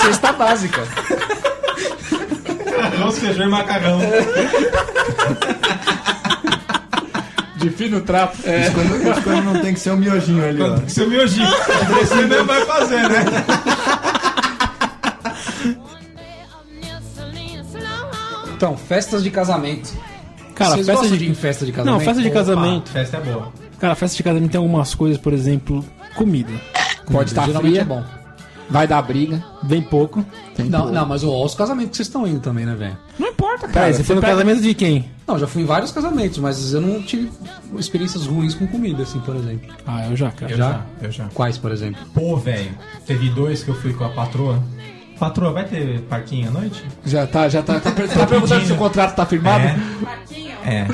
[SPEAKER 7] Cesta básica.
[SPEAKER 2] Arroz, feijão e macarrão.
[SPEAKER 6] De fino trapo. É.
[SPEAKER 5] Isso Quando, isso quando não tem que ser o miojinho ali, ó.
[SPEAKER 2] Seu miojinho. Você mesmo vai fazer, né?
[SPEAKER 7] Então, festas de casamento.
[SPEAKER 11] Cara,
[SPEAKER 7] Vocês
[SPEAKER 11] festa
[SPEAKER 7] gostam
[SPEAKER 11] de...
[SPEAKER 7] de ir em festa de
[SPEAKER 11] Não,
[SPEAKER 7] casamento?
[SPEAKER 11] festa de
[SPEAKER 7] Opa.
[SPEAKER 11] casamento.
[SPEAKER 2] Festa é boa.
[SPEAKER 11] Cara, festa de casamento tem algumas coisas, por exemplo, comida.
[SPEAKER 7] Pode estar
[SPEAKER 11] Geralmente
[SPEAKER 7] fria.
[SPEAKER 11] é
[SPEAKER 7] bom.
[SPEAKER 6] tá Vai dar briga.
[SPEAKER 11] Bem pouco.
[SPEAKER 7] Não, não, mas ó, os casamentos que vocês estão indo também, né, velho?
[SPEAKER 11] Não importa,
[SPEAKER 7] cara.
[SPEAKER 11] você foi no
[SPEAKER 7] Você pega-
[SPEAKER 11] casamento de quem?
[SPEAKER 7] Não, já fui em vários casamentos, mas eu não tive experiências ruins com comida, assim, por exemplo.
[SPEAKER 11] Ah, eu já, cara.
[SPEAKER 12] Eu já, eu já.
[SPEAKER 7] Quais, por exemplo?
[SPEAKER 12] Pô, velho, teve dois que eu fui com a patroa.
[SPEAKER 2] Patroa, vai ter parquinho à noite?
[SPEAKER 6] Já tá, já tá. Tá, per- tá
[SPEAKER 2] Tá
[SPEAKER 6] perguntando
[SPEAKER 2] pedindo.
[SPEAKER 6] se o contrato tá firmado?
[SPEAKER 11] É.
[SPEAKER 2] É.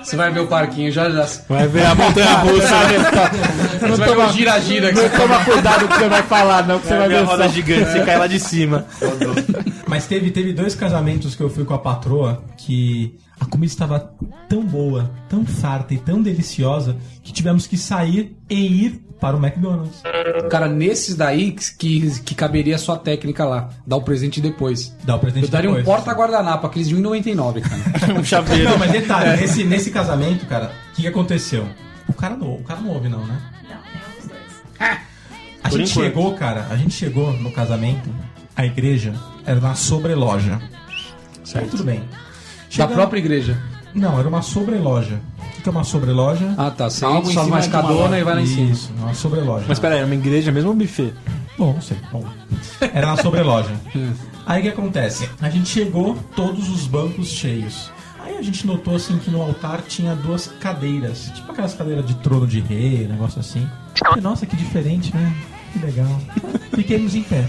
[SPEAKER 7] Você vai ver o parquinho já já.
[SPEAKER 11] Vai ver a montanha russa,
[SPEAKER 7] né? Não toma gira-gira.
[SPEAKER 6] Não toma cuidado que você vai falar, não, que você vai
[SPEAKER 11] ver a
[SPEAKER 6] ver
[SPEAKER 11] É, roda
[SPEAKER 6] só.
[SPEAKER 11] gigante, você cai lá de cima.
[SPEAKER 2] Mas teve, teve dois casamentos que eu fui com a patroa que a comida estava tão boa, tão farta e tão deliciosa que tivemos que sair e ir para o McDonald's.
[SPEAKER 7] Cara, nesses daí que, que, que caberia a sua técnica lá. Dar o presente depois.
[SPEAKER 2] Dá o presente
[SPEAKER 7] Eu daria
[SPEAKER 2] depois.
[SPEAKER 7] um porta-guardanapa, aqueles de 1,99, cara.
[SPEAKER 11] um chaveiro.
[SPEAKER 2] Não, mas detalhe, nesse, nesse casamento, cara, o que, que aconteceu? O cara não, o cara não ouve, não, né? É. A
[SPEAKER 12] Por
[SPEAKER 2] gente
[SPEAKER 12] enquanto.
[SPEAKER 2] chegou, cara, a gente chegou no casamento, a igreja era na sobreloja. Certo. Tudo bem.
[SPEAKER 7] Da própria igreja?
[SPEAKER 2] Não, era uma sobreloja. O que que é uma sobreloja?
[SPEAKER 7] Ah, tá. Você
[SPEAKER 2] Algo em
[SPEAKER 7] sobe
[SPEAKER 2] cima
[SPEAKER 7] mais
[SPEAKER 2] de uma
[SPEAKER 7] cadona
[SPEAKER 2] loja.
[SPEAKER 7] e vai lá em cima.
[SPEAKER 2] Isso, é uma sobreloja.
[SPEAKER 11] Mas peraí, era uma igreja mesmo ou um buffet?
[SPEAKER 2] Bom, não sei. Bom. Era na sobreloja. Aí o que acontece? A gente chegou, todos os bancos cheios. Aí a gente notou assim que no altar tinha duas cadeiras, tipo aquelas cadeiras de trono de rei, negócio assim. E, Nossa, que diferente, né? Que legal. Fiquemos em pé.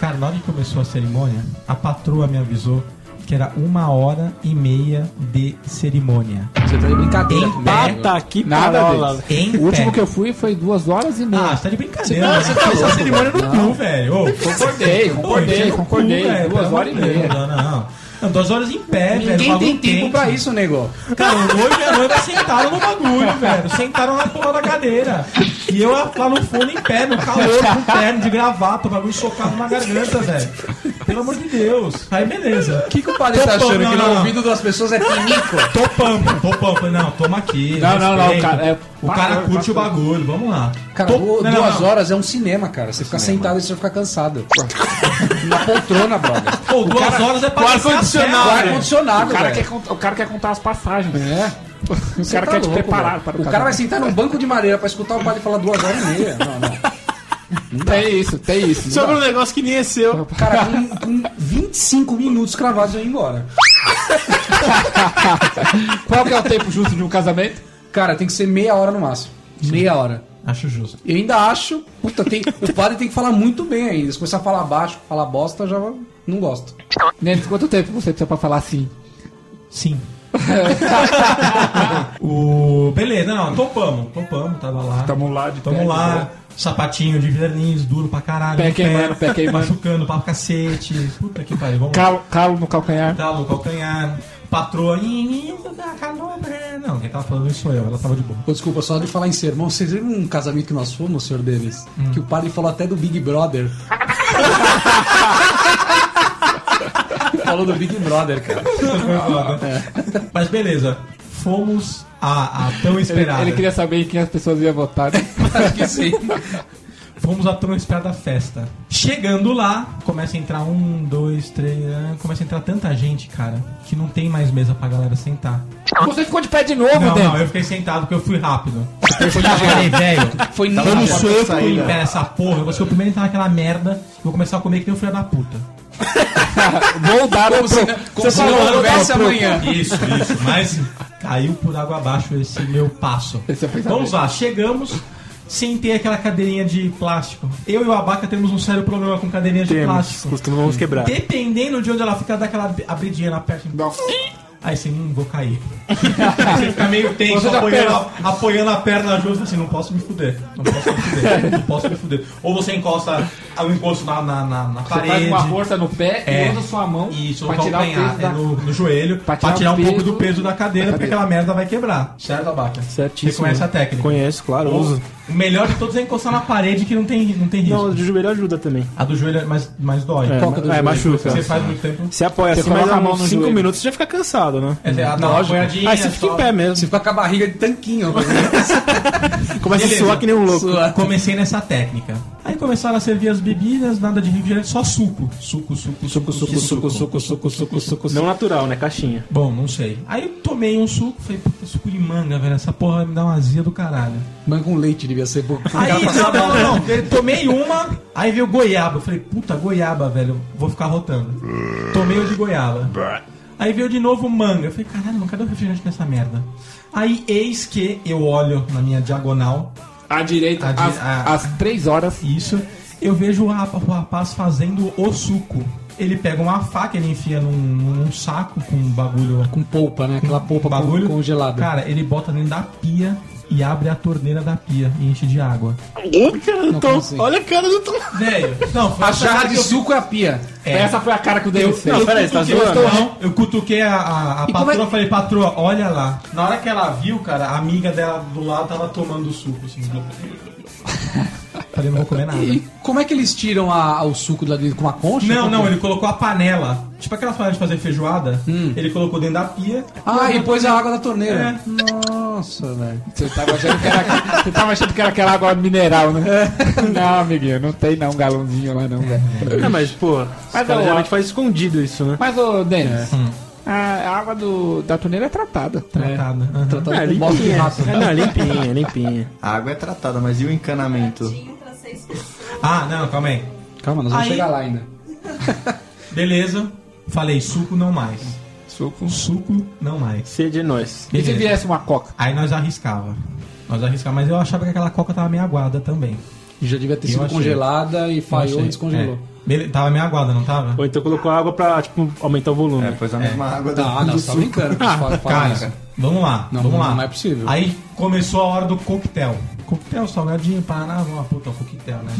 [SPEAKER 2] Cara, na hora que começou a cerimônia, a patroa me avisou que era uma hora e meia de cerimônia.
[SPEAKER 7] Você tá de brincadeira
[SPEAKER 2] em
[SPEAKER 7] comigo.
[SPEAKER 11] Ah,
[SPEAKER 2] pé.
[SPEAKER 7] Bata
[SPEAKER 11] que
[SPEAKER 6] Nada
[SPEAKER 2] parola.
[SPEAKER 6] deles.
[SPEAKER 2] Em
[SPEAKER 6] O último
[SPEAKER 2] pé.
[SPEAKER 6] que eu fui foi duas horas e meia.
[SPEAKER 2] Ah, você tá de brincadeira. né?
[SPEAKER 6] Você tá
[SPEAKER 2] Fez
[SPEAKER 6] louco,
[SPEAKER 2] a cerimônia no
[SPEAKER 6] não.
[SPEAKER 2] cu, velho. Ô,
[SPEAKER 6] Concordei, concordei,
[SPEAKER 2] Ô,
[SPEAKER 6] concordei.
[SPEAKER 2] cu, velho,
[SPEAKER 6] Duas
[SPEAKER 2] é pelo
[SPEAKER 6] horas e
[SPEAKER 2] amor de
[SPEAKER 6] meia.
[SPEAKER 2] Deus, Não, não, não. Não, Duas horas em pé, velho.
[SPEAKER 7] Ninguém
[SPEAKER 2] bagulho
[SPEAKER 7] tem tempo
[SPEAKER 2] quente.
[SPEAKER 7] pra isso, nego.
[SPEAKER 2] Cara, o noivo e a noiva sentaram no bagulho, velho. Sentaram na porra da cadeira. E eu lá no fundo em pé, no calor, com terno de gravata, o bagulho socado na garganta, velho. Pelo amor de Deus. Aí beleza.
[SPEAKER 7] O que, que o padre tá achando? que no ouvido das pessoas é pinico?
[SPEAKER 2] Topamos, topamos. Falei, Não, toma aqui.
[SPEAKER 7] Não, não, não,
[SPEAKER 2] respeita.
[SPEAKER 7] cara, é-
[SPEAKER 2] o cara curte o bagulho, vamos lá.
[SPEAKER 7] Cara,
[SPEAKER 2] Tô- Não,
[SPEAKER 7] du-
[SPEAKER 2] não,
[SPEAKER 7] duas
[SPEAKER 2] não.
[SPEAKER 7] horas é um cinema, cara. Você ficar sentado e você vai ficar cansado. Na poltrona, brother.
[SPEAKER 2] Pô, duas horas é pra descer a
[SPEAKER 7] O
[SPEAKER 2] serra,
[SPEAKER 7] ar-condicionado,
[SPEAKER 6] O cara,
[SPEAKER 7] velho.
[SPEAKER 6] quer, cont- o cara quer contar as passagens.
[SPEAKER 7] É.
[SPEAKER 6] O
[SPEAKER 7] Você
[SPEAKER 6] cara
[SPEAKER 7] tá
[SPEAKER 6] quer te
[SPEAKER 7] louco,
[SPEAKER 6] preparar
[SPEAKER 7] velho.
[SPEAKER 6] para
[SPEAKER 7] o cara vai sentar num banco de madeira pra escutar o padre falar duas horas e meia. Não, não.
[SPEAKER 6] Tem isso, tem isso. Não
[SPEAKER 11] Sobre
[SPEAKER 6] dá.
[SPEAKER 11] um negócio que nem é seu.
[SPEAKER 7] Cara, com, com 25 minutos cravados eu ia embora.
[SPEAKER 6] Qual que é o tempo justo de um casamento?
[SPEAKER 7] Cara, tem que ser meia hora no máximo. Meia hora.
[SPEAKER 2] Acho justo.
[SPEAKER 7] Eu ainda acho. Puta, tem, o padre tem que falar muito bem ainda. Se começar a falar baixo, falar bosta, eu já não gosto.
[SPEAKER 6] Nenis, quanto tempo você precisa pra falar assim?
[SPEAKER 2] Sim. o... Beleza, não, topamos, topamos, tava lá.
[SPEAKER 6] Tamo lá de
[SPEAKER 2] Tamo
[SPEAKER 6] pé, de
[SPEAKER 11] né?
[SPEAKER 2] lá,
[SPEAKER 6] boa.
[SPEAKER 2] sapatinho de verniz, duro pra caralho.
[SPEAKER 6] Pé
[SPEAKER 2] no
[SPEAKER 6] queimando, pé queimando.
[SPEAKER 2] Machucando pra cacete. Puta que pariu, vamos
[SPEAKER 6] Calo, calo no calcanhar.
[SPEAKER 2] lá. Calo, calcanhar, patroa. "Ih, ih, dá calor, né?" Não, quem tava falando isso sou eu, ela tava de boa.
[SPEAKER 7] Pô, desculpa, só de falar em sermão. Vocês viram um casamento que nós fomos, senhor Denis?
[SPEAKER 2] Hum.
[SPEAKER 7] Que o padre falou até do Big Brother. falou do Big Brother, cara.
[SPEAKER 2] Foi foda. Mas beleza, fomos a, a tão
[SPEAKER 6] Ele,
[SPEAKER 2] esperada.
[SPEAKER 6] ele queria saber em quem as pessoas iam votar. né?
[SPEAKER 7] Acho que sim.
[SPEAKER 2] Fomos à tão esperada festa. Chegando lá, começa a entrar um, dois, três. né? Começa a entrar tanta gente, cara, que não tem mais mesa pra galera sentar.
[SPEAKER 6] Você ficou de pé de novo,
[SPEAKER 2] Não, não,
[SPEAKER 6] Denis.
[SPEAKER 2] eu fiquei sentado porque eu fui rápido. Eu falei, velho,
[SPEAKER 7] Foi
[SPEAKER 2] eu não
[SPEAKER 7] nítido.
[SPEAKER 2] sou eu que vou
[SPEAKER 5] Saída.
[SPEAKER 2] em pé nessa porra. Eu vou ser o primeiro a entrar naquela merda e vou começar a comer que nem um filho da puta.
[SPEAKER 6] Vou dar
[SPEAKER 7] Como
[SPEAKER 6] o
[SPEAKER 7] se,
[SPEAKER 6] pro-
[SPEAKER 7] como se não
[SPEAKER 2] tá
[SPEAKER 7] houvesse amanhã.
[SPEAKER 2] Isso, isso. Mas caiu por água abaixo esse meu passo.
[SPEAKER 6] Esse é o pensamento.
[SPEAKER 2] Vamos lá, chegamos. Sentei aquela cadeirinha de plástico. Eu e o Abaca temos um sério problema com cadeirinha de
[SPEAKER 11] Temos,
[SPEAKER 2] plástico.
[SPEAKER 11] costumamos quebrar.
[SPEAKER 2] Dependendo de onde ela fica, dá aquela ab- abridinha na perna. Aí você, hum, vou cair. você fica meio tenso,
[SPEAKER 6] Você já
[SPEAKER 2] apoiando a, apoiando a perna junto, assim, não posso me fuder. Não posso me fuder, não posso me fuder. Ou você encosta o encosto na, na, na, na
[SPEAKER 6] Você faz
[SPEAKER 2] parede.
[SPEAKER 6] uma força no pé e usa sua mão
[SPEAKER 2] É, Isso, no
[SPEAKER 6] pra tirar o
[SPEAKER 2] calcanhar,
[SPEAKER 6] peso da...
[SPEAKER 2] é no, no joelho, pra tirar, um
[SPEAKER 6] peso
[SPEAKER 2] pouco do peso da cadeira,
[SPEAKER 6] da
[SPEAKER 2] porque
[SPEAKER 6] cadeira.
[SPEAKER 2] aquela merda vai quebrar. Certo, Abaca?
[SPEAKER 11] Certíssimo.
[SPEAKER 2] Você conhece a técnica?
[SPEAKER 11] Conheço, claro, uso.
[SPEAKER 2] O melhor de todos é encostar na parede que não tem, não tem risco.
[SPEAKER 11] Não, o joelho ajuda também.
[SPEAKER 2] A do joelho é mais, mais dói.
[SPEAKER 11] É,
[SPEAKER 2] Qual que
[SPEAKER 11] é, machuca.
[SPEAKER 2] Você faz muito tempo.
[SPEAKER 11] Você apoia
[SPEAKER 6] Você
[SPEAKER 11] assim, mas
[SPEAKER 6] coloca a mão
[SPEAKER 11] há
[SPEAKER 6] no
[SPEAKER 11] 5
[SPEAKER 6] joelho.
[SPEAKER 11] minutos você já fica cansado, né?
[SPEAKER 2] É, dá uma
[SPEAKER 7] Lógico.
[SPEAKER 2] apoiadinha,
[SPEAKER 11] Aí Ah, você fica
[SPEAKER 2] só-
[SPEAKER 11] em pé mesmo.
[SPEAKER 7] Você fica com a barriga de tanquinho.
[SPEAKER 11] Começa a
[SPEAKER 2] Beleza.
[SPEAKER 11] suar que nem um louco.
[SPEAKER 7] Sua-
[SPEAKER 2] Comecei nessa técnica. Aí começaram a servir as bebidas, nada de refrigerante, só suco. Suco, suco, suco,
[SPEAKER 11] suco, suco, suco, suco, suco, suco. Não natural, né? Caixinha.
[SPEAKER 2] Bom, não sei. Aí eu tomei um suco, falei, puta, suco de manga, velho. Essa porra vai me dar uma azia do caralho.
[SPEAKER 7] Manga com leite devia ser. pro- pro cara
[SPEAKER 2] Aí, não,
[SPEAKER 7] passar
[SPEAKER 2] não,
[SPEAKER 7] mal.
[SPEAKER 2] não, não. Eu Tomei uma, aí veio goiaba. Eu falei, puta, goiaba, velho. Vou ficar rotando. Tomei o de goiaba. Aí veio de novo manga. Eu falei, caralho, não cadê o refrigerante nessa merda? Aí, eis que eu olho na minha diagonal.
[SPEAKER 6] À direita, às- às três horas.
[SPEAKER 2] Isso. Eu vejo o rapa- o rapaz fazendo o suco. Ele pega uma faca, ele enfia num, num saco com um bagulho.
[SPEAKER 7] Com polpa, né? Aquela polpa con-
[SPEAKER 2] bagulho.
[SPEAKER 7] congelada.
[SPEAKER 2] Cara, ele bota dentro da pia e abre a torneira da pia e enche de água.
[SPEAKER 7] Não, como assim?
[SPEAKER 2] Olha a cara do Tom. Velho, não, foi
[SPEAKER 7] A
[SPEAKER 2] essa
[SPEAKER 7] jarra
[SPEAKER 2] cara
[SPEAKER 7] de
[SPEAKER 2] que eu-
[SPEAKER 7] suco é a pia.
[SPEAKER 2] É.
[SPEAKER 7] Essa foi a cara que o Denis fez.
[SPEAKER 2] Eu,
[SPEAKER 6] tá
[SPEAKER 2] cutuquei,
[SPEAKER 7] Eu
[SPEAKER 6] né?
[SPEAKER 7] estou-
[SPEAKER 2] não, eu cutuquei a, a, a
[SPEAKER 7] E como
[SPEAKER 2] patroa,
[SPEAKER 7] é-
[SPEAKER 2] falei, patroa, olha lá. Na hora que ela viu, cara, a amiga dela do lado tava tomando suco, assim. falei, não vou comer nada.
[SPEAKER 7] E como é que eles tiram a- o suco lá dentro com uma concha?
[SPEAKER 2] Não,
[SPEAKER 7] Como
[SPEAKER 2] não,
[SPEAKER 7] que-
[SPEAKER 2] ele colocou a panela. Tipo aquela panela de fazer feijoada,
[SPEAKER 6] Hum.
[SPEAKER 2] ele colocou dentro da pia.
[SPEAKER 7] Ah, e pôs a água da torneira.
[SPEAKER 2] É.
[SPEAKER 7] Nossa, velho.
[SPEAKER 6] Você tava, achando que era, você tava achando que era aquela água mineral, né? Não, amiguinho, não tem não um galãozinho lá não,
[SPEAKER 3] É.
[SPEAKER 6] velho.
[SPEAKER 11] Não, É, mas, pô,
[SPEAKER 6] Mas
[SPEAKER 11] mas
[SPEAKER 6] eu-
[SPEAKER 11] geralmente faz escondido isso, né?
[SPEAKER 6] Mas, ô, Denis,
[SPEAKER 11] É. Hum.
[SPEAKER 6] a água do, da torneira é Então- tratada.
[SPEAKER 2] Tratada. Uhum.
[SPEAKER 7] Tratada
[SPEAKER 11] É,
[SPEAKER 7] com bosta de
[SPEAKER 11] limpinha.
[SPEAKER 7] rato.
[SPEAKER 11] É, não, limpinha, limpinha.
[SPEAKER 5] A água é tratada, mas e o encanamento?
[SPEAKER 2] Ah, não, calma aí.
[SPEAKER 7] Calma, nós vamos
[SPEAKER 2] Aí-
[SPEAKER 7] chegar lá ainda.
[SPEAKER 2] Beleza, falei, suco não mais.
[SPEAKER 6] Suco?
[SPEAKER 2] Suco não mais.
[SPEAKER 11] Sede é nós.
[SPEAKER 6] E se viesse uma coca?
[SPEAKER 2] Aí nós arriscava. Nós arriscava, mas eu achava que aquela coca tava meio aguada também.
[SPEAKER 7] E Já devia ter
[SPEAKER 2] Eu
[SPEAKER 7] sido
[SPEAKER 2] achei.
[SPEAKER 7] congelada e falhou e descongelou.
[SPEAKER 2] É. Bele- Tava meio aguada, não tava?
[SPEAKER 11] Ou então colocou água pra, tipo, aumentar o volume.
[SPEAKER 5] É, pois a mesma água
[SPEAKER 7] Tá,
[SPEAKER 5] da
[SPEAKER 7] não, você tá brincando. que fala- fala isso.
[SPEAKER 2] Cara, vamos lá,
[SPEAKER 7] Não,
[SPEAKER 2] vamos lá.
[SPEAKER 7] não é possível.
[SPEAKER 2] Aí começou a hora do coquetel. Coquetel, salgadinho, Paraná, uma puta, o coquetel, né?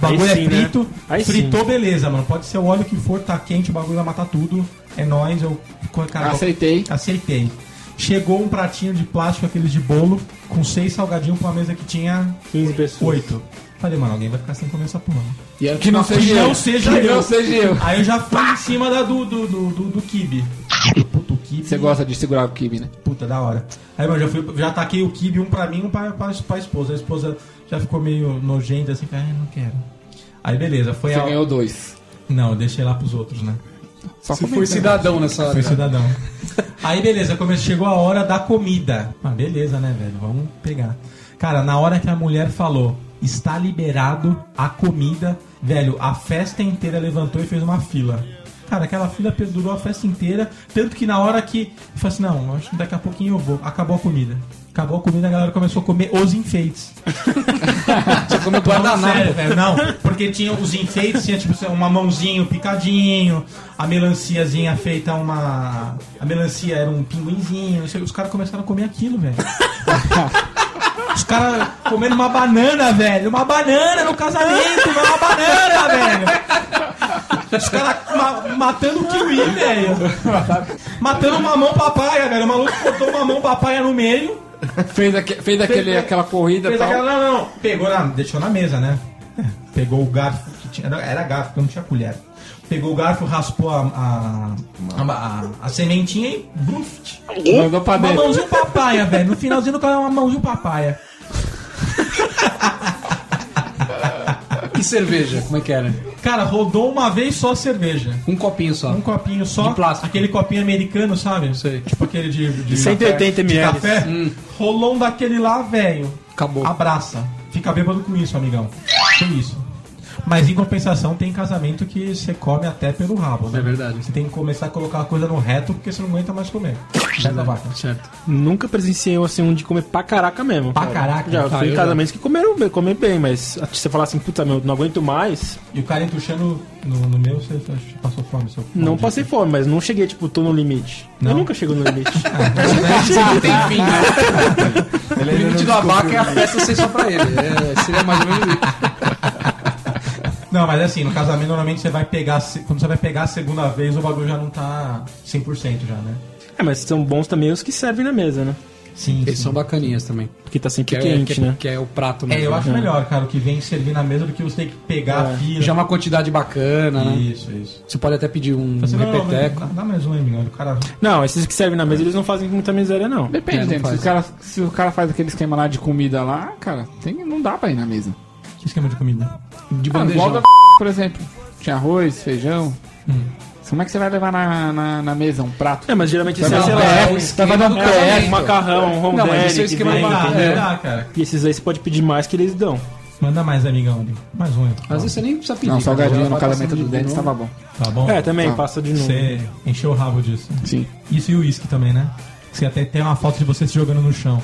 [SPEAKER 2] O
[SPEAKER 11] Aí
[SPEAKER 2] bagulho é
[SPEAKER 11] sim, né?
[SPEAKER 2] frito,
[SPEAKER 11] Aí
[SPEAKER 2] fritou, beleza, mano. Pode ser o óleo que for, tá quente, o bagulho vai matar tudo. É nóis, eu... Cara,
[SPEAKER 6] Aceitei.
[SPEAKER 2] Aceitei. Chegou um pratinho de plástico, aqueles de bolo, com seis salgadinhos pra uma mesa que tinha
[SPEAKER 11] 15 pessoas.
[SPEAKER 2] oito. Falei, mano, alguém vai ficar sem comer essa porra. né?
[SPEAKER 7] E aí-
[SPEAKER 6] Que não
[SPEAKER 2] Que
[SPEAKER 6] seja eu.
[SPEAKER 2] não seja
[SPEAKER 6] que
[SPEAKER 2] eu.
[SPEAKER 6] não seja eu.
[SPEAKER 2] Aí eu já fui em cima da do, do, do, do, do kibe. Puta, o kibe.
[SPEAKER 6] Você gosta de segurar o kibe, né?
[SPEAKER 2] Puta, da hora. Aí, mano, já, fui, já taquei o kibe, um pra mim, um pra, pra, pra esposa. A esposa já ficou meio nojenta, assim, cara, "Ah, não quero. Aí, beleza, foi
[SPEAKER 6] Você
[SPEAKER 2] a...
[SPEAKER 6] ganhou dois.
[SPEAKER 2] Não, eu deixei lá pros outros, né?
[SPEAKER 6] Só
[SPEAKER 7] Você
[SPEAKER 6] comer,
[SPEAKER 7] foi cidadão nessa hora.
[SPEAKER 2] Foi cidadão. Aí, beleza, come- chegou a hora da comida. Ah, beleza, né, velho? Vamos pegar. Cara, na hora que a mulher falou, está liberado a comida, velho, a festa inteira levantou e fez uma fila. Cara, aquela fila perdurou a festa inteira, tanto que na hora que. Eu falei assim, não, acho que daqui a pouquinho eu vou. Acabou a comida. Acabou a comida, a galera começou a comer os enfeites.
[SPEAKER 7] Você comeu
[SPEAKER 2] Não, sério,
[SPEAKER 7] guardanapo.
[SPEAKER 2] velho, não. Porque tinha os enfeites, tinha tipo um mamãozinho picadinho, a melanciazinha feita uma. A melancia era um pinguinzinho, não sei, os caras começaram a comer aquilo, velho. Os caras comendo uma banana, velho. Uma banana no casamento, velho, uma banana, velho. Os caras ma- matando o kiwi, velho. Matando o mamão papaya, velho. O maluco cortou o mamão papaya no meio.
[SPEAKER 6] Fez, aque- fez aquele, aquela corrida e
[SPEAKER 2] Fez
[SPEAKER 6] tal.
[SPEAKER 2] aquela- não, não, não. Pegou na, deixou na mesa, né? Pegou o garfo que tinha. Era, era garfo, não tinha colher. Pegou o garfo, raspou a, a, a, a- a sementinha e. Bluft!
[SPEAKER 6] Mandou pra
[SPEAKER 2] Uma
[SPEAKER 6] dentro.
[SPEAKER 2] mãozinho papaya, velho. No finalzinho do canal, uma mãozinho papaya.
[SPEAKER 7] E cerveja, como é que era?
[SPEAKER 2] Cara, rodou uma vez só a cerveja.
[SPEAKER 7] Um copinho só.
[SPEAKER 2] Um copinho só.
[SPEAKER 7] De plástico.
[SPEAKER 2] Aquele copinho americano, sabe?
[SPEAKER 7] Sei.
[SPEAKER 2] Tipo aquele de. de
[SPEAKER 11] 180
[SPEAKER 2] de
[SPEAKER 11] ml.
[SPEAKER 2] café.
[SPEAKER 7] Hum.
[SPEAKER 2] Rolou um daquele lá, velho.
[SPEAKER 7] Acabou.
[SPEAKER 2] Abraça. Fica bêbado com isso, amigão. Com isso. Mas em compensação, tem casamento que você come até pelo rabo, né?
[SPEAKER 7] É verdade.
[SPEAKER 2] Você tem que começar a colocar a coisa no reto porque você não aguenta mais comer. Cheio da vaca.
[SPEAKER 7] Tá Certo.
[SPEAKER 11] Nunca presenciei assim, um de comer pra caraca mesmo.
[SPEAKER 2] Pra
[SPEAKER 11] cara.
[SPEAKER 2] caraca? então,
[SPEAKER 11] Já
[SPEAKER 7] Ah,
[SPEAKER 11] fui
[SPEAKER 7] eu
[SPEAKER 11] em casamentos que comeram bem, comer bem, mas se você falar assim, puta, meu, não aguento mais,
[SPEAKER 2] E o cara entuchando no, no meu, você passou fome, seu
[SPEAKER 11] não
[SPEAKER 2] maldito.
[SPEAKER 11] passei fome, mas não cheguei, tipo, tô no limite.
[SPEAKER 2] Não?
[SPEAKER 11] Eu nunca chego no limite.
[SPEAKER 7] Sempre tem fim, né?
[SPEAKER 5] Ele
[SPEAKER 7] O
[SPEAKER 5] ainda não
[SPEAKER 7] limite da
[SPEAKER 5] descobriu
[SPEAKER 7] vaca é a
[SPEAKER 5] isso.
[SPEAKER 7] festa ser só pra ele. É, seria mais ou menos isso.
[SPEAKER 2] Não, mas assim, no casamento normalmente você vai pegar. se- Quando você vai pegar a segunda vez, o bagulho já não tá 100% já, né?
[SPEAKER 11] É, mas são bons também os que servem na mesa, né?
[SPEAKER 2] Sim,
[SPEAKER 7] Eles são bacaninhas também.
[SPEAKER 11] Porque tá sempre
[SPEAKER 7] Que,
[SPEAKER 11] quente,
[SPEAKER 7] é, que, é-
[SPEAKER 11] né?
[SPEAKER 7] que é o prato mesmo.
[SPEAKER 2] É, eu
[SPEAKER 7] né?
[SPEAKER 2] acho melhor, cara, o que vem servir na mesa do que você ter que pegar a fila.
[SPEAKER 7] Já é uma quantidade bacana, né?
[SPEAKER 2] Isso, isso.
[SPEAKER 7] Você pode até pedir um
[SPEAKER 2] Você não, não,
[SPEAKER 7] repeteco.
[SPEAKER 2] dá dá mais um aí, menino. O cara.
[SPEAKER 11] Não, esses que servem na mesa, eles não fazem muita miséria, não.
[SPEAKER 7] É,
[SPEAKER 6] Depende,
[SPEAKER 7] não
[SPEAKER 6] Denis. se,
[SPEAKER 7] faz.
[SPEAKER 6] o cara, se o cara faz aquele esquema lá de comida lá, cara, tem, não dá pra ir na mesa.
[SPEAKER 2] Que esquema de comida?
[SPEAKER 7] de
[SPEAKER 6] Ah,
[SPEAKER 7] bandejão.
[SPEAKER 6] igual da por exemplo. Tinha arroz, feijão. Como é que você vai levar na, na, na mesa um prato?
[SPEAKER 3] É, mas geralmente
[SPEAKER 6] Vai
[SPEAKER 3] isso é,
[SPEAKER 6] dar
[SPEAKER 3] sei
[SPEAKER 6] um
[SPEAKER 3] lá,
[SPEAKER 6] PF,
[SPEAKER 3] um-
[SPEAKER 6] esquema
[SPEAKER 3] vai dar um
[SPEAKER 6] do
[SPEAKER 3] PF,
[SPEAKER 6] casamento.
[SPEAKER 3] macarrão, um
[SPEAKER 6] Não, mas
[SPEAKER 3] rondelli
[SPEAKER 6] isso é o
[SPEAKER 3] que
[SPEAKER 6] esquema
[SPEAKER 3] vem,
[SPEAKER 6] do barco,
[SPEAKER 3] entendeu?
[SPEAKER 6] né?
[SPEAKER 3] E esses aí você pode pedir mais que eles dão.
[SPEAKER 2] Manda mais, amigão. Mais um.
[SPEAKER 7] Às vezes você nem precisa pedir. né? assim,
[SPEAKER 6] Não,
[SPEAKER 7] cara.
[SPEAKER 6] salgadinho
[SPEAKER 7] Já
[SPEAKER 6] no
[SPEAKER 7] vai
[SPEAKER 6] casamento
[SPEAKER 7] passando
[SPEAKER 6] do
[SPEAKER 7] de
[SPEAKER 6] Dennis
[SPEAKER 7] novo.
[SPEAKER 6] tava bom.
[SPEAKER 2] Tá bom?
[SPEAKER 3] É, também,
[SPEAKER 6] Tá.
[SPEAKER 3] passa de novo.
[SPEAKER 2] Você encheu o rabo disso.
[SPEAKER 6] Sim.
[SPEAKER 2] Isso e o uísque também, né? Você até tem uma foto de você se jogando no chão.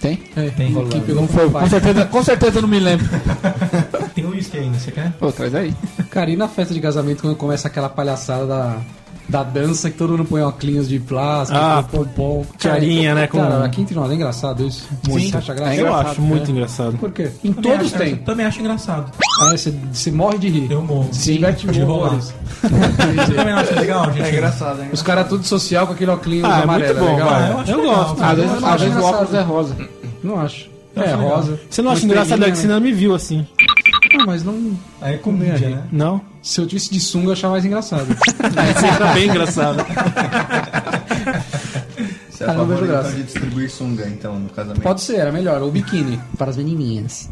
[SPEAKER 6] Tem?
[SPEAKER 7] é,
[SPEAKER 2] Tem.
[SPEAKER 6] Que
[SPEAKER 7] um
[SPEAKER 6] pegou fogo. Com certeza, com certeza eu não me lembro.
[SPEAKER 2] Ah, Tem uísque ainda, você quer?
[SPEAKER 6] Pô, traz aí.
[SPEAKER 7] Cara, e na festa de casamento quando começa aquela palhaçada da, da dança que todo mundo põe óculos de plástico,
[SPEAKER 3] Ah,
[SPEAKER 7] põe pompom.
[SPEAKER 3] tiarinha,
[SPEAKER 7] Cara,
[SPEAKER 3] né, com-
[SPEAKER 7] Cara, aqui entre nós é engraçado isso.
[SPEAKER 3] Muito.
[SPEAKER 7] Você acha graça?
[SPEAKER 3] eu acho
[SPEAKER 7] né?
[SPEAKER 3] muito engraçado.
[SPEAKER 7] Por quê? Em todos
[SPEAKER 2] acho,
[SPEAKER 7] tem.
[SPEAKER 2] Também acho engraçado.
[SPEAKER 7] Ah, você, você morre de rir.
[SPEAKER 2] Eu morro.
[SPEAKER 7] Se diverte
[SPEAKER 2] De rolar.
[SPEAKER 7] horrores.
[SPEAKER 2] Você também não acha legal, gente?
[SPEAKER 5] É engraçado, hein?
[SPEAKER 7] Os caras tudo social com aquele óculos
[SPEAKER 3] Ah, é
[SPEAKER 7] amarelo.
[SPEAKER 3] muito bom,
[SPEAKER 7] é legal?
[SPEAKER 3] cara.
[SPEAKER 2] Eu acho
[SPEAKER 3] Eu
[SPEAKER 2] legal.
[SPEAKER 3] gosto.
[SPEAKER 6] Às
[SPEAKER 7] eu
[SPEAKER 6] vezes,
[SPEAKER 7] não
[SPEAKER 6] às
[SPEAKER 7] acho
[SPEAKER 6] vezes o
[SPEAKER 7] engraçado.
[SPEAKER 6] óculos é rosa.
[SPEAKER 7] Não acho.
[SPEAKER 2] Eu
[SPEAKER 7] é,
[SPEAKER 2] acho legal.
[SPEAKER 7] rosa.
[SPEAKER 3] Você não acha
[SPEAKER 7] Com
[SPEAKER 3] engraçado, é que você
[SPEAKER 7] estrelinha, né?
[SPEAKER 3] não me viu assim.
[SPEAKER 7] Não, mas não...
[SPEAKER 2] Aí é comédia, né?
[SPEAKER 3] Não?
[SPEAKER 7] Se eu tivesse de sunga, eu achava mais engraçado.
[SPEAKER 3] Você tá bem engraçado.
[SPEAKER 5] Você é
[SPEAKER 7] Ah,
[SPEAKER 5] a
[SPEAKER 7] não
[SPEAKER 5] favor
[SPEAKER 7] vejo
[SPEAKER 5] então,
[SPEAKER 7] graça.
[SPEAKER 5] de distribuir sunga, então, no casamento.
[SPEAKER 7] Pode ser, era melhor. Ou biquíni. Para as menininhas.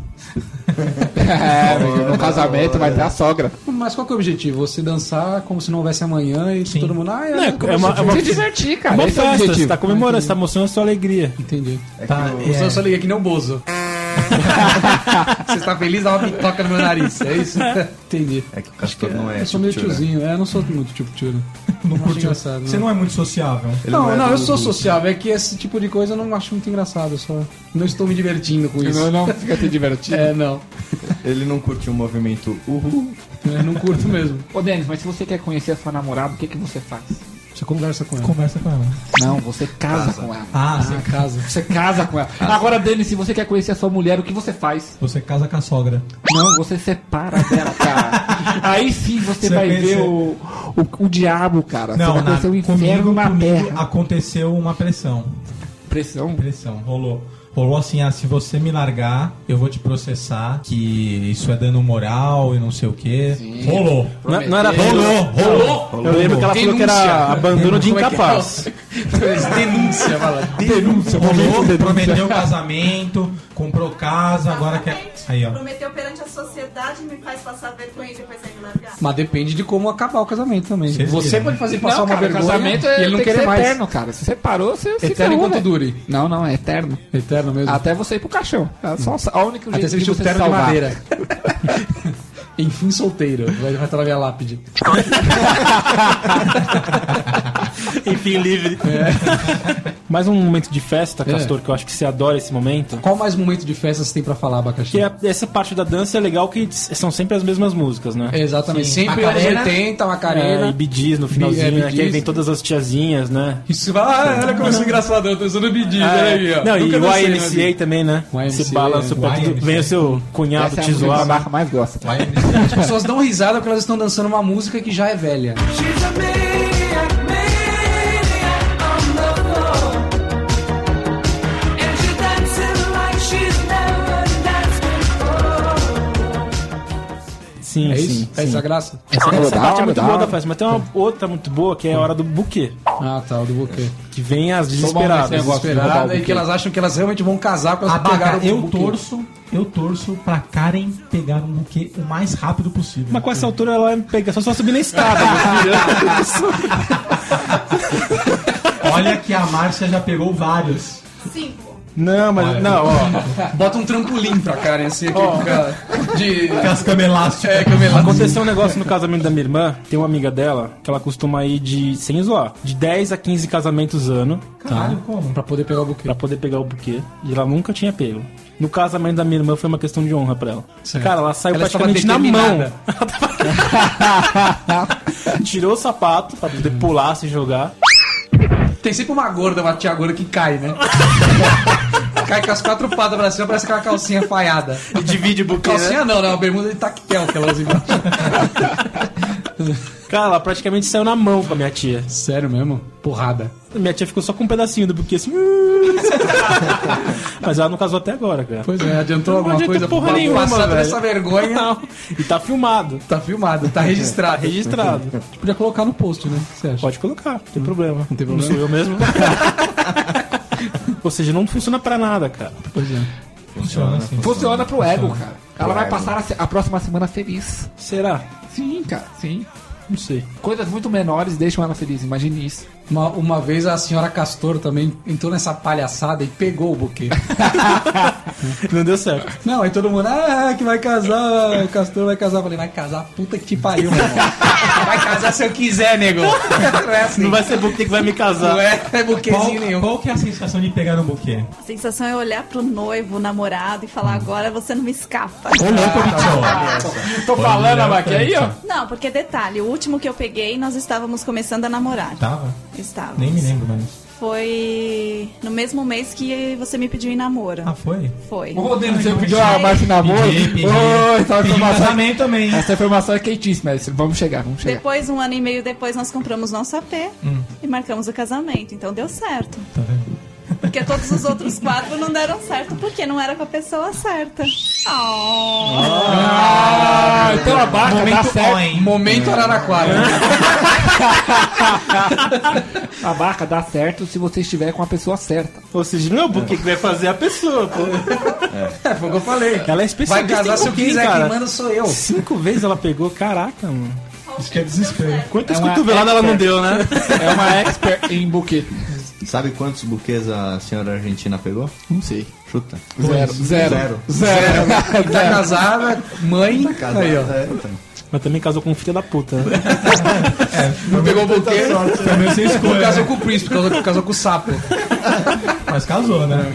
[SPEAKER 6] É, no casamento vai ter a sogra.
[SPEAKER 7] Mas qual que é o objetivo? Você dançar como se não houvesse amanhã e todo mundo. Ah, é,
[SPEAKER 3] Não, é
[SPEAKER 7] como
[SPEAKER 3] é uma-
[SPEAKER 7] se-
[SPEAKER 3] é uma-
[SPEAKER 6] Se divertir,
[SPEAKER 3] É
[SPEAKER 6] cara.
[SPEAKER 3] uma
[SPEAKER 6] Esse é o
[SPEAKER 3] festa, você
[SPEAKER 6] objetivo.
[SPEAKER 3] tá comemorando, você tá mostrando a sua alegria.
[SPEAKER 7] Entendi.
[SPEAKER 5] É que
[SPEAKER 2] Tá,
[SPEAKER 5] o-
[SPEAKER 2] é.
[SPEAKER 7] Eu só liguei que nem o Bozo. Você está feliz, dá uma pitoca no meu nariz. É isso? Entendi.
[SPEAKER 5] É que o Castor não é.
[SPEAKER 7] eu sou meio
[SPEAKER 5] tipo, tio, né?
[SPEAKER 7] tiozinho, é, eu não sou muito tipo tio.
[SPEAKER 2] Não
[SPEAKER 7] acho
[SPEAKER 2] curte.
[SPEAKER 7] engraçado,
[SPEAKER 2] Você
[SPEAKER 7] não.
[SPEAKER 2] não é muito sociável.
[SPEAKER 5] Ele
[SPEAKER 7] Não,
[SPEAKER 5] é
[SPEAKER 7] não,
[SPEAKER 5] do-
[SPEAKER 7] eu sou
[SPEAKER 5] do-
[SPEAKER 7] sociável, é que esse tipo de coisa eu não acho muito engraçado, eu só não estou me divertindo com isso.
[SPEAKER 6] Não, não, fica te divertindo.
[SPEAKER 7] É, não.
[SPEAKER 5] Ele não curte o movimento uhul.
[SPEAKER 7] Eu não curto mesmo.
[SPEAKER 6] Ô, Denis, mas se você quer conhecer a sua namorada, o que, que você faz?
[SPEAKER 7] Você conversa com ela.
[SPEAKER 2] Conversa com ela.
[SPEAKER 6] Não, você casa, com ela.
[SPEAKER 2] Ah,
[SPEAKER 7] Ah,
[SPEAKER 2] você,
[SPEAKER 7] casa.
[SPEAKER 6] Você casa com ela. Agora, Denis, se você quer conhecer a sua mulher, o que você faz?
[SPEAKER 2] você casa com a sogra.
[SPEAKER 6] Não, você separa dela, cara. Aí sim você,
[SPEAKER 2] Você
[SPEAKER 6] vai
[SPEAKER 2] pensa-
[SPEAKER 6] ver o, o, o diabo, cara. você
[SPEAKER 2] Não,
[SPEAKER 6] vai conhecer
[SPEAKER 2] nada.
[SPEAKER 6] o
[SPEAKER 2] comigo,
[SPEAKER 6] inferno na
[SPEAKER 2] comigo
[SPEAKER 6] terra.
[SPEAKER 2] aconteceu uma pressão.
[SPEAKER 6] Pressão.
[SPEAKER 2] Pressão, rolou. Rolou assim, ah, se você me largar, eu vou te processar, que isso é dano moral e não sei o quê.
[SPEAKER 6] Sim.
[SPEAKER 2] Rolou.
[SPEAKER 3] Não, não era
[SPEAKER 2] Rolou, rolou.
[SPEAKER 3] Eu lembro que ela falou que era
[SPEAKER 6] Denúncia.
[SPEAKER 3] abandono de incapaz.
[SPEAKER 7] Denúncia, vai lá.
[SPEAKER 2] Denúncia, rolou, prometeu casamento, comprou casa, agora quer. Aí, ó.
[SPEAKER 8] Prometeu perante a sociedade me faz passar vergonha e depois aí me largar.
[SPEAKER 7] Mas depende de como acabar o casamento também.
[SPEAKER 2] Vocês
[SPEAKER 7] você
[SPEAKER 2] viram,
[SPEAKER 7] pode
[SPEAKER 2] né?
[SPEAKER 7] fazer passar
[SPEAKER 6] não,
[SPEAKER 7] uma
[SPEAKER 6] cara,
[SPEAKER 7] vergonha
[SPEAKER 6] casamento
[SPEAKER 7] e
[SPEAKER 6] é,
[SPEAKER 7] ele não
[SPEAKER 6] tem que
[SPEAKER 7] querer
[SPEAKER 6] ser
[SPEAKER 7] mais.
[SPEAKER 6] eterno, cara. Se você parou, você se
[SPEAKER 7] Eterno
[SPEAKER 6] ferrou,
[SPEAKER 7] enquanto
[SPEAKER 6] velho.
[SPEAKER 7] dure.
[SPEAKER 6] Não, não, é eterno.
[SPEAKER 7] Eterno mesmo.
[SPEAKER 6] Até você ir pro caixão. É só a única
[SPEAKER 7] Até
[SPEAKER 6] jeito
[SPEAKER 7] você
[SPEAKER 6] de
[SPEAKER 7] vestir o
[SPEAKER 6] você se
[SPEAKER 7] terno de
[SPEAKER 6] salvar.
[SPEAKER 7] madeira. Enfim, solteiro. Vai, vai estar na minha lápide.
[SPEAKER 3] Enfim, livre. Mais um momento de festa, Castor, que eu acho que você adora esse momento.
[SPEAKER 7] Qual mais momento de festa você tem pra falar, Abacaxi?
[SPEAKER 3] Que é- essa parte da dança é legal que s- são sempre as mesmas músicas,
[SPEAKER 7] É,
[SPEAKER 3] né?
[SPEAKER 7] Exatamente. Sempre anos
[SPEAKER 2] Macarena.
[SPEAKER 7] 80, Macarena.
[SPEAKER 3] É, e bidiz no finalzinho,
[SPEAKER 7] Bi-
[SPEAKER 3] né?
[SPEAKER 7] é,
[SPEAKER 3] Que aí
[SPEAKER 7] Bidiz.
[SPEAKER 3] vem todas as tiazinhas, né?
[SPEAKER 7] Isso vai. Ah, olha como eu sou engraçadão, tô usando medida.
[SPEAKER 3] Ah,
[SPEAKER 7] olha
[SPEAKER 3] é.
[SPEAKER 7] aí, ó.
[SPEAKER 3] Não, e
[SPEAKER 7] Nunca
[SPEAKER 3] o
[SPEAKER 7] dancei,
[SPEAKER 3] YMCA
[SPEAKER 7] mas-
[SPEAKER 3] também, né?
[SPEAKER 7] O YMCA,
[SPEAKER 3] Você balança o pé,
[SPEAKER 2] YMCA.
[SPEAKER 3] tudo- vem o seu cunhado
[SPEAKER 6] Essa é a
[SPEAKER 3] te
[SPEAKER 6] música que
[SPEAKER 3] zoar.
[SPEAKER 6] o
[SPEAKER 3] né?
[SPEAKER 6] Marco mais gosta.
[SPEAKER 2] Vai,
[SPEAKER 7] As pessoas dão risada porque elas estão dançando uma música que já é velha.
[SPEAKER 3] Sim,
[SPEAKER 7] É isso?
[SPEAKER 3] sim.
[SPEAKER 7] é essa a graça?
[SPEAKER 3] Essa
[SPEAKER 6] Da
[SPEAKER 3] parte
[SPEAKER 6] hora,
[SPEAKER 3] é muito
[SPEAKER 6] da
[SPEAKER 3] boa
[SPEAKER 6] hora.
[SPEAKER 3] da festa, mas tem uma outra muito boa que é a hora do buquê,
[SPEAKER 7] Ah, tá, o do buquê.
[SPEAKER 3] que vem as
[SPEAKER 6] esse
[SPEAKER 7] um
[SPEAKER 3] desesperadas.
[SPEAKER 6] negócio. gosto de roubar o
[SPEAKER 7] Desesperada e
[SPEAKER 6] buquê.
[SPEAKER 7] que elas acham que elas realmente vão casar porque elas
[SPEAKER 2] Abaca,
[SPEAKER 7] pegaram o
[SPEAKER 2] eu
[SPEAKER 7] buquê.
[SPEAKER 2] torço, eu torço pra Karen pegar um buquê o mais rápido possível.
[SPEAKER 3] Mas com essa altura ela pega, só só subir na escada.
[SPEAKER 2] Olha que a Márcia já pegou vários.
[SPEAKER 8] Cinco.
[SPEAKER 3] não, mas não, ó.
[SPEAKER 7] Bota um trampolim pra Karen, assim, aqui fica de...
[SPEAKER 2] As
[SPEAKER 6] Tá.
[SPEAKER 2] camelas. tipo,
[SPEAKER 7] É, camelado.
[SPEAKER 3] Aconteceu um negócio no casamento da minha irmã, tem uma amiga dela, que ela costuma ir de, sem zoar, de 10 a 15 casamentos ano,
[SPEAKER 2] Caralho, como?
[SPEAKER 7] Pra poder pegar o buquê.
[SPEAKER 3] pra poder pegar o buquê, e ela nunca tinha pego. No casamento da minha irmã foi uma questão de honra pra ela.
[SPEAKER 7] Certo.
[SPEAKER 3] Cara, ela saiu
[SPEAKER 7] Ela estava
[SPEAKER 3] praticamente na mão.
[SPEAKER 7] determinada.
[SPEAKER 3] Tirou o sapato pra poder pular, se jogar.
[SPEAKER 7] Tem sempre uma gorda, uma tia gorda que cai, né? cai com as quatro patas pra cima, parece aquela calcinha falhada.
[SPEAKER 3] E divide o buquê, né?
[SPEAKER 7] Calcinha não, né? Uma bermuda de taquetel que ela usa embaixo.
[SPEAKER 3] Cara, ela praticamente saiu na mão com a minha tia.
[SPEAKER 7] Sério mesmo? Porrada.
[SPEAKER 3] Minha tia ficou só com um pedacinho do buquê, assim... Mas ela não casou até agora, cara.
[SPEAKER 7] Pois é, adiantou
[SPEAKER 3] Não
[SPEAKER 7] alguma
[SPEAKER 3] adianta
[SPEAKER 7] coisa?
[SPEAKER 3] porra
[SPEAKER 7] Pra-
[SPEAKER 3] nenhuma,
[SPEAKER 7] Passar por
[SPEAKER 3] velho.
[SPEAKER 7] essa vergonha,
[SPEAKER 3] Não. E tá filmado.
[SPEAKER 7] tá filmado, tá registrado.
[SPEAKER 3] Registrado.
[SPEAKER 7] A gente podia colocar no post, né? Você acha?
[SPEAKER 3] Pode colocar, não tem problema.
[SPEAKER 7] tem problema.
[SPEAKER 3] Não sou eu mesmo. Ou seja, não funciona pra nada, cara.
[SPEAKER 7] Pois é.
[SPEAKER 2] Funciona assim.
[SPEAKER 6] Funciona pro ego, cara. Ela vai passar a, se- a próxima semana feliz.
[SPEAKER 11] Será?
[SPEAKER 6] Sim, cara, sim.
[SPEAKER 11] Não sei.
[SPEAKER 6] Coisas muito menores deixam ela feliz, imagine isso.
[SPEAKER 7] Uma, uma vez a senhora Castor também entrou nessa palhaçada e pegou o buquê.
[SPEAKER 11] Não deu certo.
[SPEAKER 7] Não, aí todo mundo, ah, que vai casar, o Castor vai casar. Eu falei, vai casar, puta que te pariu, meu irmão. Vai casar se eu quiser, nego. Não, é assim.
[SPEAKER 11] Não vai ser buquê que vai me casar.
[SPEAKER 7] Não é, é buquêzinho
[SPEAKER 2] qual,
[SPEAKER 7] nenhum.
[SPEAKER 2] qual que é a sensação de pegar um buquê?
[SPEAKER 8] A sensação é olhar pro noivo, o namorado e falar agora você não me escapa.
[SPEAKER 6] Tô Tá falando, Abaque, aí, ó.
[SPEAKER 8] Não, porque detalhe, o último que eu peguei, nós estávamos começando a namorar.
[SPEAKER 2] Tava?
[SPEAKER 8] Estávamos.
[SPEAKER 2] Tá. Nem me lembro mais.
[SPEAKER 8] Foi no mesmo mês que você me pediu em namoro.
[SPEAKER 2] Ah, foi?
[SPEAKER 8] Foi.
[SPEAKER 6] Ô, Rodrigo, você pediu a baixa de namoro?
[SPEAKER 2] Pedi, pedi.
[SPEAKER 6] Ô, essa
[SPEAKER 2] Pedi
[SPEAKER 6] informação-
[SPEAKER 2] casamento também.
[SPEAKER 6] Essa informação é quentíssima, Edson. vamos chegar, vamos chegar.
[SPEAKER 8] Depois, um ano e meio depois, nós compramos nosso AP
[SPEAKER 6] Hum.
[SPEAKER 8] e marcamos o casamento. Então deu certo.
[SPEAKER 2] Tá
[SPEAKER 8] Porque todos os outros quatro não deram certo porque não era com a pessoa certa. Ah.
[SPEAKER 6] Ah, então abaixa, dá certo.
[SPEAKER 7] Momento Araraquara.
[SPEAKER 6] A barca dá certo se você estiver com a pessoa certa.
[SPEAKER 11] Ou seja, não, porque que vai fazer a pessoa, pô.
[SPEAKER 7] É, foi o que eu falei.
[SPEAKER 11] Ela é especialista.
[SPEAKER 7] Vai casar
[SPEAKER 11] em
[SPEAKER 7] se eu
[SPEAKER 11] buquê,
[SPEAKER 7] quiser,
[SPEAKER 11] cara.
[SPEAKER 7] quem manda sou eu.
[SPEAKER 11] Cinco vezes ela pegou, caraca, mano.
[SPEAKER 2] Isso que é desespero.
[SPEAKER 11] Quantas
[SPEAKER 6] É uma
[SPEAKER 11] cotoveladas ela não
[SPEAKER 6] expert.
[SPEAKER 11] deu, né?
[SPEAKER 6] É uma expert em buquê.
[SPEAKER 5] Sabe quantos buquês a senhora argentina pegou?
[SPEAKER 6] Não sei.
[SPEAKER 5] Chuta.
[SPEAKER 6] Zero, zero.
[SPEAKER 5] Zero.
[SPEAKER 6] Zero.
[SPEAKER 7] Tá casada, mãe. aí, ó.
[SPEAKER 5] É, então.
[SPEAKER 11] Mas também casou com filha da puta. né?
[SPEAKER 7] Não pegou o buquê.
[SPEAKER 2] Também sem
[SPEAKER 7] Não
[SPEAKER 2] escolha.
[SPEAKER 7] casou com o príncipe, casou, casou com o sapo.
[SPEAKER 2] Mas casou, né?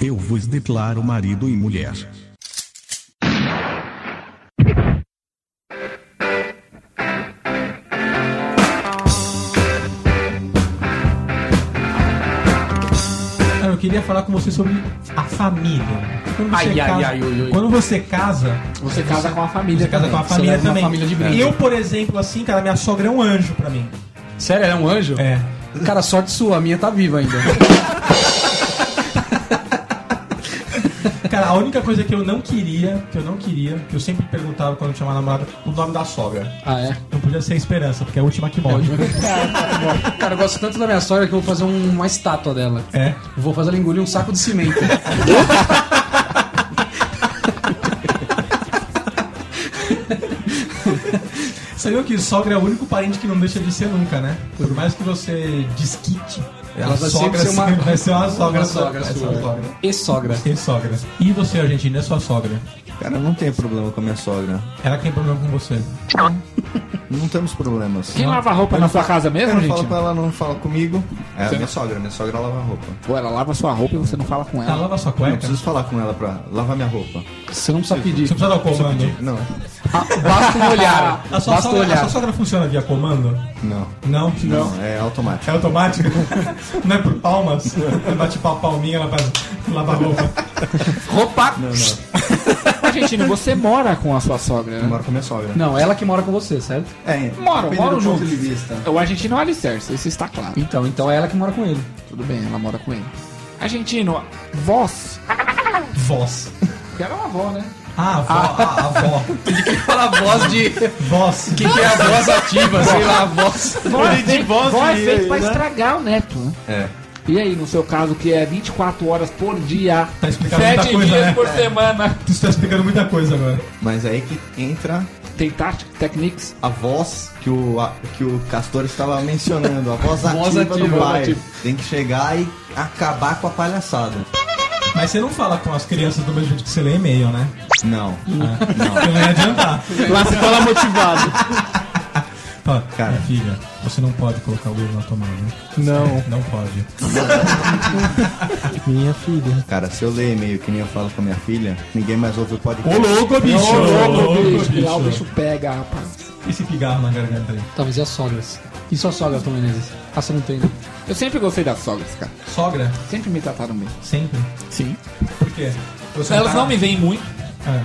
[SPEAKER 10] Eu vos declaro marido e mulher.
[SPEAKER 2] Cara, eu queria falar com você sobre a família. Quando você,
[SPEAKER 6] Ai, ai,
[SPEAKER 2] casa,
[SPEAKER 6] ai, ui, ui.
[SPEAKER 2] quando você casa,
[SPEAKER 6] Você casa com a é família.
[SPEAKER 2] você casa com
[SPEAKER 6] também.
[SPEAKER 2] a
[SPEAKER 6] Você
[SPEAKER 2] família
[SPEAKER 6] leva uma
[SPEAKER 2] também.
[SPEAKER 6] família de brinde.
[SPEAKER 2] eu, por exemplo, assim, cara, minha sogra é um anjo pra mim.
[SPEAKER 7] Sério, ela é um anjo?
[SPEAKER 2] É.
[SPEAKER 7] Cara, sorte sua, a minha tá viva ainda.
[SPEAKER 2] Cara, a única coisa que eu não queria, que eu não queria, que eu sempre perguntava quando eu tinha uma namorada, o nome da sogra.
[SPEAKER 6] Ah, é?
[SPEAKER 2] Não podia ser Esperança, porque é a última que morre.
[SPEAKER 7] Cara, eu gosto tanto da minha sogra que eu vou fazer um- uma estátua dela.
[SPEAKER 2] É.
[SPEAKER 7] Eu vou fazer ela engolir um saco de cimento.
[SPEAKER 2] Sabia que sogra é o único parente que não deixa de ser nunca, né? Por mais que você desquite,
[SPEAKER 7] Ela
[SPEAKER 2] a sogra
[SPEAKER 7] vai sempre ser uma-
[SPEAKER 2] sempre vai ser uma sogra.
[SPEAKER 7] uma sogra
[SPEAKER 2] vai ser
[SPEAKER 7] sua.
[SPEAKER 2] uma sogra.
[SPEAKER 7] E sogra.
[SPEAKER 2] E sogra. E você, Argentina, é sua sogra?
[SPEAKER 5] Cara, eu não tenho problema com a minha sogra.
[SPEAKER 2] Ela que tem problema com você.
[SPEAKER 5] Não temos problemas.
[SPEAKER 6] Quem lava a roupa na sua casa
[SPEAKER 5] Eu
[SPEAKER 6] mesmo,
[SPEAKER 5] não
[SPEAKER 6] gente?
[SPEAKER 5] falo com ela, ela não fala comigo. É a
[SPEAKER 6] Você
[SPEAKER 5] minha
[SPEAKER 6] não- Tá,
[SPEAKER 5] sogra, minha sogra lava a roupa. Então,
[SPEAKER 6] Pô, ela lava a sua roupa e você não fala com
[SPEAKER 2] Ela
[SPEAKER 6] ela.
[SPEAKER 2] Tá, lava sua
[SPEAKER 5] Eu não
[SPEAKER 2] cueca?
[SPEAKER 5] preciso falar com ela pra lavar minha roupa.
[SPEAKER 7] Você não
[SPEAKER 2] Você
[SPEAKER 7] precisa pedir.
[SPEAKER 2] precisa dar o comando.
[SPEAKER 5] Não,
[SPEAKER 7] Basta um olhar.
[SPEAKER 2] A sua,
[SPEAKER 7] Basta um
[SPEAKER 2] sogra, a sua
[SPEAKER 7] olhar.
[SPEAKER 2] sogra funciona via comando?
[SPEAKER 5] não.
[SPEAKER 2] Não?
[SPEAKER 5] Não, é automático.
[SPEAKER 2] É automático? Não é por palmas? Você bate pau palminha, ela faz lava a roupa.
[SPEAKER 6] Roupa! Argentino, você mora com a sua sogra,
[SPEAKER 5] Eu
[SPEAKER 6] né?
[SPEAKER 5] moro com a minha sogra.
[SPEAKER 7] Não, ela que mora com você, certo?
[SPEAKER 5] É,
[SPEAKER 6] Moro,
[SPEAKER 5] depende
[SPEAKER 6] moro
[SPEAKER 5] do
[SPEAKER 6] junto.
[SPEAKER 5] ponto de vista.
[SPEAKER 6] O argentino é o alicerce, isso está claro.
[SPEAKER 7] Então, então é ela que mora com ele.
[SPEAKER 6] Tudo bem, ela mora com ele. Argentino, vós.
[SPEAKER 2] Voz.
[SPEAKER 6] Porque ela é uma avó, né?
[SPEAKER 2] Ah, avó, ah, avó.
[SPEAKER 7] Fala a voz de.
[SPEAKER 2] Voz.
[SPEAKER 7] Que que é a voz ativa, sei lá, a voz.
[SPEAKER 6] Vós,
[SPEAKER 11] de vós
[SPEAKER 6] vós
[SPEAKER 11] e-
[SPEAKER 6] feito pra
[SPEAKER 11] né?
[SPEAKER 6] estragar o neto, né?
[SPEAKER 5] É.
[SPEAKER 6] E aí, no seu caso, que é 24 horas por dia,
[SPEAKER 2] Tá explicando muita
[SPEAKER 6] sete
[SPEAKER 2] coisa,
[SPEAKER 6] dias
[SPEAKER 2] né?
[SPEAKER 6] por semana.
[SPEAKER 2] Isso tá explicando muita coisa agora.
[SPEAKER 5] Mas aí que entra
[SPEAKER 6] Tem tática, techniques.
[SPEAKER 5] a voz que o, a- que o Castor estava mencionando, a voz ativa,
[SPEAKER 7] Voz
[SPEAKER 5] do
[SPEAKER 7] ativa,
[SPEAKER 5] pai.
[SPEAKER 7] ativa.
[SPEAKER 5] Tem que chegar e acabar com a palhaçada.
[SPEAKER 2] Mas você não fala com as crianças do mesmo jeito que você lê e-mail, né?
[SPEAKER 5] Não, ah, não.
[SPEAKER 2] Porque não ia adiantar.
[SPEAKER 11] Lá se fala motivado.
[SPEAKER 2] Fala,
[SPEAKER 5] Cara.
[SPEAKER 2] minha filha, você não pode colocar o livro na tomada.
[SPEAKER 11] Não,
[SPEAKER 2] Não pode.
[SPEAKER 11] minha filha.
[SPEAKER 5] Cara, se eu ler e-mail que nem eu falo com a minha filha, ninguém mais ouve o podcast.
[SPEAKER 2] louco, bicho!
[SPEAKER 6] bicho, lá o bicho pega, rapaz.
[SPEAKER 2] Esse pigarro na garganta aí.
[SPEAKER 7] Talvez e as sogras. E sua sogra, Tom Menezes? Ah, você não tem, né?
[SPEAKER 6] Eu sempre gostei das sogras, cara.
[SPEAKER 2] Sogra?
[SPEAKER 6] Sempre me trataram bem.
[SPEAKER 2] Sempre.
[SPEAKER 6] Sim.
[SPEAKER 2] Por quê? Você
[SPEAKER 6] Elas
[SPEAKER 2] tá-
[SPEAKER 6] não me veem muito.
[SPEAKER 2] Ah,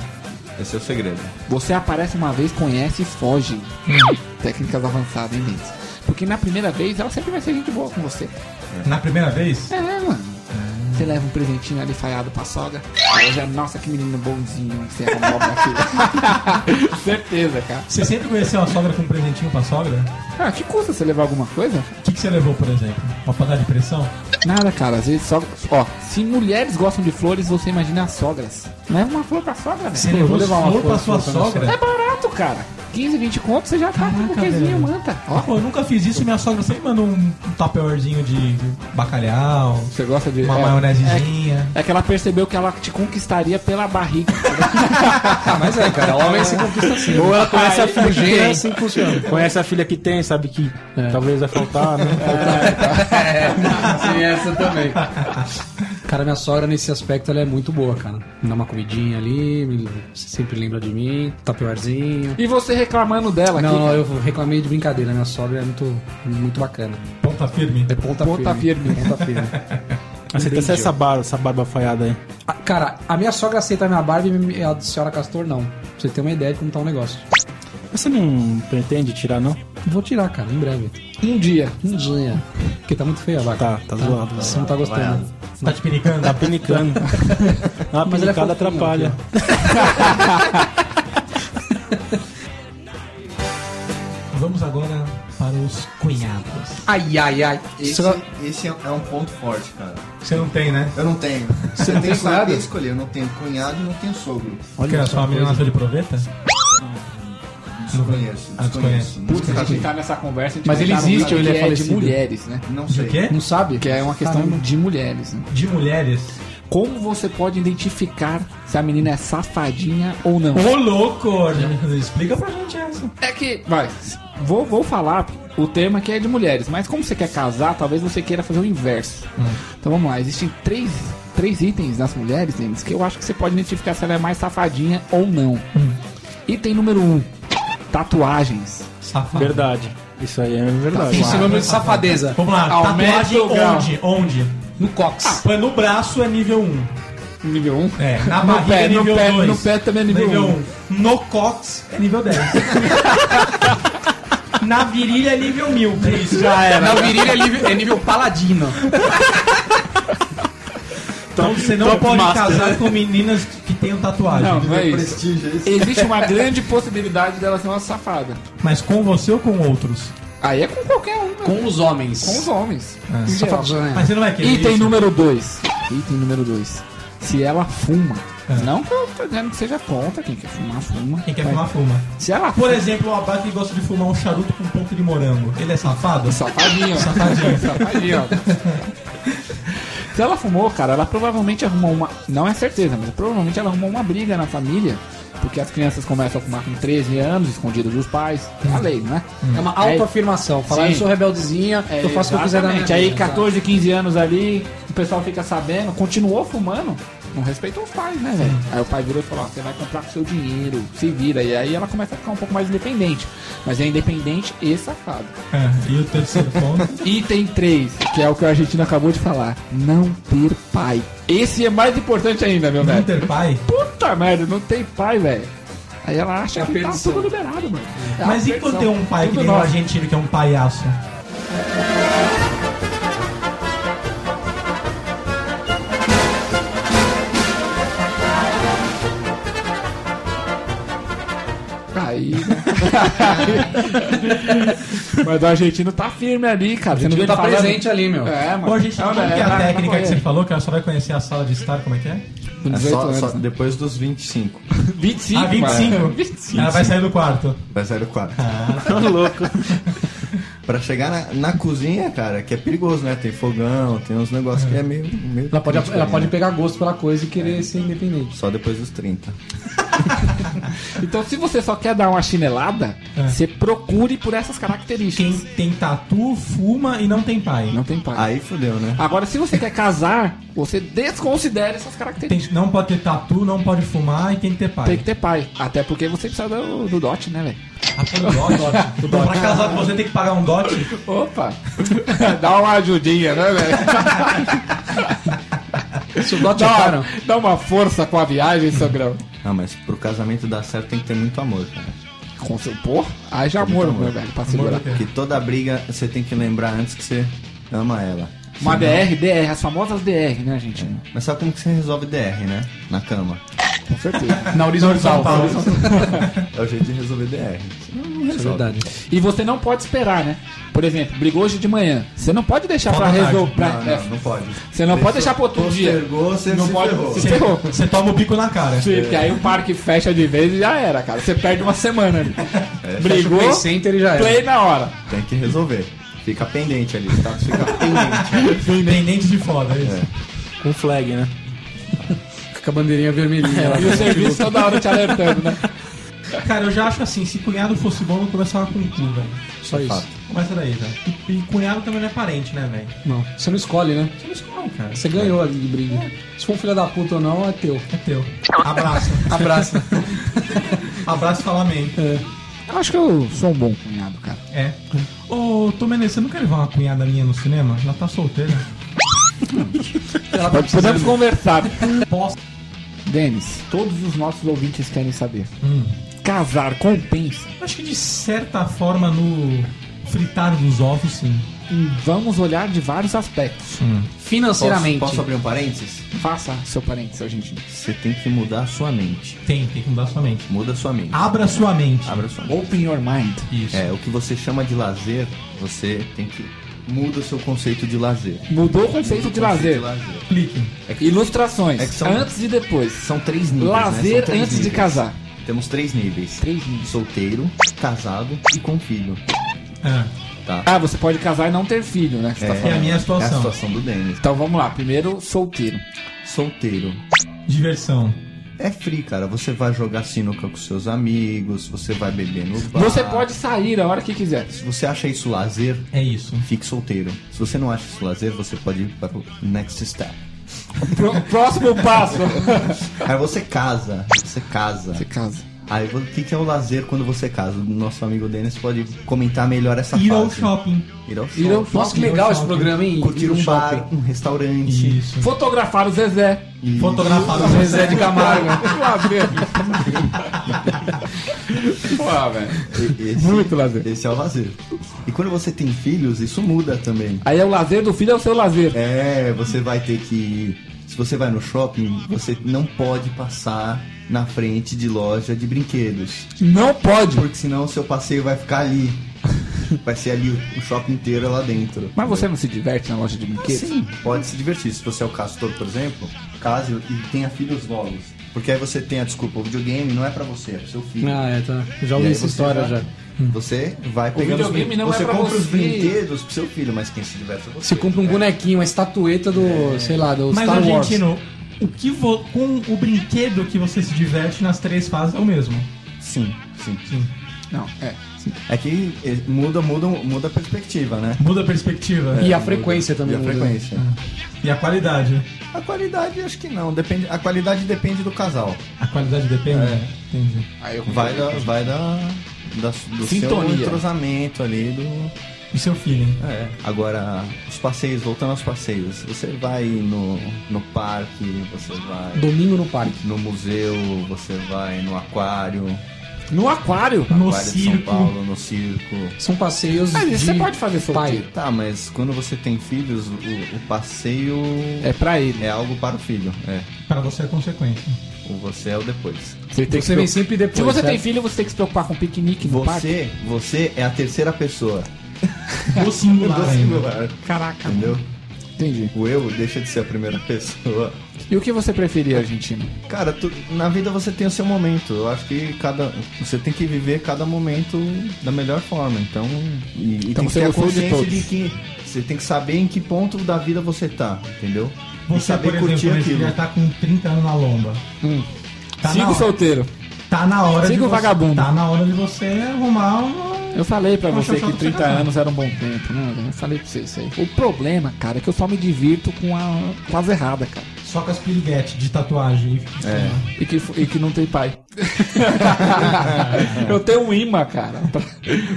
[SPEAKER 5] Esse é o segredo.
[SPEAKER 6] Você aparece uma vez, conhece e foge.
[SPEAKER 2] Hum.
[SPEAKER 6] Técnicas avançadas, hein, Mendes? Porque na primeira vez ela sempre vai ser gente boa com você.
[SPEAKER 2] na primeira vez?
[SPEAKER 6] É, mano. Você leva um presentinho ali falhado pra sogra. Ela já, nossa, que menino bonzinho que você é arrumou pra filha. Certeza, cara.
[SPEAKER 2] Você sempre conheceu a sogra com um presentinho pra sogra?
[SPEAKER 6] Ah, que custa você levar alguma coisa?
[SPEAKER 2] O que, que você levou, por exemplo? Uma panela de pressão?
[SPEAKER 6] Nada, cara. Às vezes só. Ó, se mulheres gostam de flores, você imagina as sogras. Leva uma flor pra sogra, velho.
[SPEAKER 2] Você
[SPEAKER 6] Eu
[SPEAKER 2] levou
[SPEAKER 6] vou levar uma
[SPEAKER 2] flor pra sua
[SPEAKER 6] minha
[SPEAKER 2] sogra?
[SPEAKER 6] É barato, cara. 15, 20 conto, você já tá com um buquezinho,
[SPEAKER 2] velho.
[SPEAKER 6] manta.
[SPEAKER 2] Ó, eu nunca fiz isso e minha sogra sempre mandou um tapeuzinho de bacalhau.
[SPEAKER 6] Você gosta de.
[SPEAKER 2] Uma
[SPEAKER 6] é,
[SPEAKER 2] maionesezinha.
[SPEAKER 6] É que ela percebeu que ela te conquistaria pela barriga.
[SPEAKER 7] Mas é, cara, homem se conquista É assim.
[SPEAKER 11] Ou ela conhece a
[SPEAKER 6] Aí,
[SPEAKER 11] filha que
[SPEAKER 6] gente.
[SPEAKER 11] tem, assim funciona. Conhece a filha que tem, sabe que
[SPEAKER 2] É.
[SPEAKER 11] talvez vai faltar, né?
[SPEAKER 7] É, tá. Tem essa também. Cara, minha sogra nesse aspecto ela é muito boa, cara. Me dá uma comidinha ali, me- sempre lembra de mim, tapioarzinho.
[SPEAKER 6] E você reclamando dela aqui?
[SPEAKER 7] Não, eu reclamei de brincadeira, minha sogra é muito, muito bacana.
[SPEAKER 2] Ponta firme.
[SPEAKER 7] É ponta,
[SPEAKER 6] Ponta
[SPEAKER 7] firme.
[SPEAKER 6] firme.
[SPEAKER 7] Ponta firme.
[SPEAKER 11] Aceita
[SPEAKER 7] Entendi.
[SPEAKER 11] essa barba, essa barba falhada aí.
[SPEAKER 7] Ah, Cara, a minha sogra aceita a minha barba e a da senhora Castor não. Pra você ter uma ideia de como tá o negócio.
[SPEAKER 11] Você não pretende tirar, não?
[SPEAKER 7] Vou tirar, cara, em breve.
[SPEAKER 6] Um dia.
[SPEAKER 7] Um dia. Porque tá muito feia a barba.
[SPEAKER 11] Tá, tá zoado.
[SPEAKER 7] Você não tá gostando.
[SPEAKER 2] Tá te pinicando?
[SPEAKER 11] Tá pinicando.
[SPEAKER 3] Ah,
[SPEAKER 11] Uma
[SPEAKER 7] Mas ela é
[SPEAKER 11] pinicada
[SPEAKER 7] fofinha,
[SPEAKER 11] atrapalha.
[SPEAKER 2] Vamos agora para os cunhados.
[SPEAKER 7] Ai, ai, ai.
[SPEAKER 5] Esse,
[SPEAKER 7] Só-
[SPEAKER 5] esse é um ponto forte, cara.
[SPEAKER 2] Você não tem, né?
[SPEAKER 5] Eu não tenho.
[SPEAKER 7] Você não tem
[SPEAKER 5] Eu tenho que
[SPEAKER 7] cunhado?
[SPEAKER 5] saber escolher. Eu não tenho cunhado e não tenho sogro.
[SPEAKER 2] Porque a sua família nasceu de proveta?
[SPEAKER 5] Desconheço.
[SPEAKER 2] Ah, desconheço.
[SPEAKER 5] Desconheço.
[SPEAKER 6] Putz, a
[SPEAKER 5] Nunca
[SPEAKER 6] gente
[SPEAKER 5] vi.
[SPEAKER 6] tá nessa conversa. a gente
[SPEAKER 4] Mas
[SPEAKER 6] vai
[SPEAKER 4] ele
[SPEAKER 6] dar um
[SPEAKER 4] existe
[SPEAKER 6] lado
[SPEAKER 4] ou ele
[SPEAKER 6] que
[SPEAKER 4] é
[SPEAKER 6] de
[SPEAKER 4] falecido?
[SPEAKER 6] mulheres, né?
[SPEAKER 5] Não
[SPEAKER 2] De
[SPEAKER 5] sei.
[SPEAKER 2] quê?
[SPEAKER 7] Não sabe?
[SPEAKER 6] Que é uma questão
[SPEAKER 7] Caramba.
[SPEAKER 6] de mulheres, né?
[SPEAKER 2] De mulheres?
[SPEAKER 6] Como você pode identificar se a menina é safadinha ou não?
[SPEAKER 2] Ô, louco! Explica pra gente essa.
[SPEAKER 6] É que, vai, vou, vou falar o tema que é de mulheres, mas como você quer casar, talvez você queira fazer o inverso. Então vamos lá, existem três, três itens das mulheres, Denis, que eu acho que você pode identificar se ela é mais safadinha ou não. Item número um, tatuagens.
[SPEAKER 2] Safado.
[SPEAKER 11] Verdade. Isso aí é verdade.
[SPEAKER 2] Tá
[SPEAKER 7] Isso é nome de safadeza.
[SPEAKER 2] Vamos lá,
[SPEAKER 6] Aumenta
[SPEAKER 2] tatuagem
[SPEAKER 6] o grau.
[SPEAKER 2] onde? Onde?
[SPEAKER 7] No cox.
[SPEAKER 2] Põe no braço é nível 1.
[SPEAKER 6] Nível 1. Um.
[SPEAKER 2] É, na
[SPEAKER 6] No
[SPEAKER 2] barriga
[SPEAKER 6] pé,
[SPEAKER 2] é
[SPEAKER 6] no
[SPEAKER 2] nível
[SPEAKER 6] pé,
[SPEAKER 2] 2.
[SPEAKER 6] no pé também é nível um.
[SPEAKER 2] um. No cox é nível 10. na virilha é nível 1000. Isso, já era.
[SPEAKER 4] Na virilha é nível, é nível paladino.
[SPEAKER 2] Então você não
[SPEAKER 11] Top
[SPEAKER 2] pode
[SPEAKER 11] master.
[SPEAKER 2] casar com meninas que tenham tatuagem.
[SPEAKER 6] Não, não é isso.
[SPEAKER 5] Prestígio, é isso?
[SPEAKER 6] Existe uma grande possibilidade dela ser uma safada.
[SPEAKER 2] tipo. Mas com você ou com outros?
[SPEAKER 6] Aí é com qualquer um, né?
[SPEAKER 7] Com os
[SPEAKER 6] com os
[SPEAKER 7] homens.
[SPEAKER 6] homens. em geral.
[SPEAKER 7] Safadinha.
[SPEAKER 2] Mas você não vai querer.
[SPEAKER 6] É. Item
[SPEAKER 2] isso.
[SPEAKER 6] número 2. Item número 2. Se ela fuma. Não que eu tô dizendo que seja contra, quem quer fumar, fuma.
[SPEAKER 2] É. Quem quer
[SPEAKER 6] Mas
[SPEAKER 2] fumar, fuma.
[SPEAKER 6] Se ela
[SPEAKER 2] Por
[SPEAKER 6] fuma,
[SPEAKER 2] exemplo, o Abaca que gosta de fumar um charuto com ponto de morango. Ele é safado?
[SPEAKER 6] safadinho.
[SPEAKER 2] Safadinho.
[SPEAKER 6] safadinho. Se ela fumou, cara, ela provavelmente arrumou uma. Não é certeza, mas provavelmente ela arrumou uma briga na família. Porque as crianças começam a fumar com 13 anos, escondidas dos pais. É a lei, né?
[SPEAKER 7] É uma autoafirmação. Falar,
[SPEAKER 6] Sim.
[SPEAKER 7] eu sou rebeldezinha,
[SPEAKER 6] É,
[SPEAKER 7] eu faço o que eu quiser na minha
[SPEAKER 6] exatamente. Aí,
[SPEAKER 7] vida.
[SPEAKER 6] 14, 15 anos ali, o pessoal fica sabendo, continuou fumando. Não respeitou os pais, né, velho? Aí o pai virou e falou: ó, você vai comprar com seu dinheiro, se vira. E aí ela começa a ficar um pouco mais independente. Mas é independente e safado.
[SPEAKER 2] É, e o terceiro ponto?
[SPEAKER 6] Item 3, que é o que a Argentina acabou de falar: não ter pai. Esse é mais importante ainda, meu
[SPEAKER 2] Não
[SPEAKER 6] velho.
[SPEAKER 2] ter pai?
[SPEAKER 6] Puta merda, não tem pai, velho. Aí ela acha que
[SPEAKER 4] perdição.
[SPEAKER 6] tá tudo liberado, mano. É uma
[SPEAKER 2] Mas e quando
[SPEAKER 6] perdição.
[SPEAKER 2] tem um pai que
[SPEAKER 6] Tudo
[SPEAKER 2] nem um
[SPEAKER 6] nosso.
[SPEAKER 2] argentino que é um palhaço?
[SPEAKER 6] Aí, né? Mas o argentino tá firme ali, cara. Você não vê
[SPEAKER 7] Devia
[SPEAKER 6] ele
[SPEAKER 7] tá
[SPEAKER 6] falando?
[SPEAKER 7] presente ali, meu.
[SPEAKER 6] É, mano.
[SPEAKER 2] Ô, gente,
[SPEAKER 6] Não,
[SPEAKER 2] como
[SPEAKER 6] né?
[SPEAKER 2] que é
[SPEAKER 6] Tá
[SPEAKER 2] a técnica que
[SPEAKER 6] correndo.
[SPEAKER 2] você falou, que ela só vai conhecer a sala de estar, como é que é?
[SPEAKER 6] Com
[SPEAKER 5] É
[SPEAKER 6] 18
[SPEAKER 5] só,
[SPEAKER 6] anos.
[SPEAKER 5] só
[SPEAKER 6] né?
[SPEAKER 5] depois dos 25.
[SPEAKER 6] 25,
[SPEAKER 2] ah, 25?
[SPEAKER 6] mano. É, 25.
[SPEAKER 2] Ela vai sair do quarto.
[SPEAKER 5] Vai sair do quarto.
[SPEAKER 7] Ah.
[SPEAKER 11] Tá louco.
[SPEAKER 5] Pra chegar na, na cozinha, cara, que é perigoso, né? Tem fogão, tem uns negócios que é meio. meio
[SPEAKER 7] Ela pode,
[SPEAKER 5] crítico
[SPEAKER 7] ela
[SPEAKER 5] aí,
[SPEAKER 7] pode
[SPEAKER 5] né?
[SPEAKER 7] pegar gosto pela coisa e
[SPEAKER 6] É.
[SPEAKER 7] querer ser independente.
[SPEAKER 5] Só depois dos 30.
[SPEAKER 6] Então, se você só quer dar uma chinelada,
[SPEAKER 2] É.
[SPEAKER 6] você procure por essas características.
[SPEAKER 2] Quem tem tatu, fuma e não tem pai.
[SPEAKER 6] Não tem pai.
[SPEAKER 5] Aí fodeu, né?
[SPEAKER 6] Agora, se você quer casar, você desconsidere essas características.
[SPEAKER 2] Tem- não pode ter tatu, não pode fumar e tem que ter pai.
[SPEAKER 6] Tem que ter pai. Até porque você precisa do, do dote, né, velho?
[SPEAKER 2] Ah, tem o dote? Então, pra casar com você tem que pagar um dote?
[SPEAKER 6] Opa! Dá uma ajudinha, né, velho?
[SPEAKER 7] Isso dote é
[SPEAKER 6] Dá,
[SPEAKER 7] caro.
[SPEAKER 6] uma- dá uma força com a viagem, sogrão.
[SPEAKER 5] Ah, mas pro casamento dar certo tem que ter muito amor, cara.
[SPEAKER 6] Com seu porra,
[SPEAKER 7] É.
[SPEAKER 6] haja amor, meu velho, pra segurar.
[SPEAKER 5] Que toda briga você tem que lembrar antes que você ama ela.
[SPEAKER 6] Uma DR, DR, as famosas DR, né, gente?
[SPEAKER 5] Mas sabe como que você resolve DR, né? Na cama.
[SPEAKER 6] Com certeza. Na horizontal.
[SPEAKER 5] Na é o jeito de resolver DR. Senão
[SPEAKER 6] Isso
[SPEAKER 5] não
[SPEAKER 6] é
[SPEAKER 5] resolve.
[SPEAKER 6] verdade. E você não pode esperar, né? Por exemplo, brigou hoje de manhã. Você não pode deixar pra resolver. pra-
[SPEAKER 5] Não,
[SPEAKER 6] é,
[SPEAKER 5] não, não pode.
[SPEAKER 6] Você não pode deixar pro outro dia.
[SPEAKER 5] Postergou, você
[SPEAKER 6] Não
[SPEAKER 5] se
[SPEAKER 6] pode-
[SPEAKER 5] ferrou.
[SPEAKER 6] se ferrou.
[SPEAKER 2] Você toma o bico na cara.
[SPEAKER 6] Sim, porque aí o parque fecha de vez e já era, cara. Você perde uma semana ali. Brigou,
[SPEAKER 5] fecha o Play Center e já era.
[SPEAKER 6] play na hora.
[SPEAKER 5] Tem que resolver. Fica pendente ali, tá? Fica pendente.
[SPEAKER 2] Pendente de foda, é isso.
[SPEAKER 11] Com flag, né?
[SPEAKER 7] Com a bandeirinha vermelhinha. lá.
[SPEAKER 6] É, E o serviço toda hora te alertando, né?
[SPEAKER 2] Cara, eu já acho assim, se cunhado fosse bom, eu começava com o cu, velho.
[SPEAKER 7] Só isso.
[SPEAKER 2] Começa daí, velho. E- E cunhado também não é parente, né, velho?
[SPEAKER 7] Não. Você não escolhe, né?
[SPEAKER 2] Você não escolhe, cara.
[SPEAKER 7] Você
[SPEAKER 6] É.
[SPEAKER 7] ganhou ali de briga. Se for um filho da puta ou não, é teu.
[SPEAKER 2] É teu. Abraço.
[SPEAKER 7] Abraço.
[SPEAKER 2] Abraço e fala amém.
[SPEAKER 6] Eu acho que eu sou um bom cunhado, cara.
[SPEAKER 2] É. Ô, Tom Menezes, você não quer levar uma cunhada minha no cinema? Ela tá solteira.
[SPEAKER 6] Ela tá Podemos conversar. Denis, todos os nossos ouvintes querem saber. Casar compensa?
[SPEAKER 2] Acho que de certa forma no fritar dos ovos, sim.
[SPEAKER 6] E Hum, Vamos olhar de vários aspectos. Financeiramente.
[SPEAKER 5] Posso, posso abrir um parênteses?
[SPEAKER 6] Faça seu parênteses, Argentina.
[SPEAKER 5] Você tem que mudar a sua mente.
[SPEAKER 2] Tem, tem que mudar sua mente.
[SPEAKER 5] Muda a sua mente.
[SPEAKER 6] Ah,
[SPEAKER 2] Abra sua mente.
[SPEAKER 5] Abra sua mente.
[SPEAKER 6] Open your mind.
[SPEAKER 2] Isso.
[SPEAKER 5] É, o que você chama de lazer, você tem que. Muda o seu conceito de lazer.
[SPEAKER 6] Mudou o conceito
[SPEAKER 5] Muda o
[SPEAKER 6] de lazer.
[SPEAKER 2] Clique.
[SPEAKER 6] Ilustrações.
[SPEAKER 5] É que são-
[SPEAKER 6] Antes e depois.
[SPEAKER 5] São três níveis. né? São
[SPEAKER 6] Lazer
[SPEAKER 5] três
[SPEAKER 6] antes de
[SPEAKER 5] níveis.
[SPEAKER 6] casar.
[SPEAKER 5] Temos três níveis.
[SPEAKER 6] Três níveis.
[SPEAKER 5] Solteiro, casado e com filho.
[SPEAKER 2] Ah,
[SPEAKER 5] Tá?
[SPEAKER 6] Ah, você pode casar e não ter filho, né? que você tá
[SPEAKER 2] é
[SPEAKER 6] falando.
[SPEAKER 2] a minha
[SPEAKER 5] É a
[SPEAKER 2] situação.
[SPEAKER 5] situação do Denis.
[SPEAKER 6] Então vamos lá. Primeiro, solteiro.
[SPEAKER 5] Solteiro.
[SPEAKER 2] Diversão.
[SPEAKER 5] É free, cara. Você vai jogar sinuca com seus amigos, você vai beber no bar.
[SPEAKER 6] Você pode sair a hora que quiser.
[SPEAKER 5] Se você acha isso lazer,
[SPEAKER 2] É isso.
[SPEAKER 5] fique solteiro. Se você não acha isso lazer, você pode ir para o next step.
[SPEAKER 6] Pró- próximo passo.
[SPEAKER 5] Aí você casa, você casa.
[SPEAKER 6] Você casa.
[SPEAKER 5] Aí o que, que é o lazer quando você casa? O nosso amigo Denis pode comentar melhor essa
[SPEAKER 2] Ir ao
[SPEAKER 5] fase.
[SPEAKER 2] shopping.
[SPEAKER 5] Ir ao shopping.
[SPEAKER 7] Irão, nossa, que legal esse programa, hein?
[SPEAKER 5] Curtir
[SPEAKER 7] Ir no
[SPEAKER 5] um
[SPEAKER 7] shopping.
[SPEAKER 5] bar, um restaurante.
[SPEAKER 2] Isso.
[SPEAKER 6] Fotografar o Zezé.
[SPEAKER 5] E-
[SPEAKER 2] Fotografar
[SPEAKER 6] O Zezé de Camargo. Pô, velho.
[SPEAKER 5] e- Esse,
[SPEAKER 6] Muito lazer.
[SPEAKER 5] esse é o lazer. E quando você tem filhos, isso muda também.
[SPEAKER 6] Aí é o lazer do filho, é o seu lazer.
[SPEAKER 5] É, você vai ter que. Se você vai no shopping, você não pode passar na frente de loja de brinquedos.
[SPEAKER 6] Não pode.
[SPEAKER 5] Porque senão o seu passeio vai ficar ali. Vai ser ali o shopping inteiro lá dentro.
[SPEAKER 6] Mas você não se diverte na loja de brinquedos?
[SPEAKER 5] Ah, Sim, pode se divertir. Se você é o castor, por exemplo, case e tenha filhos novos. Porque aí você tem a desculpa, o videogame não é pra você, é pro seu filho.
[SPEAKER 7] Ah, é, tá. Já
[SPEAKER 5] E
[SPEAKER 7] ouvi
[SPEAKER 5] aí
[SPEAKER 7] essa
[SPEAKER 5] você
[SPEAKER 7] história
[SPEAKER 5] vai-
[SPEAKER 7] já. Hum.
[SPEAKER 5] Você vai pegando os
[SPEAKER 6] videogame
[SPEAKER 5] brin-
[SPEAKER 6] não é
[SPEAKER 5] Você
[SPEAKER 6] pra
[SPEAKER 5] compra os
[SPEAKER 6] você.
[SPEAKER 5] brinquedos pro seu filho, mas quem se diverte é você.
[SPEAKER 7] Você compra um bonequinho, uma estatueta do, sei lá, do
[SPEAKER 2] Mas,
[SPEAKER 7] Star Wars.
[SPEAKER 2] argentino, o que vo- com o brinquedo que você se diverte nas três fases é o mesmo.
[SPEAKER 5] Sim, sim.
[SPEAKER 2] Sim.
[SPEAKER 6] Não, é.
[SPEAKER 5] É que eh, muda, muda, muda a perspectiva, né?
[SPEAKER 2] Muda a perspectiva
[SPEAKER 6] é,
[SPEAKER 7] E a frequência também. né?
[SPEAKER 5] E a
[SPEAKER 7] muda.
[SPEAKER 5] frequência.
[SPEAKER 2] e a qualidade. né?
[SPEAKER 5] A qualidade acho que não. Depende, a qualidade depende do casal.
[SPEAKER 2] A qualidade depende? né?
[SPEAKER 5] É.
[SPEAKER 2] Entendi.
[SPEAKER 6] Aí eu
[SPEAKER 5] Vai da. Vai da, da do seu
[SPEAKER 6] Sintonia.
[SPEAKER 5] entrosamento ali do.
[SPEAKER 2] O seu feeling.
[SPEAKER 5] É. Agora, os passeios, voltando aos passeios, você vai no, no parque, você vai
[SPEAKER 7] Domingo no parque.
[SPEAKER 5] no museu, você vai no aquário,
[SPEAKER 6] No aquário.
[SPEAKER 2] No
[SPEAKER 5] aquário de
[SPEAKER 2] circo.
[SPEAKER 5] São Paulo, no circo.
[SPEAKER 7] São passeios
[SPEAKER 6] Mas
[SPEAKER 7] de
[SPEAKER 6] isso você pode fazer solteiro.
[SPEAKER 7] pai.
[SPEAKER 5] Tá, mas quando você tem filhos, o, o passeio
[SPEAKER 6] É pra ele.
[SPEAKER 5] é algo para o filho. É.
[SPEAKER 2] Para você é consequência.
[SPEAKER 5] O você é o depois.
[SPEAKER 6] Você tem que é. se
[SPEAKER 7] Você vem
[SPEAKER 6] preocup-
[SPEAKER 7] sempre depois,
[SPEAKER 6] Se você
[SPEAKER 7] certo?
[SPEAKER 6] tem filho, você tem que se preocupar com piquenique no parque.
[SPEAKER 5] Você, você é a terceira pessoa.
[SPEAKER 2] Do singular
[SPEAKER 5] Do
[SPEAKER 2] ainda.
[SPEAKER 5] singular.
[SPEAKER 6] Caraca.
[SPEAKER 5] Entendeu?
[SPEAKER 6] Entendi.
[SPEAKER 5] O eu deixa de ser a primeira pessoa.
[SPEAKER 6] E o que você preferia, Argentina?
[SPEAKER 5] Cara, tu- na vida você tem o seu momento. Eu acho que cada. Você tem que viver cada momento da melhor forma. Então. E, e
[SPEAKER 6] Então
[SPEAKER 5] tem que
[SPEAKER 6] você
[SPEAKER 5] ter a
[SPEAKER 6] gostou de
[SPEAKER 5] consciência
[SPEAKER 6] todos.
[SPEAKER 5] de, que. Você tem que saber em que ponto da vida você tá, entendeu? e
[SPEAKER 2] Você,
[SPEAKER 5] saber
[SPEAKER 2] por exemplo,
[SPEAKER 5] curtir
[SPEAKER 2] né, que
[SPEAKER 5] aquilo.
[SPEAKER 2] já tá com 30 anos na lomba. Tá, na
[SPEAKER 6] Sigo
[SPEAKER 2] hora,
[SPEAKER 6] solteiro.
[SPEAKER 2] tá na hora
[SPEAKER 6] siga
[SPEAKER 2] de
[SPEAKER 6] o
[SPEAKER 2] você-
[SPEAKER 6] vagabundo.
[SPEAKER 2] Tá na hora de você arrumar um- uma...
[SPEAKER 6] Eu falei pra
[SPEAKER 2] Não,
[SPEAKER 6] você
[SPEAKER 2] Xoxota,
[SPEAKER 6] que
[SPEAKER 2] você
[SPEAKER 6] 30
[SPEAKER 2] tá
[SPEAKER 6] anos era um bom tempo, né? Eu falei pra você isso aí. O problema, cara, é que eu só me divirto com, a, com as erradas, cara.
[SPEAKER 2] Só com as piriguetes de tatuagem. É.
[SPEAKER 6] E que, e que não tem pai. eu tenho um imã, cara, pra,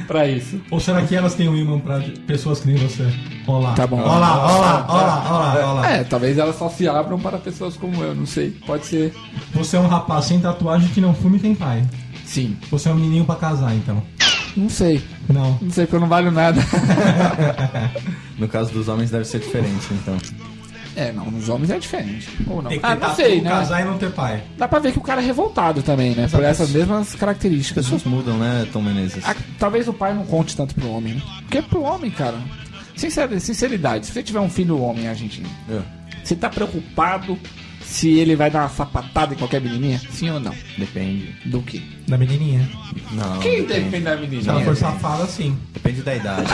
[SPEAKER 6] pra isso.
[SPEAKER 2] Ou será que elas têm um imã pra pessoas que nem você? Olá.
[SPEAKER 6] Tá bom.
[SPEAKER 2] Olá, olá, olá, olá, olá.
[SPEAKER 6] É, talvez elas só se abram para pessoas como eu, não sei. Pode ser.
[SPEAKER 2] Você é um rapaz sem tatuagem que não fuma e tem pai.
[SPEAKER 6] Sim.
[SPEAKER 2] Você é um menininho pra casar, então.
[SPEAKER 6] Não sei.
[SPEAKER 2] Não.
[SPEAKER 6] Não sei, porque eu não valho nada.
[SPEAKER 5] No caso dos homens deve ser diferente, então.
[SPEAKER 6] É, não, nos homens é diferente. Ou não.
[SPEAKER 2] Tem que
[SPEAKER 6] Ah,
[SPEAKER 2] tentar
[SPEAKER 6] não sei, né?
[SPEAKER 2] casar e não ter pai.
[SPEAKER 6] Dá pra ver que o cara é revoltado também, né? Por essas mesmas características.
[SPEAKER 5] As pessoas mudam, né, Tom Menezes?
[SPEAKER 6] Ah, talvez o pai não conte tanto pro homem. né? Porque pro homem, cara, sincero- sinceridade, se você tiver um filho homem argentino,
[SPEAKER 5] Ah.
[SPEAKER 6] você tá preocupado se ele vai dar uma sapatada em qualquer menininha? Sim ou não?
[SPEAKER 5] Depende.
[SPEAKER 6] Do que?
[SPEAKER 2] Da menininha.
[SPEAKER 5] Não.
[SPEAKER 6] Quem depende da menininha?
[SPEAKER 2] Se ela for safada, sim.
[SPEAKER 5] Depende da idade.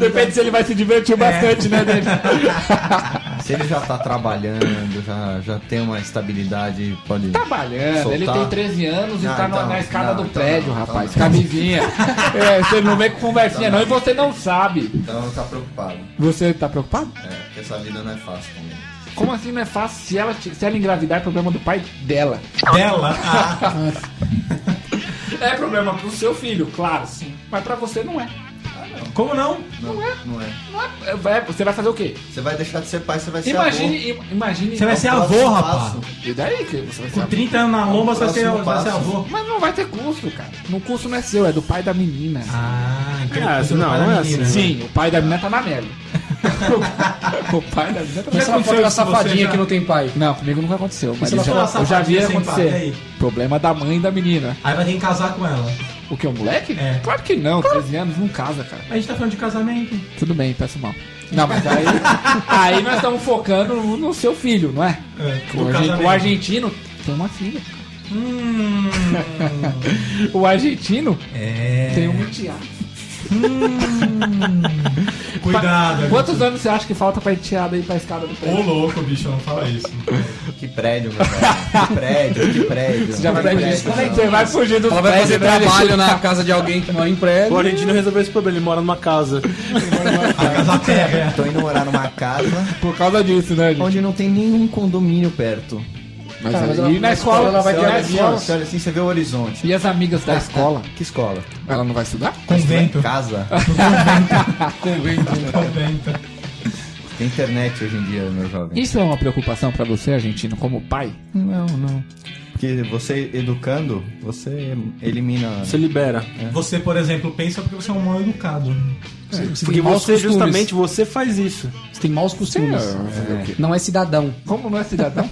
[SPEAKER 6] Depende, se ele vai se divertir
[SPEAKER 2] É.
[SPEAKER 6] bastante, né, dele?
[SPEAKER 5] Se ele já tá trabalhando, já, já tem uma estabilidade, pode.
[SPEAKER 6] Trabalhando, ele tem 13 anos e
[SPEAKER 5] Não,
[SPEAKER 6] tá na-
[SPEAKER 5] então,
[SPEAKER 6] na escada
[SPEAKER 5] não,
[SPEAKER 6] do
[SPEAKER 5] então
[SPEAKER 6] prédio,
[SPEAKER 5] não,
[SPEAKER 6] rapaz.
[SPEAKER 5] então não.
[SPEAKER 6] Camisinha. é, você não vem com conversinha, não, e você não sabe.
[SPEAKER 5] Então tá preocupado.
[SPEAKER 6] Você tá preocupado?
[SPEAKER 5] É, porque essa vida não é fácil também.
[SPEAKER 6] Como assim não é fácil? Se ela, te- se ela engravidar, é problema do pai dela.
[SPEAKER 2] Dela? Ah,
[SPEAKER 6] é problema pro seu filho, claro, sim. Mas pra você não é.
[SPEAKER 2] Como não?
[SPEAKER 5] Não, não é. Não é.
[SPEAKER 6] É, vai- Você vai fazer o quê?
[SPEAKER 5] Você vai deixar de ser pai, você vai
[SPEAKER 6] é
[SPEAKER 5] ser avô.
[SPEAKER 6] Imagine, im- imagine.
[SPEAKER 5] Você vai
[SPEAKER 6] É o
[SPEAKER 5] ser
[SPEAKER 6] próximo
[SPEAKER 5] avô,
[SPEAKER 6] passo.
[SPEAKER 5] rapaz.
[SPEAKER 6] E daí que você vai ser
[SPEAKER 2] Com
[SPEAKER 6] avô?
[SPEAKER 2] 30 anos na lomba, você vai ser,
[SPEAKER 6] Próximo
[SPEAKER 2] vai ser
[SPEAKER 6] passo.
[SPEAKER 2] avô.
[SPEAKER 6] Mas não vai ter custo, cara. No custo não é seu, é do pai da menina.
[SPEAKER 2] Ah,
[SPEAKER 3] então Ah, o custo é do não, pai da não é menina. assim.
[SPEAKER 2] né?
[SPEAKER 6] Sim, o pai da menina tá na merda. o pai da menina tá
[SPEAKER 7] Mas
[SPEAKER 6] na
[SPEAKER 7] se ela
[SPEAKER 6] merda.
[SPEAKER 7] for aquela é safadinha que não tem pai.
[SPEAKER 6] Não, comigo nunca aconteceu. Mas
[SPEAKER 7] se ela
[SPEAKER 6] eu já,
[SPEAKER 7] for uma
[SPEAKER 6] eu já vi
[SPEAKER 7] safadinha sem
[SPEAKER 6] acontecer.
[SPEAKER 7] pai, e aí?
[SPEAKER 6] Problema da mãe da menina.
[SPEAKER 2] Aí vai ter que casar com ela.
[SPEAKER 6] O que, o moleque?
[SPEAKER 7] É.
[SPEAKER 6] Claro que não, 13 anos não casa, cara.
[SPEAKER 2] A gente tá falando de casamento.
[SPEAKER 6] Tudo bem, peço mal. Não, mas aí, aí nós estamos focando no, no seu filho, não é?
[SPEAKER 2] É,
[SPEAKER 6] o,
[SPEAKER 2] no
[SPEAKER 6] argen-
[SPEAKER 2] casamento.
[SPEAKER 6] o argentino tem uma filha.
[SPEAKER 2] Hum.
[SPEAKER 6] o argentino
[SPEAKER 2] É,
[SPEAKER 7] É.
[SPEAKER 6] tem um enteado.
[SPEAKER 2] Cuidado,
[SPEAKER 6] Pa- Quantos anos você acha que falta pra enteada aí pra escada do
[SPEAKER 2] Ô
[SPEAKER 6] prédio?
[SPEAKER 2] louco, bicho, não fala isso.
[SPEAKER 5] Que prédio, meu velho. Que prédio, que prédio.
[SPEAKER 6] Você já vai
[SPEAKER 5] Que
[SPEAKER 6] fugir,
[SPEAKER 5] prédio,
[SPEAKER 6] como é que
[SPEAKER 5] não.
[SPEAKER 6] você vai fugir do
[SPEAKER 7] Ela vai fazer
[SPEAKER 6] prédio, né?
[SPEAKER 7] trabalho na casa de alguém que mora em prédio.
[SPEAKER 3] O argentino resolveu esse problema, ele mora numa casa.
[SPEAKER 2] é.
[SPEAKER 5] Tô indo morar numa casa
[SPEAKER 6] Por causa disso, né? Gente?
[SPEAKER 5] onde não tem nenhum condomínio perto.
[SPEAKER 6] Mas Cara, aí- Tá, mas ela- e na na escola, escola ela vai
[SPEAKER 5] você
[SPEAKER 6] ter
[SPEAKER 5] olha
[SPEAKER 6] na
[SPEAKER 5] assim,
[SPEAKER 6] escola.
[SPEAKER 5] ó, Você olha assim, você vê o horizonte.
[SPEAKER 6] E as amigas da escola?
[SPEAKER 5] Que escola?
[SPEAKER 6] Ela não vai estudar?
[SPEAKER 5] Convento. Casa.
[SPEAKER 6] Convento.
[SPEAKER 5] Tem internet hoje em dia, meu jovem.
[SPEAKER 6] Isso é uma preocupação pra você, argentino, como pai? Não, não.
[SPEAKER 5] Porque você educando, você elimina. né?
[SPEAKER 3] Você libera.
[SPEAKER 2] Você, por exemplo, pensa porque você é um mal educado.
[SPEAKER 3] Porque você, justamente, você faz isso.
[SPEAKER 7] Você tem maus costumes.
[SPEAKER 3] Sim, é, fazer o quê?
[SPEAKER 7] Não é cidadão.
[SPEAKER 6] Como não é cidadão?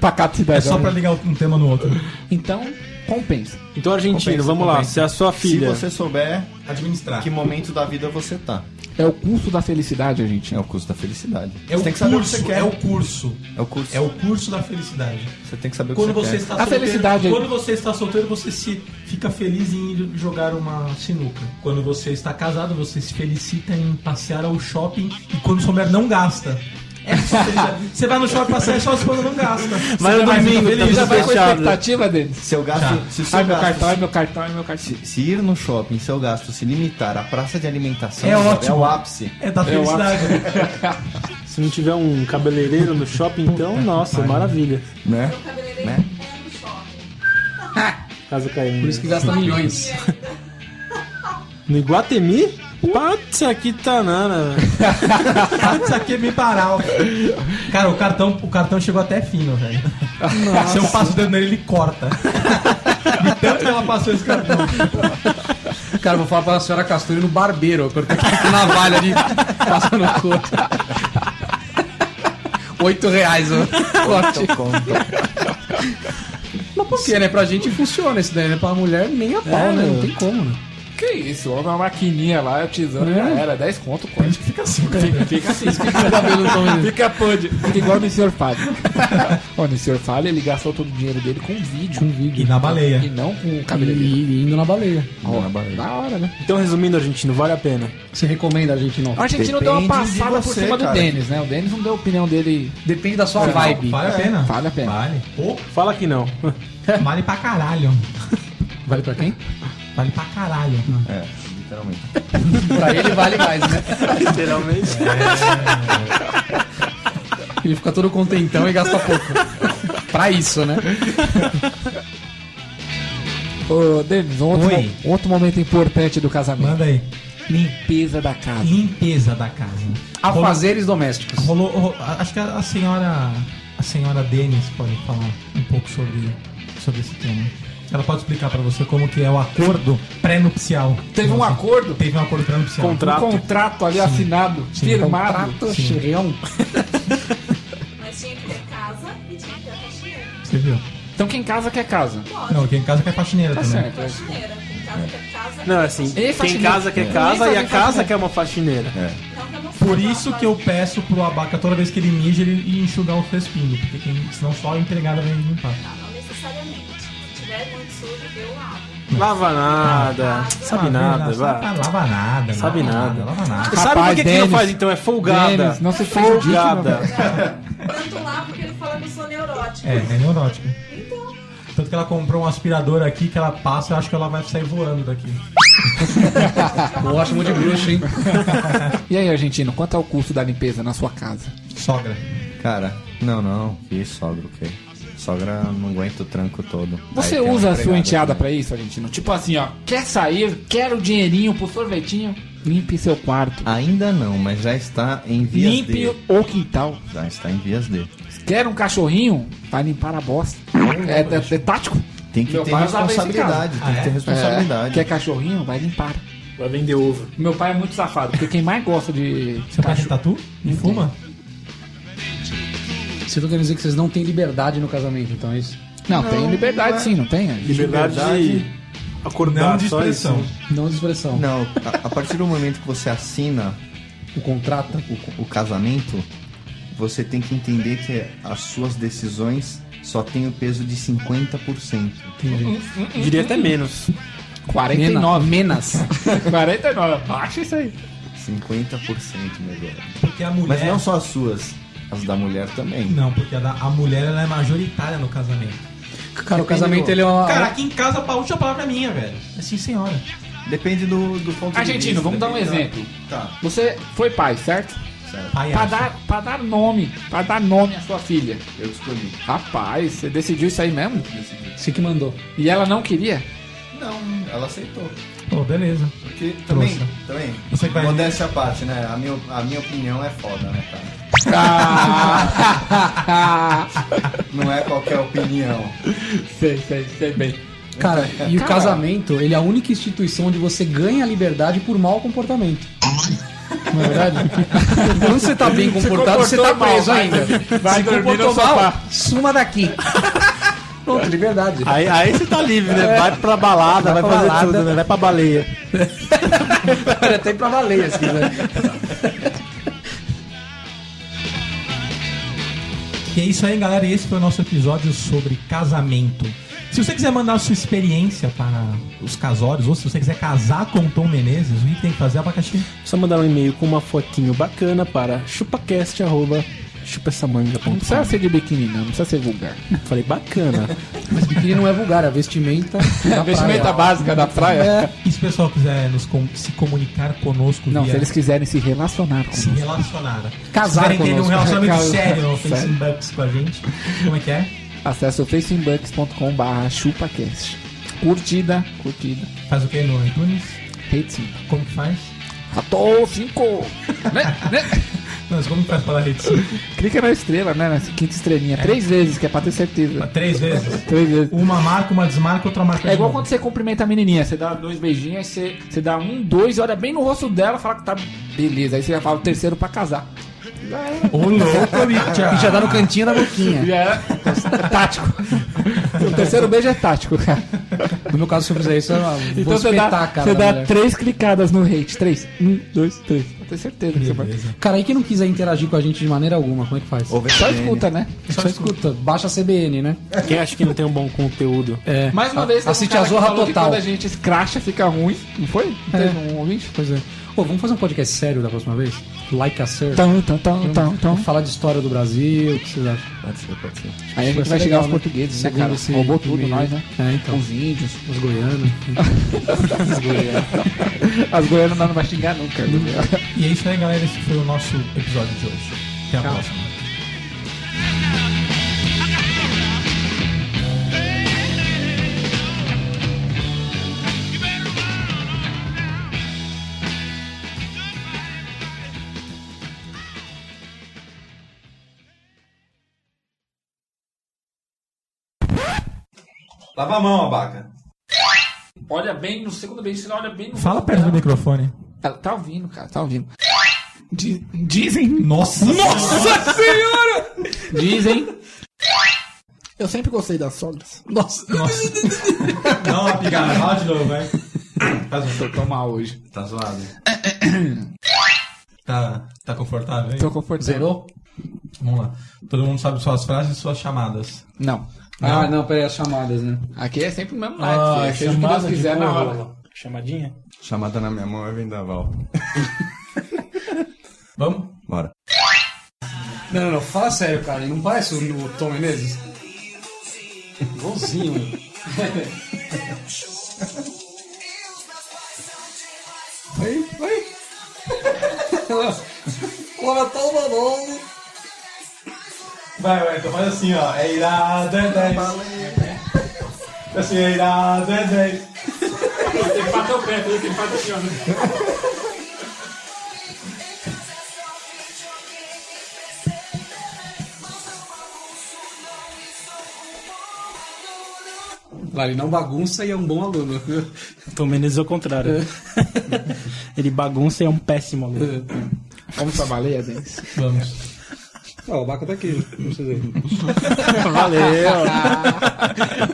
[SPEAKER 6] Pacato cidadão.
[SPEAKER 2] É só pra ligar um tema no outro.
[SPEAKER 6] Então, compensa.
[SPEAKER 3] Então, argentino,
[SPEAKER 5] Compensa,
[SPEAKER 3] vamos lá.
[SPEAKER 5] compensa.
[SPEAKER 3] Se a sua é filha.
[SPEAKER 5] Se você souber
[SPEAKER 2] Administrar.
[SPEAKER 5] que momento da vida você tá.
[SPEAKER 6] É o custo da felicidade, gente.
[SPEAKER 5] É o custo da felicidade.
[SPEAKER 2] É o
[SPEAKER 5] você tem que saber o que você
[SPEAKER 2] curso,
[SPEAKER 5] quer.
[SPEAKER 2] é o curso.
[SPEAKER 5] É o curso.
[SPEAKER 2] É o curso da felicidade.
[SPEAKER 5] Você tem que saber o que
[SPEAKER 2] Quando
[SPEAKER 5] você
[SPEAKER 2] você
[SPEAKER 5] quer.
[SPEAKER 2] está
[SPEAKER 6] A
[SPEAKER 2] solteiro,
[SPEAKER 6] felicidade é-
[SPEAKER 2] quando você está solteiro, você se fica feliz em ir jogar uma sinuca. Quando você está casado, você se felicita em passear ao shopping e quando souber não gasta. É só felicidade. você vai no shopping passear só se quando não gasta.
[SPEAKER 3] Mas
[SPEAKER 2] Você
[SPEAKER 3] no
[SPEAKER 2] vai ficar
[SPEAKER 3] domingo,
[SPEAKER 2] feliz.
[SPEAKER 3] tá
[SPEAKER 6] Já
[SPEAKER 3] tudo
[SPEAKER 6] vai com a
[SPEAKER 3] fechado.
[SPEAKER 6] expectativa dele.
[SPEAKER 5] Se eu gasto. Se o seu
[SPEAKER 6] Ai, meu
[SPEAKER 5] gasto-
[SPEAKER 6] cartão, ai, meu cartão, ai, meu cartão.
[SPEAKER 5] Se ir no shopping seu gasto se limitar à praça de alimentação,
[SPEAKER 2] É
[SPEAKER 5] sabe,
[SPEAKER 2] ótimo.
[SPEAKER 5] é o ápice.
[SPEAKER 2] É da felicidade.
[SPEAKER 3] Se não tiver um cabeleireiro no shopping, então, nossa, maravilha.
[SPEAKER 5] Né? Né?
[SPEAKER 3] Casa caindo.
[SPEAKER 7] Por isso que gasta milhões.
[SPEAKER 3] No Iguatemi? Pata que
[SPEAKER 11] tá
[SPEAKER 3] tanana.
[SPEAKER 2] Isso aqui é me parar. Cara, o cartão, o cartão chegou até fino, velho. Se eu passo o dedo nele, ele corta. De tanto que ela passou esse cartão.
[SPEAKER 7] Cara, vou falar pra senhora Castori no barbeiro. Eu cortei aquela navalha ali, passando o corpo. Oito reais né? o
[SPEAKER 3] Então
[SPEAKER 7] corte. Mas por que, né? Pra gente funciona isso daí, né? Pra mulher nem a pau,
[SPEAKER 3] É,
[SPEAKER 7] né? Não
[SPEAKER 3] meu.
[SPEAKER 7] tem como, né?
[SPEAKER 6] Que isso, homem, uma maquininha lá, o tesouro
[SPEAKER 7] É.
[SPEAKER 6] já era, 10 conto, o corte. Hum. Fica assim, Fica assim,
[SPEAKER 7] O cabelo não toma-
[SPEAKER 6] fica pude. Fica igual o Mr. Falho. Ó, o Mr. Falho, ele gastou todo o dinheiro dele com vídeo.
[SPEAKER 7] Com
[SPEAKER 2] E
[SPEAKER 7] vídeo.
[SPEAKER 2] na baleia.
[SPEAKER 6] E não com o
[SPEAKER 7] E,
[SPEAKER 6] cabeleireiro.
[SPEAKER 7] e indo na baleia.
[SPEAKER 6] Ó, da hora, né?
[SPEAKER 3] Então, resumindo, argentino, vale a pena.
[SPEAKER 7] Você recomenda a gente não?
[SPEAKER 6] O argentino deu uma
[SPEAKER 5] Depende de
[SPEAKER 6] passada por
[SPEAKER 5] você,
[SPEAKER 6] cima
[SPEAKER 5] cara.
[SPEAKER 6] do Denis, né? O Denis não deu a opinião dele.
[SPEAKER 7] Depende da sua vibe.
[SPEAKER 2] Vale a pena.
[SPEAKER 6] Vale a pena.
[SPEAKER 2] Vale. Pô,
[SPEAKER 3] Fala que não.
[SPEAKER 2] vale pra caralho.
[SPEAKER 7] Vale pra quem?
[SPEAKER 2] Vale pra caralho.
[SPEAKER 5] É, literalmente.
[SPEAKER 7] pra ele vale mais, né?
[SPEAKER 3] Literalmente.
[SPEAKER 7] Ele fica todo contentão e gasta pouco. Pra isso, né?
[SPEAKER 6] Ô, Denis, um outro,
[SPEAKER 2] Oi.
[SPEAKER 6] mo- outro momento importante do casamento.
[SPEAKER 2] Manda aí.
[SPEAKER 6] Limpeza da casa.
[SPEAKER 2] Limpeza da casa.
[SPEAKER 7] Afazeres domésticos.
[SPEAKER 2] Rolou, ro- acho que a, a senhora, a senhora Denis pode falar um pouco sobre, sobre esse tema. Ela pode explicar pra você como que é o acordo pré-nupcial.
[SPEAKER 6] Teve um acordo?
[SPEAKER 2] Teve um acordo pré-nupcial.
[SPEAKER 6] Contrato. Um contrato ali assinado, firmado.
[SPEAKER 2] Contrato,
[SPEAKER 6] Sim.
[SPEAKER 2] cheirão.
[SPEAKER 8] Mas tinha que ter casa e tinha que ter faxineira.
[SPEAKER 2] Você viu?
[SPEAKER 6] Então quem casa quer casa.
[SPEAKER 2] Não, quem em casa quer faxineira
[SPEAKER 6] Tá
[SPEAKER 2] também.
[SPEAKER 6] certo, é.
[SPEAKER 8] Faxineira. Quem casa quer casa.
[SPEAKER 11] Não, assim,
[SPEAKER 2] E
[SPEAKER 11] tem
[SPEAKER 2] faxineira.
[SPEAKER 11] casa que é
[SPEAKER 2] É.
[SPEAKER 11] casa
[SPEAKER 2] E
[SPEAKER 11] e a
[SPEAKER 2] fazer
[SPEAKER 11] casa
[SPEAKER 2] faxineira.
[SPEAKER 11] que é uma faxineira.
[SPEAKER 8] Então,
[SPEAKER 2] Por isso que eu peço pro Abaca toda vez que ele mija ele ir enxugar o crespinho, porque quem, senão só a empregada vai limpar.
[SPEAKER 8] Não necessariamente. Se tiver muito sujo, eu lavo.
[SPEAKER 5] É.
[SPEAKER 11] Lava nada. Sabe
[SPEAKER 2] Ah,
[SPEAKER 11] nada,
[SPEAKER 2] verdade,
[SPEAKER 11] vai.
[SPEAKER 2] Lava nada,
[SPEAKER 11] Sabe
[SPEAKER 2] lava
[SPEAKER 11] nada.
[SPEAKER 2] lava nada.
[SPEAKER 11] Sabe por
[SPEAKER 2] Rapaz,
[SPEAKER 11] que, que não
[SPEAKER 2] Denis,
[SPEAKER 11] faz então? É folgada.
[SPEAKER 2] Denis, não se
[SPEAKER 11] folgada.
[SPEAKER 8] Tanto lá porque ele fala que eu sou neurótico.
[SPEAKER 2] É, é neurótico. Tanto que ela comprou um aspirador aqui que ela passa, eu acho que ela vai sair voando daqui.
[SPEAKER 6] Ótimo de bruxa, hein? e aí, argentino, quanto é o custo da limpeza na sua casa?
[SPEAKER 2] Sogra.
[SPEAKER 5] Cara, não, não. E sogra o quê? Sogra não aguenta o tranco todo.
[SPEAKER 6] Você
[SPEAKER 5] Aí tem um uma
[SPEAKER 6] usa a sua
[SPEAKER 5] empregada
[SPEAKER 6] enteada pra isso, argentino? Tipo assim, ó, quer sair, quer o dinheirinho pro sorvetinho, limpe seu quarto.
[SPEAKER 5] Ainda não, mas já está em vias
[SPEAKER 6] Limpe
[SPEAKER 5] de.
[SPEAKER 6] o quintal.
[SPEAKER 5] Já está em vias de.
[SPEAKER 6] Quer um cachorrinho? Vai limpar a bosta. É, é- é tático.
[SPEAKER 5] Tem que ter
[SPEAKER 6] pai usava isso em
[SPEAKER 5] responsabilidade,
[SPEAKER 6] casa. Ah, é?
[SPEAKER 5] tem que ter responsabilidade.
[SPEAKER 6] Quer cachorrinho? Vai limpar.
[SPEAKER 11] Vai vender ovo.
[SPEAKER 6] Meu pai é muito safado, porque quem mais gosta de.
[SPEAKER 2] Seu
[SPEAKER 11] Tá
[SPEAKER 2] pai tem tá tatu? E fuma?
[SPEAKER 7] Você tá querendo dizer que vocês não têm liberdade no casamento, então é isso?
[SPEAKER 6] Não, tem liberdade
[SPEAKER 7] não é.
[SPEAKER 6] sim, não tem?
[SPEAKER 11] Liberdade de acordar
[SPEAKER 5] Não de
[SPEAKER 11] só isso.
[SPEAKER 5] expressão.
[SPEAKER 7] Não de expressão.
[SPEAKER 5] Não, a, a partir do momento que você assina
[SPEAKER 7] o contrato,
[SPEAKER 5] o, casamento, você tem que entender que as suas decisões só têm o peso de 50%.
[SPEAKER 7] Hum,
[SPEAKER 11] Diria até menos.
[SPEAKER 6] 49. Menas. 49. Baixa isso aí.
[SPEAKER 5] 50% melhor.
[SPEAKER 2] Porque a mulher.
[SPEAKER 5] Mas não só as suas, as da mulher também.
[SPEAKER 2] Não, porque a, da- a mulher ela é majoritária no casamento.
[SPEAKER 7] Cara, o casamento ele é
[SPEAKER 11] Ah,
[SPEAKER 7] uma.
[SPEAKER 2] Cara, aqui em casa a última palavra é minha, velho. É sim, senhora.
[SPEAKER 5] Depende do, do ponto
[SPEAKER 6] Argentino, vamos dar um exemplo. Você foi pai, certo?
[SPEAKER 5] Tá, Certo.
[SPEAKER 2] Pai
[SPEAKER 6] Pra
[SPEAKER 2] acha.
[SPEAKER 6] dar, pra dar nome, pra dar nome à sua filha.
[SPEAKER 5] Eu escolhi.
[SPEAKER 6] Rapaz, você decidiu isso aí mesmo?
[SPEAKER 7] Você que mandou.
[SPEAKER 6] E ela não queria?
[SPEAKER 5] Não, ela aceitou.
[SPEAKER 2] Pô, beleza.
[SPEAKER 5] Porque também,
[SPEAKER 2] Trouxa.
[SPEAKER 5] também.
[SPEAKER 2] Você que vai-
[SPEAKER 5] Modéstia à parte, né? A minha, a minha opinião é foda, né, cara? Não é qualquer opinião.
[SPEAKER 6] Sei, sei, sei bem.
[SPEAKER 7] Cara, e o
[SPEAKER 6] Cara.
[SPEAKER 7] casamento, ele é a única instituição onde você ganha liberdade por mau comportamento. Não é verdade? Quando você tá bem
[SPEAKER 6] Se
[SPEAKER 7] comportado, você tá
[SPEAKER 6] comportou mal,
[SPEAKER 7] preso
[SPEAKER 6] vai
[SPEAKER 7] ainda.
[SPEAKER 6] dormir- vai
[SPEAKER 7] Se
[SPEAKER 6] dormir
[SPEAKER 7] comportou
[SPEAKER 6] no sofá.
[SPEAKER 7] mal, suma daqui. Pronto, liberdade.
[SPEAKER 11] Aí, aí você tá livre,
[SPEAKER 2] É.
[SPEAKER 11] né? Vai pra balada, vai,
[SPEAKER 7] Vai pra
[SPEAKER 11] fazer
[SPEAKER 7] balada.
[SPEAKER 11] tudo, né? Vai pra baleia.
[SPEAKER 7] Pode até ir pra assim, né? baleia, se quiser.
[SPEAKER 2] E é isso aí, galera. E Esse foi o nosso episódio sobre casamento. Se você quiser mandar a sua experiência para os casórios, ou se você quiser casar com o Tom Menezes, o que tem que fazer? é Abacaxi.
[SPEAKER 11] Só mandar um e-mail com uma fotinho bacana para chupacast, arroba, chupaessamanga.com.
[SPEAKER 6] Não precisa ser de biquíni, não. Não precisa ser vulgar.
[SPEAKER 11] Falei bacana.
[SPEAKER 7] Mas biquíni não é vulgar, é vestimenta. Da
[SPEAKER 6] Vestimenta
[SPEAKER 7] praia.
[SPEAKER 6] básica da praia. É.
[SPEAKER 2] E se o pessoal quiser nos com- se comunicar conosco,
[SPEAKER 6] Não,
[SPEAKER 2] via-
[SPEAKER 6] se eles quiserem se relacionar com
[SPEAKER 2] se relacionar.
[SPEAKER 6] Casar
[SPEAKER 2] Se quiserem ter um
[SPEAKER 6] conosco. né?
[SPEAKER 2] relacionamento
[SPEAKER 6] Casar.
[SPEAKER 2] sério no
[SPEAKER 6] Sério.
[SPEAKER 2] Facebook com a gente, como é que é?
[SPEAKER 6] Acesse o facebook.com.br chupacast. Curtida, curtida.
[SPEAKER 2] Faz o que no iTunes?
[SPEAKER 6] Rate 5.
[SPEAKER 2] Como que faz?
[SPEAKER 6] Ratou 5. Né,
[SPEAKER 2] Não, mas como que faz pela rede social?
[SPEAKER 6] Clica na estrela, né? Na quinta estrelinha. Três vezes, que é pra ter certeza.
[SPEAKER 2] Três vezes.
[SPEAKER 6] Três vezes.
[SPEAKER 2] Uma marca, uma desmarca, outra marca
[SPEAKER 6] É
[SPEAKER 2] de
[SPEAKER 6] igual
[SPEAKER 2] novo.
[SPEAKER 6] quando você cumprimenta a menininha. Você dá dois beijinhos, aí você, você dá um, dois, olha bem no rosto dela, fala que tá beleza. Aí você já fala o terceiro pra casar.
[SPEAKER 2] Ô, louco, Richard.
[SPEAKER 7] E já dá no cantinho da boquinha.
[SPEAKER 6] Já é. era tático. o terceiro beijo é tático, cara.
[SPEAKER 7] No meu caso, se eu fizer isso, eu ah, vou
[SPEAKER 6] Então você
[SPEAKER 7] espetar
[SPEAKER 6] dá,
[SPEAKER 7] a cara
[SPEAKER 6] você
[SPEAKER 7] da
[SPEAKER 6] dá
[SPEAKER 7] mulher.
[SPEAKER 6] três clicadas no hate. Três. Um, dois, três. Pra ter certeza que você vai.
[SPEAKER 7] Cara, e quem não quiser interagir com a gente de maneira alguma, como é que faz?
[SPEAKER 6] Só escuta, né?
[SPEAKER 7] Só escuta. Baixa a CBN, né?
[SPEAKER 11] Quem acha que não tem um bom conteúdo?
[SPEAKER 7] É.
[SPEAKER 6] Mais uma vez, teve
[SPEAKER 7] assiste
[SPEAKER 6] cara
[SPEAKER 7] a
[SPEAKER 6] que
[SPEAKER 7] Zorra
[SPEAKER 6] falou que
[SPEAKER 7] Total.
[SPEAKER 6] Quando a gente escracha, fica ruim. Não foi? Não
[SPEAKER 7] É.
[SPEAKER 6] teve um ouvinte?
[SPEAKER 7] Pois é. Ô, vamos fazer um podcast sério da próxima vez? Like a Sir.
[SPEAKER 6] Então, então, então, então, então.
[SPEAKER 7] Falar de história do Brasil, o que vocês acham?
[SPEAKER 5] Pode ser, pode ser.
[SPEAKER 6] Aí a gente vai chegar aos portugueses, né, cara? Roubou tudo, nós, né?
[SPEAKER 7] É, então.
[SPEAKER 6] Os índios.
[SPEAKER 7] Os goianos. Os goianos.
[SPEAKER 6] As goianas não vai xingar nunca.
[SPEAKER 2] E é isso aí, galera. Esse foi o nosso episódio de hoje. Até a próxima. Lava a mão, abaca.
[SPEAKER 6] Olha bem no segundo beijo, você olha bem no.
[SPEAKER 2] Fala perto do microfone.
[SPEAKER 6] Ela tá ouvindo, cara, tá ouvindo. Di- Dizem.
[SPEAKER 2] Nossa
[SPEAKER 6] Nossa senhora! Dizem. Eu sempre gostei das solas. Nossa.
[SPEAKER 2] Dá uma picada, fala de novo, vai.
[SPEAKER 6] Faz um tô, tô mal hoje.
[SPEAKER 2] Tá zoado. Tá, tá confortável, hein?
[SPEAKER 6] Tô confortável.
[SPEAKER 2] Zerou? Vamos lá. Todo mundo sabe suas frases e suas chamadas.
[SPEAKER 6] Não.
[SPEAKER 13] Ah, não, peraí, as chamadas, né?
[SPEAKER 6] Aqui é sempre o mesmo
[SPEAKER 3] Ah,
[SPEAKER 6] like. Ah, seja o que Deus
[SPEAKER 3] chamada de
[SPEAKER 6] quiser na
[SPEAKER 3] boa.
[SPEAKER 6] hora.
[SPEAKER 3] Chamadinha?
[SPEAKER 5] Chamada na minha mão é vendaval.
[SPEAKER 2] Vamos?
[SPEAKER 5] Bora.
[SPEAKER 7] Não, não, não, fala sério, cara. Não parece o o Tom Menezes? Igualzinho, mano. Aí, aí. Ora, tá uma nova.
[SPEAKER 2] Vai, vai, então faz assim, ó. É irado, é 10.
[SPEAKER 7] Tá
[SPEAKER 2] Assim, é irado, é 10.
[SPEAKER 6] Tem que bater o pé, tem que bater o pé.
[SPEAKER 7] Lá, ele não bagunça e é um bom aluno.
[SPEAKER 3] Tom Menezes é o contrário. Ele bagunça e é um péssimo aluno.
[SPEAKER 6] Vamos pra baleia, Denis?
[SPEAKER 2] Vamos.
[SPEAKER 7] Ó, o Baca tá aqui, não precisa ir.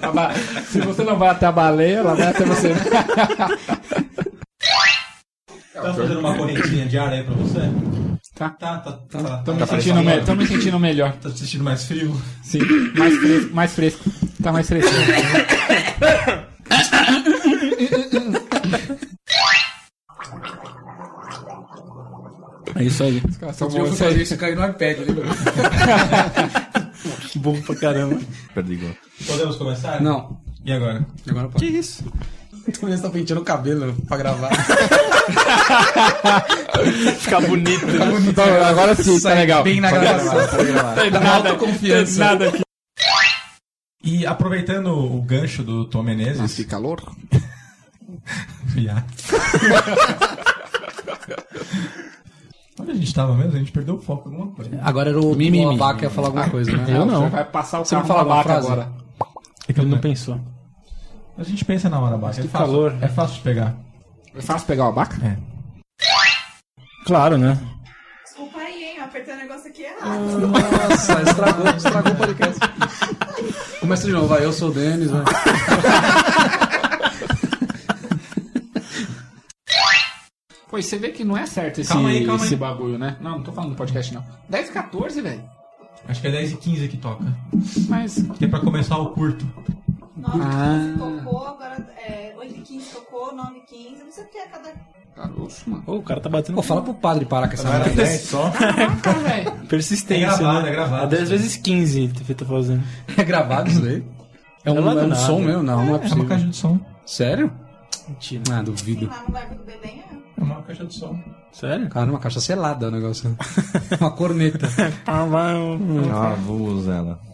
[SPEAKER 6] Tá Se você não vai até a baleia, ela vai até você.
[SPEAKER 2] Tá fazendo uma correntinha de ar aí pra você?
[SPEAKER 6] Tá.
[SPEAKER 2] Tá, tá, tá. Tá,
[SPEAKER 6] Tô me, sentindo me, tô me sentindo melhor.
[SPEAKER 2] Tá se sentindo mais frio?
[SPEAKER 6] Sim, mais fresco. Mais fresco. Tá mais fresco.
[SPEAKER 3] É isso aí.
[SPEAKER 6] Os caras são
[SPEAKER 7] Se eu
[SPEAKER 6] bons.
[SPEAKER 7] for fazer isso, eu caí no iPad, né? lembra?
[SPEAKER 3] Burro pra caramba.
[SPEAKER 5] Perdigou.
[SPEAKER 2] Podemos começar?
[SPEAKER 7] Não.
[SPEAKER 2] E agora?
[SPEAKER 7] Agora pode. Que isso? O Tom Menezes tá penteando o cabelo pra gravar.
[SPEAKER 3] Ficar bonito.
[SPEAKER 7] Ficar bonito.
[SPEAKER 6] Então, agora sim, tá
[SPEAKER 7] Sai
[SPEAKER 6] legal.
[SPEAKER 7] Bem na
[SPEAKER 6] Pode
[SPEAKER 7] gravação.
[SPEAKER 6] gravar, pode gravar. Tem
[SPEAKER 7] Dá uma
[SPEAKER 6] nada-
[SPEAKER 7] Tá autoconfiança.
[SPEAKER 6] tem nada aqui.
[SPEAKER 2] E aproveitando o gancho do Tom Menezes. Nossa,
[SPEAKER 6] que calor.
[SPEAKER 2] Viado. Onde a gente tava mesmo? A gente perdeu o foco em alguma coisa.
[SPEAKER 13] Agora era o, o Abaca ia falar alguma coisa, né?
[SPEAKER 6] Eu não.
[SPEAKER 13] Você
[SPEAKER 6] Vai passar o
[SPEAKER 13] Você não
[SPEAKER 6] carro
[SPEAKER 13] fala
[SPEAKER 6] na
[SPEAKER 13] uma
[SPEAKER 6] vaca
[SPEAKER 13] frase?
[SPEAKER 6] agora.
[SPEAKER 11] É
[SPEAKER 3] Ele não pensou.
[SPEAKER 2] A gente pensa na hora, Baca. É
[SPEAKER 3] Que
[SPEAKER 2] fácil,
[SPEAKER 3] calor.
[SPEAKER 2] é fácil de pegar.
[SPEAKER 6] É fácil pegar o abaca?
[SPEAKER 2] É.
[SPEAKER 3] Claro, né?
[SPEAKER 8] Desculpa aí, hein? Eu apertei o negócio aqui
[SPEAKER 2] Ah.
[SPEAKER 8] errado.
[SPEAKER 7] Nossa, estragou, estragou o podcast. Começa de novo, vai. Eu sou o Denis,
[SPEAKER 13] né?
[SPEAKER 7] vai.
[SPEAKER 6] Pô, e você vê que não é certo esse,
[SPEAKER 2] Calma aí, calma aí.
[SPEAKER 6] esse bagulho, né? Não, não tô falando do podcast, não. 10 e 14, velho.
[SPEAKER 2] Acho que é 10 e 15 que toca.
[SPEAKER 6] Mas.
[SPEAKER 2] Que é pra começar o curto.
[SPEAKER 8] Nove
[SPEAKER 6] Ah.
[SPEAKER 8] 15 tocou, agora é, 8 e 15 tocou, 9 e 15. Não sei o que é cada.
[SPEAKER 6] Caroço, mano.
[SPEAKER 3] Ô, o cara tá batendo.
[SPEAKER 13] Pô, fala pro padre parar com essa merda.
[SPEAKER 2] só.
[SPEAKER 8] Caraca, velho.
[SPEAKER 3] Persistência.
[SPEAKER 2] É gravado,
[SPEAKER 3] né?
[SPEAKER 2] é gravado.
[SPEAKER 3] 10 vezes 15 que eu tô fazendo.
[SPEAKER 7] É gravado isso daí? É um,
[SPEAKER 3] Ela
[SPEAKER 7] é
[SPEAKER 3] do
[SPEAKER 7] um
[SPEAKER 3] nada.
[SPEAKER 7] som mesmo? Não, não é
[SPEAKER 2] É uma
[SPEAKER 7] possível.
[SPEAKER 2] caixa de som.
[SPEAKER 7] Sério?
[SPEAKER 3] Mentira.
[SPEAKER 7] Ah, duvido.
[SPEAKER 8] Lá no barco do Belém é.
[SPEAKER 2] É uma caixa de som.
[SPEAKER 3] Sério?
[SPEAKER 13] Cara, uma caixa selada o negócio. Uma corneta.
[SPEAKER 3] Ah, vai.
[SPEAKER 5] Ah, vou usar ela.